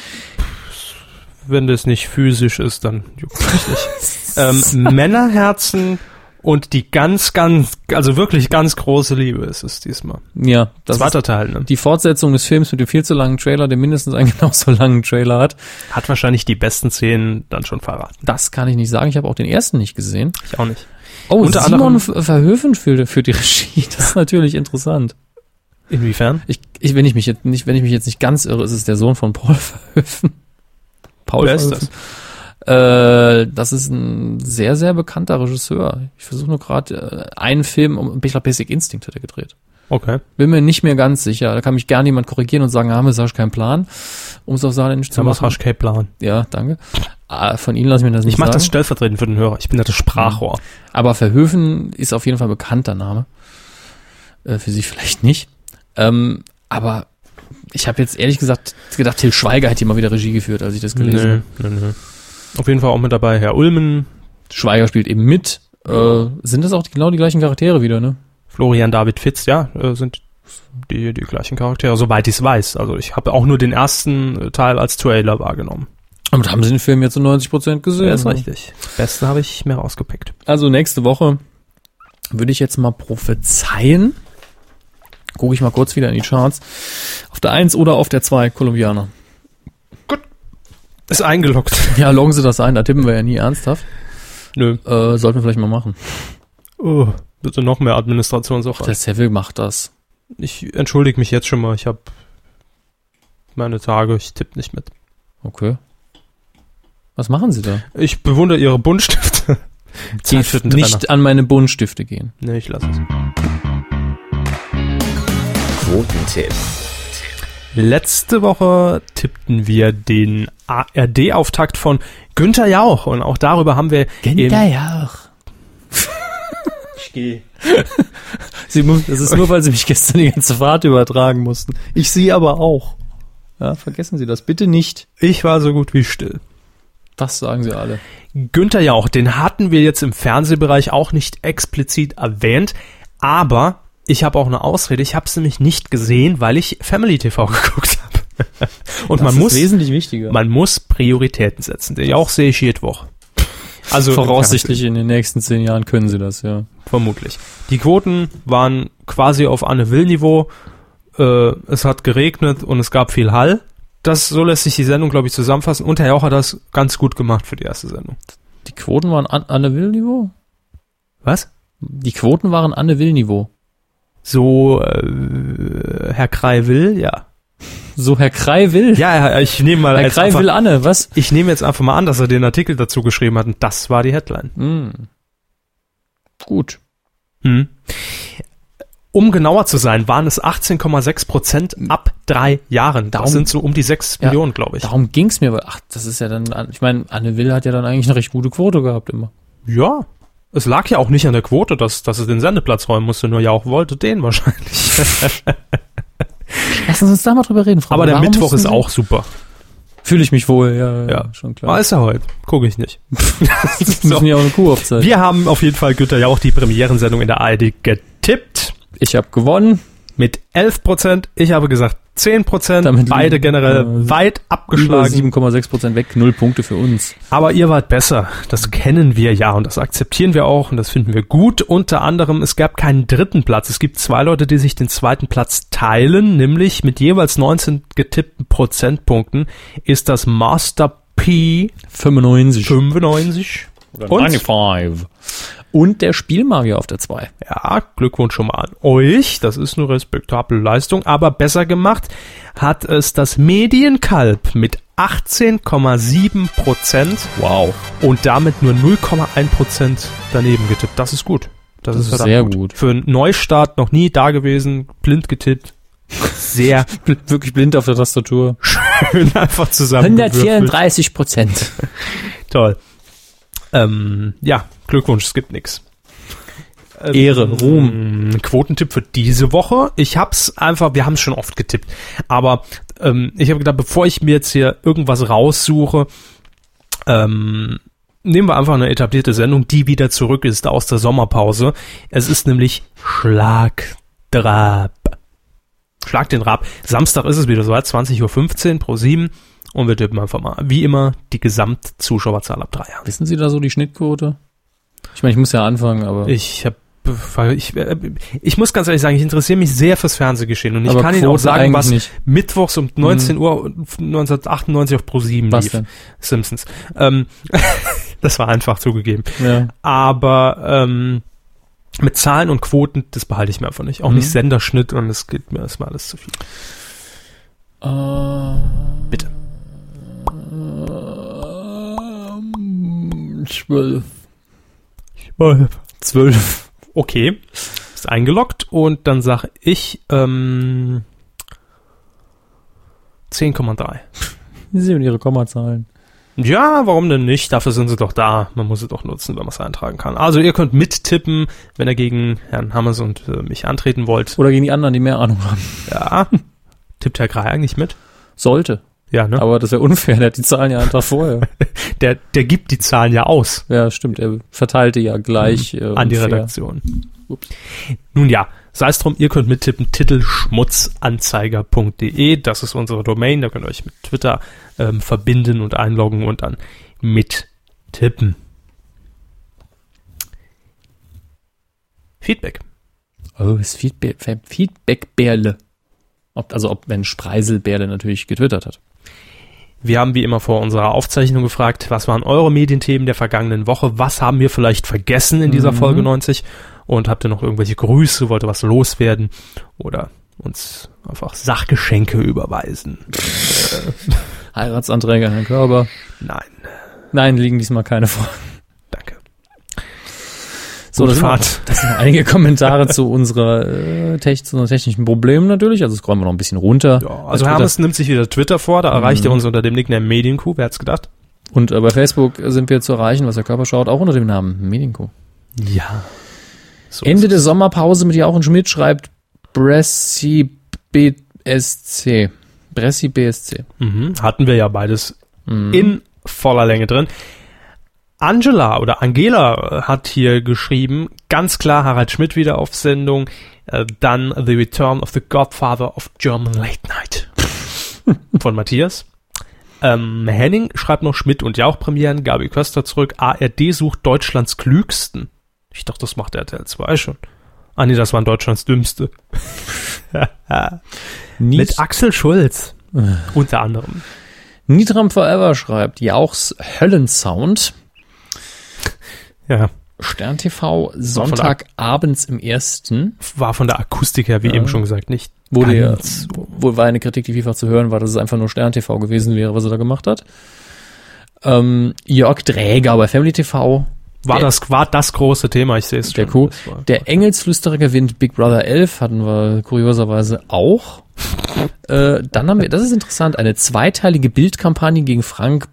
Wenn das nicht physisch ist, dann juckt mich nicht. ähm, Männerherzen und die ganz, ganz, also wirklich ganz große Liebe ist es diesmal.
Ja, das ist
Zweiter Teil, ne?
die Fortsetzung des Films mit dem viel zu langen Trailer, der mindestens einen genauso langen Trailer hat.
Hat wahrscheinlich die besten Szenen dann schon verraten.
Das kann ich nicht sagen. Ich habe auch den ersten nicht gesehen.
Ich auch nicht.
Oh,
Unter
Simon
anderem-
F- Verhöfen für, für die Regie. Das ist natürlich interessant.
Inwiefern?
Ich, ich, wenn, ich mich jetzt nicht, wenn ich mich jetzt nicht ganz irre, ist es der Sohn von Paul Verhöfen. Paul
Wer ist das?
Äh, das ist ein sehr, sehr bekannter Regisseur. Ich versuche nur gerade äh, einen Film, um, ich glaube, Basic Instinct hat er gedreht.
Okay.
Bin mir nicht mehr ganz sicher. Da kann mich gerne jemand korrigieren und sagen, haben wir Sasch keinen Plan, um es auf Saarländisch zu
Thomas
machen.
Rasch Cape Plan.
Ja, danke. Ah, von Ihnen lasse ich mir das nicht
Ich mache
sagen.
das stellvertretend für den Hörer. Ich bin da das Sprachrohr.
Aber Verhöfen ist auf jeden Fall ein bekannter Name. Äh, für sie vielleicht nicht. Ähm, aber ich habe jetzt ehrlich gesagt gedacht, Till Schweiger hätte hier mal wieder Regie geführt, als ich das gelesen habe.
nö, nö. Auf jeden Fall auch mit dabei Herr Ulmen,
Schweiger spielt eben mit. Äh, sind das auch die- genau die gleichen Charaktere wieder, ne?
Florian David Fitz, ja, äh, sind die, die gleichen Charaktere, soweit ich es weiß. Also ich habe auch nur den ersten äh, Teil als Trailer wahrgenommen.
Und haben sie den Film jetzt zu 90 Prozent gesehen. ne?
Ja, ist richtig. Das Beste habe ich mir rausgepickt.
Also nächste Woche würde ich jetzt mal prophezeien. Gucke ich mal kurz wieder in die Charts. Auf der 1 oder auf der 2 Kolumbianer. Gut.
Ist eingeloggt.
Ja, loggen Sie das ein, da tippen wir ja nie ernsthaft.
Nö.
Äh, sollten wir vielleicht mal machen.
Oh, bitte noch mehr Administrationssache.
Der Seville macht das.
Ich entschuldige mich jetzt schon mal. Ich habe meine Tage. Ich tippe nicht mit.
Okay. Was machen Sie da?
Ich bewundere Ihre Buntstifte.
nicht an meine Buntstifte gehen.
Nee, ich lasse es.
Quotentipp.
Letzte Woche tippten wir den ARD-Auftakt von Günther Jauch und auch darüber haben wir im,
ja auch. Sie muss, das ist nur, weil Sie mich gestern die ganze Fahrt übertragen mussten. Ich Sie aber auch. Ja, vergessen Sie das bitte nicht.
Ich war so gut wie still.
Das sagen Sie alle.
Günther Jauch, den hatten wir jetzt im Fernsehbereich auch nicht explizit erwähnt, aber ich habe auch eine Ausrede. Ich habe es nämlich nicht gesehen, weil ich Family TV geguckt habe. Und man muss,
wesentlich wichtiger.
man muss Prioritäten setzen. Den Jauch sehe ich jede Woche. Also
Voraussichtlich in den nächsten zehn Jahren können Sie das, ja.
Vermutlich. Die Quoten waren quasi auf Anne Will Niveau. Äh, es hat geregnet und es gab viel Hall. Das so lässt sich die Sendung, glaube ich, zusammenfassen. Und Herr Jauch hat das ganz gut gemacht für die erste Sendung.
Die Quoten waren an Anne Will Niveau?
Was?
Die Quoten waren Anne Will Niveau.
So äh, Herr Krei will, ja.
So Herr Krei will.
Ja, ja, ich nehme mal
Herr
als
Krei
einfach,
will Anne, was?
ich nehme jetzt einfach mal an, dass er den Artikel dazu geschrieben hat und das war die Headline.
Hm. Gut.
Hm. Um genauer zu sein, waren es 18,6 Prozent ab drei Jahren. Das
Darum-
sind so um die 6
Ja,
Millionen, glaube ich.
Darum ging's mir, weil, ach, das ist ja dann, ich meine, Anne Will hat ja dann eigentlich eine recht gute Quote gehabt immer.
Ja. Es lag ja auch nicht an der Quote, dass, dass es den Sendeplatz räumen musste, nur ja auch wollte den wahrscheinlich.
Lassen Sie uns da mal drüber reden, Frau.
Aber der Mittwoch ist auch super.
Fühle ich mich wohl, ja,
Ja.
schon klar.
Weiß er heute. Gucke ich nicht.
Wir müssen ja auch eine Kuh aufzeigen.
Wir haben auf jeden Fall Günther ja auch die Premierensendung in der ARD getippt.
Ich habe gewonnen.
Mit 11 Prozent. Ich habe gesagt 10 Prozent.
Damit
Beide
liegen,
generell
äh,
weit
Über
abgeschlagen.
7,6 Prozent weg, null Punkte für uns.
Aber ihr wart besser. Das kennen wir ja und das akzeptieren wir auch und das finden wir gut. Unter anderem, es gab keinen dritten Platz. Es gibt zwei Leute, die sich den zweiten Platz teilen, nämlich mit jeweils 19 getippten Prozentpunkten ist das Master P
95.
95. Und,
95. Und der Spielmagier auf der 2.
ja, Glückwunsch schon mal an euch. Das ist eine respektable Leistung. Aber besser gemacht hat es das Medienkalb mit 18,7 Prozent.
Wow.
und damit nur 0,1% daneben getippt. Das ist gut. Das,
Das
ist
ist
verdammt
sehr
gut.
gut.
Für einen Neustart noch nie da gewesen, blind getippt. Sehr
Wirklich blind auf der Tastatur.
schön einfach zusammen.
134 Prozent.
Toll. Ähm, ja, Glückwunsch, es gibt nichts.
Ehre, Ruhm.
Mm, Quotentipp für diese Woche. Ich hab's einfach, wir haben es schon oft getippt, aber ähm, ich habe gedacht, bevor ich mir jetzt hier irgendwas raussuche, ähm, nehmen wir einfach eine etablierte Sendung, die wieder zurück ist aus der Sommerpause. Es ist nämlich Schlagdrab. Schlag den Rab. Samstag ist es wieder soweit, 20.15 Uhr pro 7. Und wir tippen einfach mal, wie immer, die Gesamtzuschauerzahl ab drei Jahren.
Wissen Sie da so die Schnittquote? Ich meine, ich muss ja anfangen, aber.
Ich hab, ich, äh, ich muss ganz ehrlich sagen, ich interessiere mich sehr fürs Fernsehgeschehen und ich
aber
kann Ihnen auch
Quote
sagen,
eigentlich
was
Nicht. Hm.
mittwochs um 19 Uhr 1998 auf Pro 7
Was
lief.
denn?
Simpsons. Ähm, das war einfach zugegeben.
Ja.
Aber ähm, mit Zahlen und Quoten, das behalte ich mir einfach nicht. Auch
Mhm.
nicht Senderschnitt und es geht mir erstmal alles zu viel.
Äh,
Bitte.
Ähm, zwölf.
Zwölf. Okay. Ist eingeloggt und dann sage ich ähm, 10,3.
Sie und Ihre Kommazahlen.
Ja, warum denn nicht? Dafür sind sie doch da. Man muss sie doch nutzen, wenn man es eintragen kann. Also ihr könnt mittippen, wenn ihr gegen Herrn Hammers und äh, mich antreten wollt.
Oder gegen die anderen, die mehr Ahnung haben.
Ja. Tippt Herr Krei eigentlich mit?
Sollte.
Ja, ne?
Aber das wäre unfair, der hat die Zahlen ja einen Tag vorher.
Der, der gibt die Zahlen ja aus
Ja, stimmt. Er verteilte ja gleich äh,
an die
unfair.
Redaktion.
Ups.
Nun ja, sei es drum, ihr könnt mittippen, titelschmutzanzeiger.de, das ist unsere Domain, da könnt ihr euch mit Twitter ähm, verbinden und einloggen und dann mittippen. Feedback.
Oh, ist Feedback, Fe- Feedback-Bärle. Ob, also ob wenn Spreiselbärle natürlich getwittert hat.
Wir haben wie immer vor unserer Aufzeichnung gefragt, was waren eure Medienthemen der vergangenen Woche? Was haben wir vielleicht vergessen in dieser
Mhm.
Folge 90? Und habt ihr noch irgendwelche Grüße, wollt ihr was loswerden oder uns einfach Sachgeschenke überweisen?
Heiratsanträge an den Körper.
Nein,
Nein, liegen diesmal keine vor.
danke.
So,
Gute
das sind, noch,
Fahrt.
das sind noch einige Kommentare zu unserer äh, Techn- zu unseren technischen Problemen natürlich. Also scrollen wir noch ein bisschen runter.
Ja, also Mhm.
Bei Twitter.
Hermes nimmt sich wieder Twitter vor, da erreicht er uns unter dem Nickname Medienkuh, wer hat's gedacht?
Und äh, bei Facebook sind wir zu erreichen, was der Körper schaut, auch unter dem Namen Medienco.
Ja. So
Ende
ist
der Sommerpause mit Jochen Schmidt schreibt Bressi BSC. Bressi BSC.
es. mhm. Hatten wir ja beides in voller Länge drin. Angela oder Angela äh, hat hier geschrieben, ganz klar Harald Schmidt wieder auf Sendung, äh, dann The Return of the Godfather of German Late Night von Matthias. Ähm, Henning schreibt noch Schmidt und Jauch Premieren, Gabi Köster zurück, ARD sucht Deutschlands Klügsten. Ich dachte, das macht RTL 2 schon. Ah nee, das waren Deutschlands Dümmste. Mit Axel Schulz unter anderem.
Nitram Forever schreibt Jauchs Höllensound.
Ja,
Stern TV Sonntagabends im ersten.
war von der Akustik her, wie eben schon gesagt, nicht
Wurde ja,
ganz
wohl war eine Kritik, die vielfach zu hören war, dass es einfach nur Stern TV gewesen wäre, was er da gemacht hat. Ähm, Jörg Dräger bei Family TV.
War
Der-
das, war das große Thema, ich sehe es
Der
schon.
Kuh.
Das war-
Der Engelsflüsterer gewinnt Big Brother 11, hatten wir kurioserweise auch. äh, dann haben wir, das ist interessant, eine zweiteilige Bildkampagne gegen Frank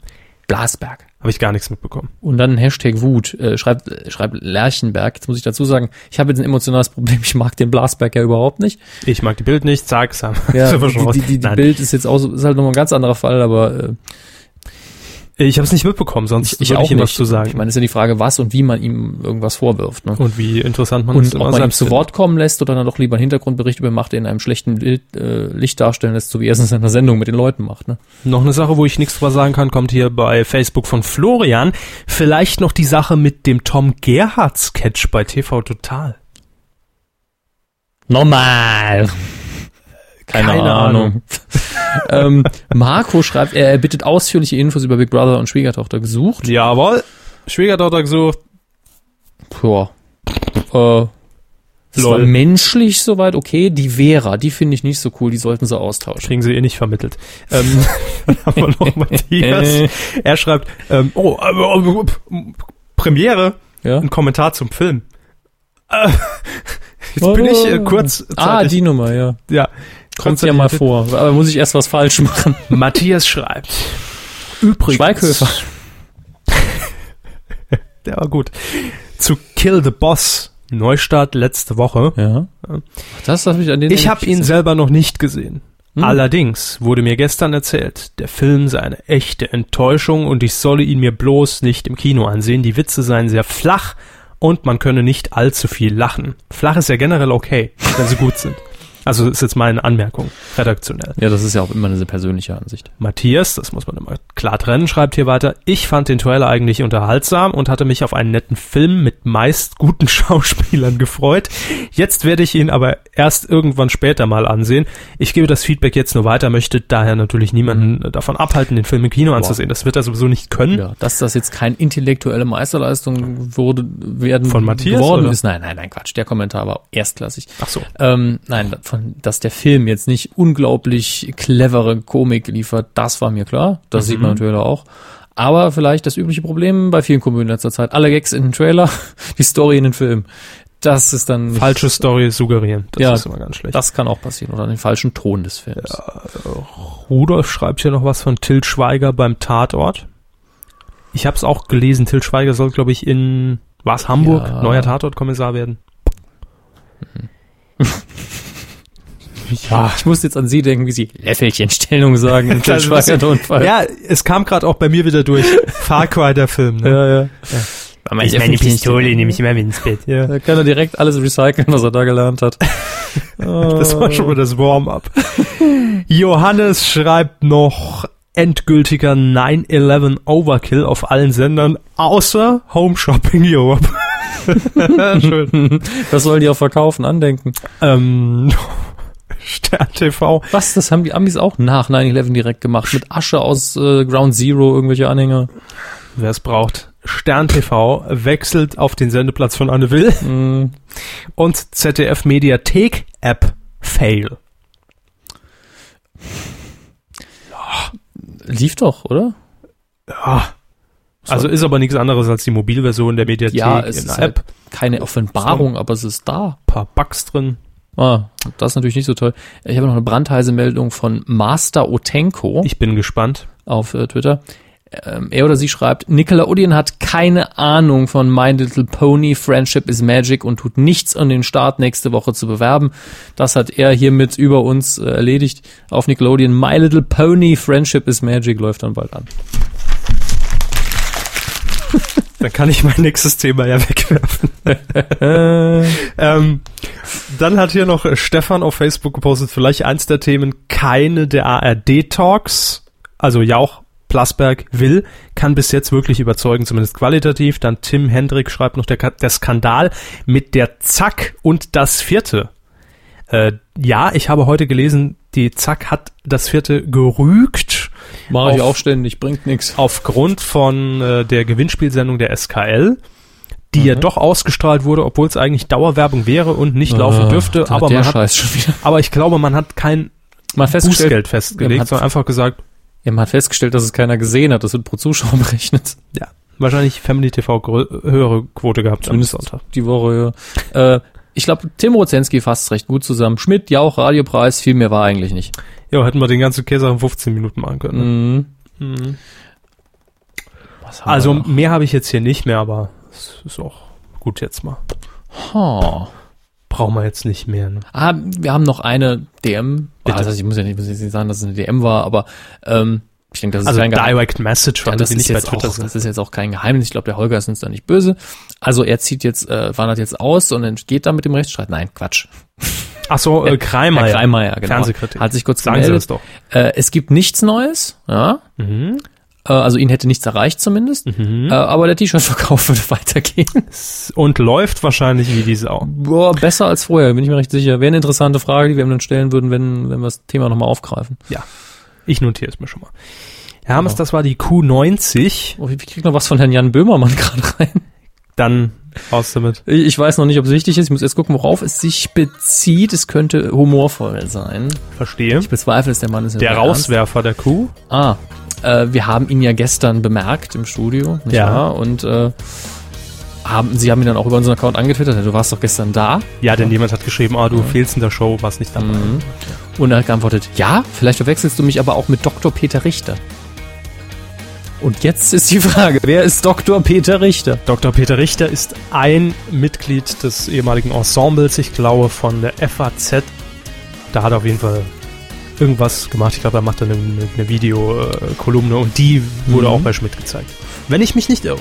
Blasberg.
Habe ich gar nichts mitbekommen.
Und dann Hashtag Wut, äh, schreibt, äh, schreibt Lerchenberg. Jetzt muss ich dazu sagen, ich habe jetzt ein emotionales Problem, ich mag den Blasberg ja überhaupt nicht.
Ich mag die Bild nicht, sag's haben.
Ja,
Sind wir
die,
schon raus.
die, die, die
Nein,
Bild ist jetzt auch, so- ist halt nochmal ein ganz anderer Fall, aber äh,
Ich habe es nicht mitbekommen, sonst
ich, ich
würde
auch
ich ihm
nicht.
was zu sagen.
Ich meine, es ist ja die Frage, was und wie man ihm irgendwas vorwirft. Ne?
und wie interessant man es
Und ob man ihm
selbst
zu
findet.
Wort kommen lässt oder dann doch lieber einen Hintergrundbericht über macht, der in einem schlechten Bild, äh, Licht darstellen lässt, so wie er es in seiner Sendung mit den Leuten macht. Ne?
Noch eine Sache, wo ich nichts drüber sagen kann, kommt hier bei Facebook von Florian. Vielleicht noch die Sache mit dem Tom Gerhardt-Sketch bei TV Total.
Normal. Keine,
Keine
Ahnung. ähm, Marco schreibt, er bittet ausführliche Infos über Big Brother und Schwiegertochter gesucht.
Jawohl. Schwiegertochter gesucht.
Ja. Äh, das war
Lol.
menschlich soweit okay. Die Vera, die finde ich nicht so cool, die sollten sie austauschen.
Kriegen sie eh nicht vermittelt. Ähm, dann haben wir noch Matthias. Er schreibt, ähm, oh, äh, äh, Premiere.
Ja?
ein Kommentar zum Film. Äh, Jetzt bin ich äh, kurz.
Ah, die Nummer, ja.
ja,
Kommt ja mal vor. Aber muss ich erst was falsch machen.
Matthias schreibt. Übrigens.
Schweighöfer.
Der war gut. Zu Kill the Boss. Neustart letzte Woche.
Ja. Das habe ich an den
Ich habe ihn selber noch nicht gesehen.
Hm.
Allerdings wurde mir gestern erzählt, der Film sei eine echte Enttäuschung und ich solle ihn mir bloß nicht im Kino ansehen. Die Witze seien sehr flach und man könne nicht allzu viel lachen. Flach ist ja generell okay, wenn sie gut sind. Also ist jetzt meine Anmerkung, redaktionell.
Ja, das ist ja auch immer eine persönliche Ansicht.
Matthias, das muss man immer klar trennen, schreibt hier weiter, ich fand den Trailer eigentlich unterhaltsam und hatte mich auf einen netten Film mit meist guten Schauspielern gefreut. Jetzt werde ich ihn aber erst irgendwann später mal ansehen. Ich gebe das Feedback jetzt nur weiter, möchte daher natürlich niemanden äh, davon abhalten, den Film im Kino anzusehen. Das wird er sowieso nicht können.
Mhm. Ja, dass das jetzt keine intellektuelle Meisterleistung wurde, werden
Von Matthias,
geworden
oder?
ist. Nein, nein, nein, Quatsch. Der Kommentar war erstklassig.
Ach so.
Ähm, nein, von, dass der Film jetzt nicht unglaublich clevere Komik liefert, das war mir klar. Das sieht
Mhm.
man natürlich auch. Aber vielleicht das übliche Problem bei vielen Komödien in letzter Zeit. Alle Gags in den Trailer, die Story in den Film. Das ist dann nicht,
Falsche Story suggerieren. Das
Ja.
ist immer ganz schlecht.
Das kann auch passieren. Oder den falschen Ton des Films.
Rudolf schreibt hier noch was von Till Schweiger beim Tatort. Ich habe es auch gelesen. Till Schweiger soll, glaube ich, in war's Hamburg
Ja.
neuer Tatortkommissar werden.
Ja. Ich muss jetzt an Sie denken, wie Sie Löffelchenstellung sagen im
Das ist ein bisschen-
Schweigertonfall.
Ja, es kam gerade auch bei mir wieder durch. Far Cry der Film. Ne?
ja.
Ich meine Pistole nehme ich immer ins Bett. Ja.
Da kann er direkt alles recyceln, was er da gelernt hat. Oh.
Das war schon mal das Warm-up. Johannes schreibt noch endgültiger 9-11 Overkill auf allen Sendern, außer Home Shopping Europe. Schön.
Das sollen die auch verkaufen, andenken.
Ähm, Stern TV.
Was, das haben die Amis auch nach 9-11 direkt gemacht. Mit Asche aus äh, Ground Zero, irgendwelche Anhänger.
Wer es braucht. Stern TV wechselt auf den Sendeplatz von Anne Will Mhm.
Mm,
und ZDF Mediathek App Fail.
lief doch, oder? Ah.
Ja. Also ist aber nichts anderes als die Mobilversion der Mediathek
Ja, es
in der
ist halt
App.
keine Offenbarung, aber es ist da.
paar Bugs drin.
Ah, das ist natürlich nicht so toll. Ich habe noch eine brandheiße Meldung von Master Otenko
Ich bin gespannt.
auf äh, Twitter. Ähm, er oder sie schreibt, Nickelodeon hat keine Ahnung von My Little Pony, Friendship is Magic und tut nichts, um den Start nächste Woche zu bewerben. Das hat er hiermit über uns äh, erledigt auf Nickelodeon. My Little Pony, Friendship is Magic läuft dann bald an.
Dann kann ich mein nächstes Thema ja wegwerfen. ähm, dann hat hier noch äh, Stefan auf Facebook gepostet, vielleicht eins der Themen, keine der ARD-Talks, also Jauch, Plasberg, Will, kann bis jetzt wirklich überzeugen, zumindest qualitativ. Dann Tim Hendrik schreibt noch, der, Ka- der Skandal mit der Zack und das Vierte. Äh, ja, ich habe heute gelesen, die Zack hat das Vierte gerügt
Mache ich
Auf-
auch ständig, bringt nichts.
aufgrund von äh, der Gewinnspielsendung der SKL, die
Mhm.
ja doch ausgestrahlt wurde, obwohl es eigentlich Dauerwerbung wäre und nicht laufen dürfte. Aber,
Ah, der
man hat,
Scheiß schon wieder.
aber ich glaube, man hat kein
Man hat festgestellt,
Bußgeld
Ja, man
festgelegt,
hat-
sondern einfach gesagt,
Ja, man hat festgestellt, dass es keiner gesehen hat. Das wird pro Zuschauer berechnet.
ja, wahrscheinlich Family TV grö- höhere Quote gehabt
Zumindest
Sonntag.
die Woche. Ja. Äh, ich glaube, Tim Rozenski fasst recht gut zusammen. Schmidt, Jauch, Radiopreis, viel mehr war eigentlich nicht.
Ja, hätten wir den ganzen Käse in 15 Minuten machen können. ne?
Mhm.
Mhm.
Was haben
Also
wir
mehr habe ich jetzt hier nicht mehr, aber es ist auch gut jetzt mal.
noch? Ha.
Brauchen wir jetzt nicht mehr. Ne?
Ah, wir haben noch eine DM. Ah,
Bitte.
Also ich muss ja nicht, muss jetzt nicht sagen, dass es eine DM war, aber ähm, ich denke, das ist
Also
kein Geheimnis.
Direct Message, für
Ja,
alle,
das,
die
ist
nicht bei
jetzt auch,
Twitter
das
sind.
ist jetzt auch kein Geheimnis. Ich glaube, der Holger ist uns da nicht böse. Also er zieht jetzt, äh, wandert jetzt aus und entgeht da mit dem Rechtsstreit. Nein, Quatsch.
Ach so, äh, Kreimer.
Herr Kreimeier, genau.
Fernsehkritik.
Hat sich kurz
Sagen Sie
gemeldet.
das doch.
Äh, es gibt nichts Neues, ja.
Mhm.
Äh, also ihn hätte nichts erreicht zumindest. Äh, aber der T-Shirt-Verkauf würde weitergehen.
und läuft wahrscheinlich wie die Sau.
Boah, besser als vorher, bin ich mir recht sicher. Wäre eine interessante Frage, die wir ihm dann stellen würden, wenn, wenn wir das Thema nochmal aufgreifen.
Ich notiere es mir schon mal. Herr
Genau.
Hammes, das war die Q90.
Oh, ich krieg noch was von Herrn Jan Böhmermann gerade rein.
Dann raus damit.
Ich, ich weiß noch nicht, ob es wichtig ist. Ich muss erst gucken, worauf es sich bezieht. Es könnte humorvoll sein.
Verstehe.
Ich bezweifle es, der Mann ist ja
Der
sehr ernst.
Rauswerfer der Kuh.
Ah, äh, wir haben ihn ja gestern bemerkt im Studio, nicht
Ja.
wahr? Und äh, haben, sie haben ihn dann auch über unseren Account angetwittert. Du warst doch gestern da.
Ja, denn jemand hat geschrieben, ah,
Mhm.
du fehlst in der Show, warst nicht dabei.
Und er hat geantwortet, ja, vielleicht verwechselst du mich aber auch mit Dr. Peter Richter. Und jetzt ist die Frage, wer ist Dr. Peter Richter?
Dr. Peter Richter ist ein Mitglied des ehemaligen Ensembles, ich glaube, von der FAZ. Da hat er auf jeden Fall irgendwas gemacht. Ich glaube, er macht dann eine, eine Videokolumne und die wurde
Mhm.
auch bei Schmidt gezeigt. Wenn ich mich nicht irre.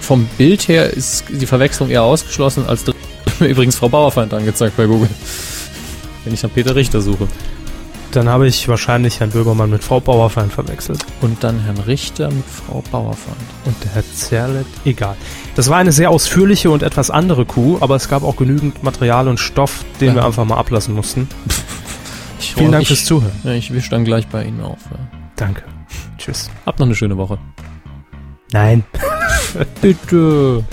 Vom Bild her ist die Verwechslung eher ausgeschlossen als dr- übrigens Frau Bauerfeind angezeigt bei Google. Wenn ich nach Peter Richter suche.
Dann habe ich wahrscheinlich Herrn Böhmermann mit Frau Bauerfeind verwechselt.
Und dann Herrn Richter mit Frau Bauerfeind.
Und der Herr Zerlet, egal. Das war eine sehr ausführliche und etwas andere Kuh, aber es gab auch genügend Material und Stoff, den
Ja.
wir einfach mal ablassen mussten.
Ich,
Vielen Dank
ich,
fürs Zuhören.
Ja, Ich wisch dann gleich bei Ihnen auf. Ja.
Danke. Tschüss.
Habt noch eine schöne Woche.
Nein.
Bitte.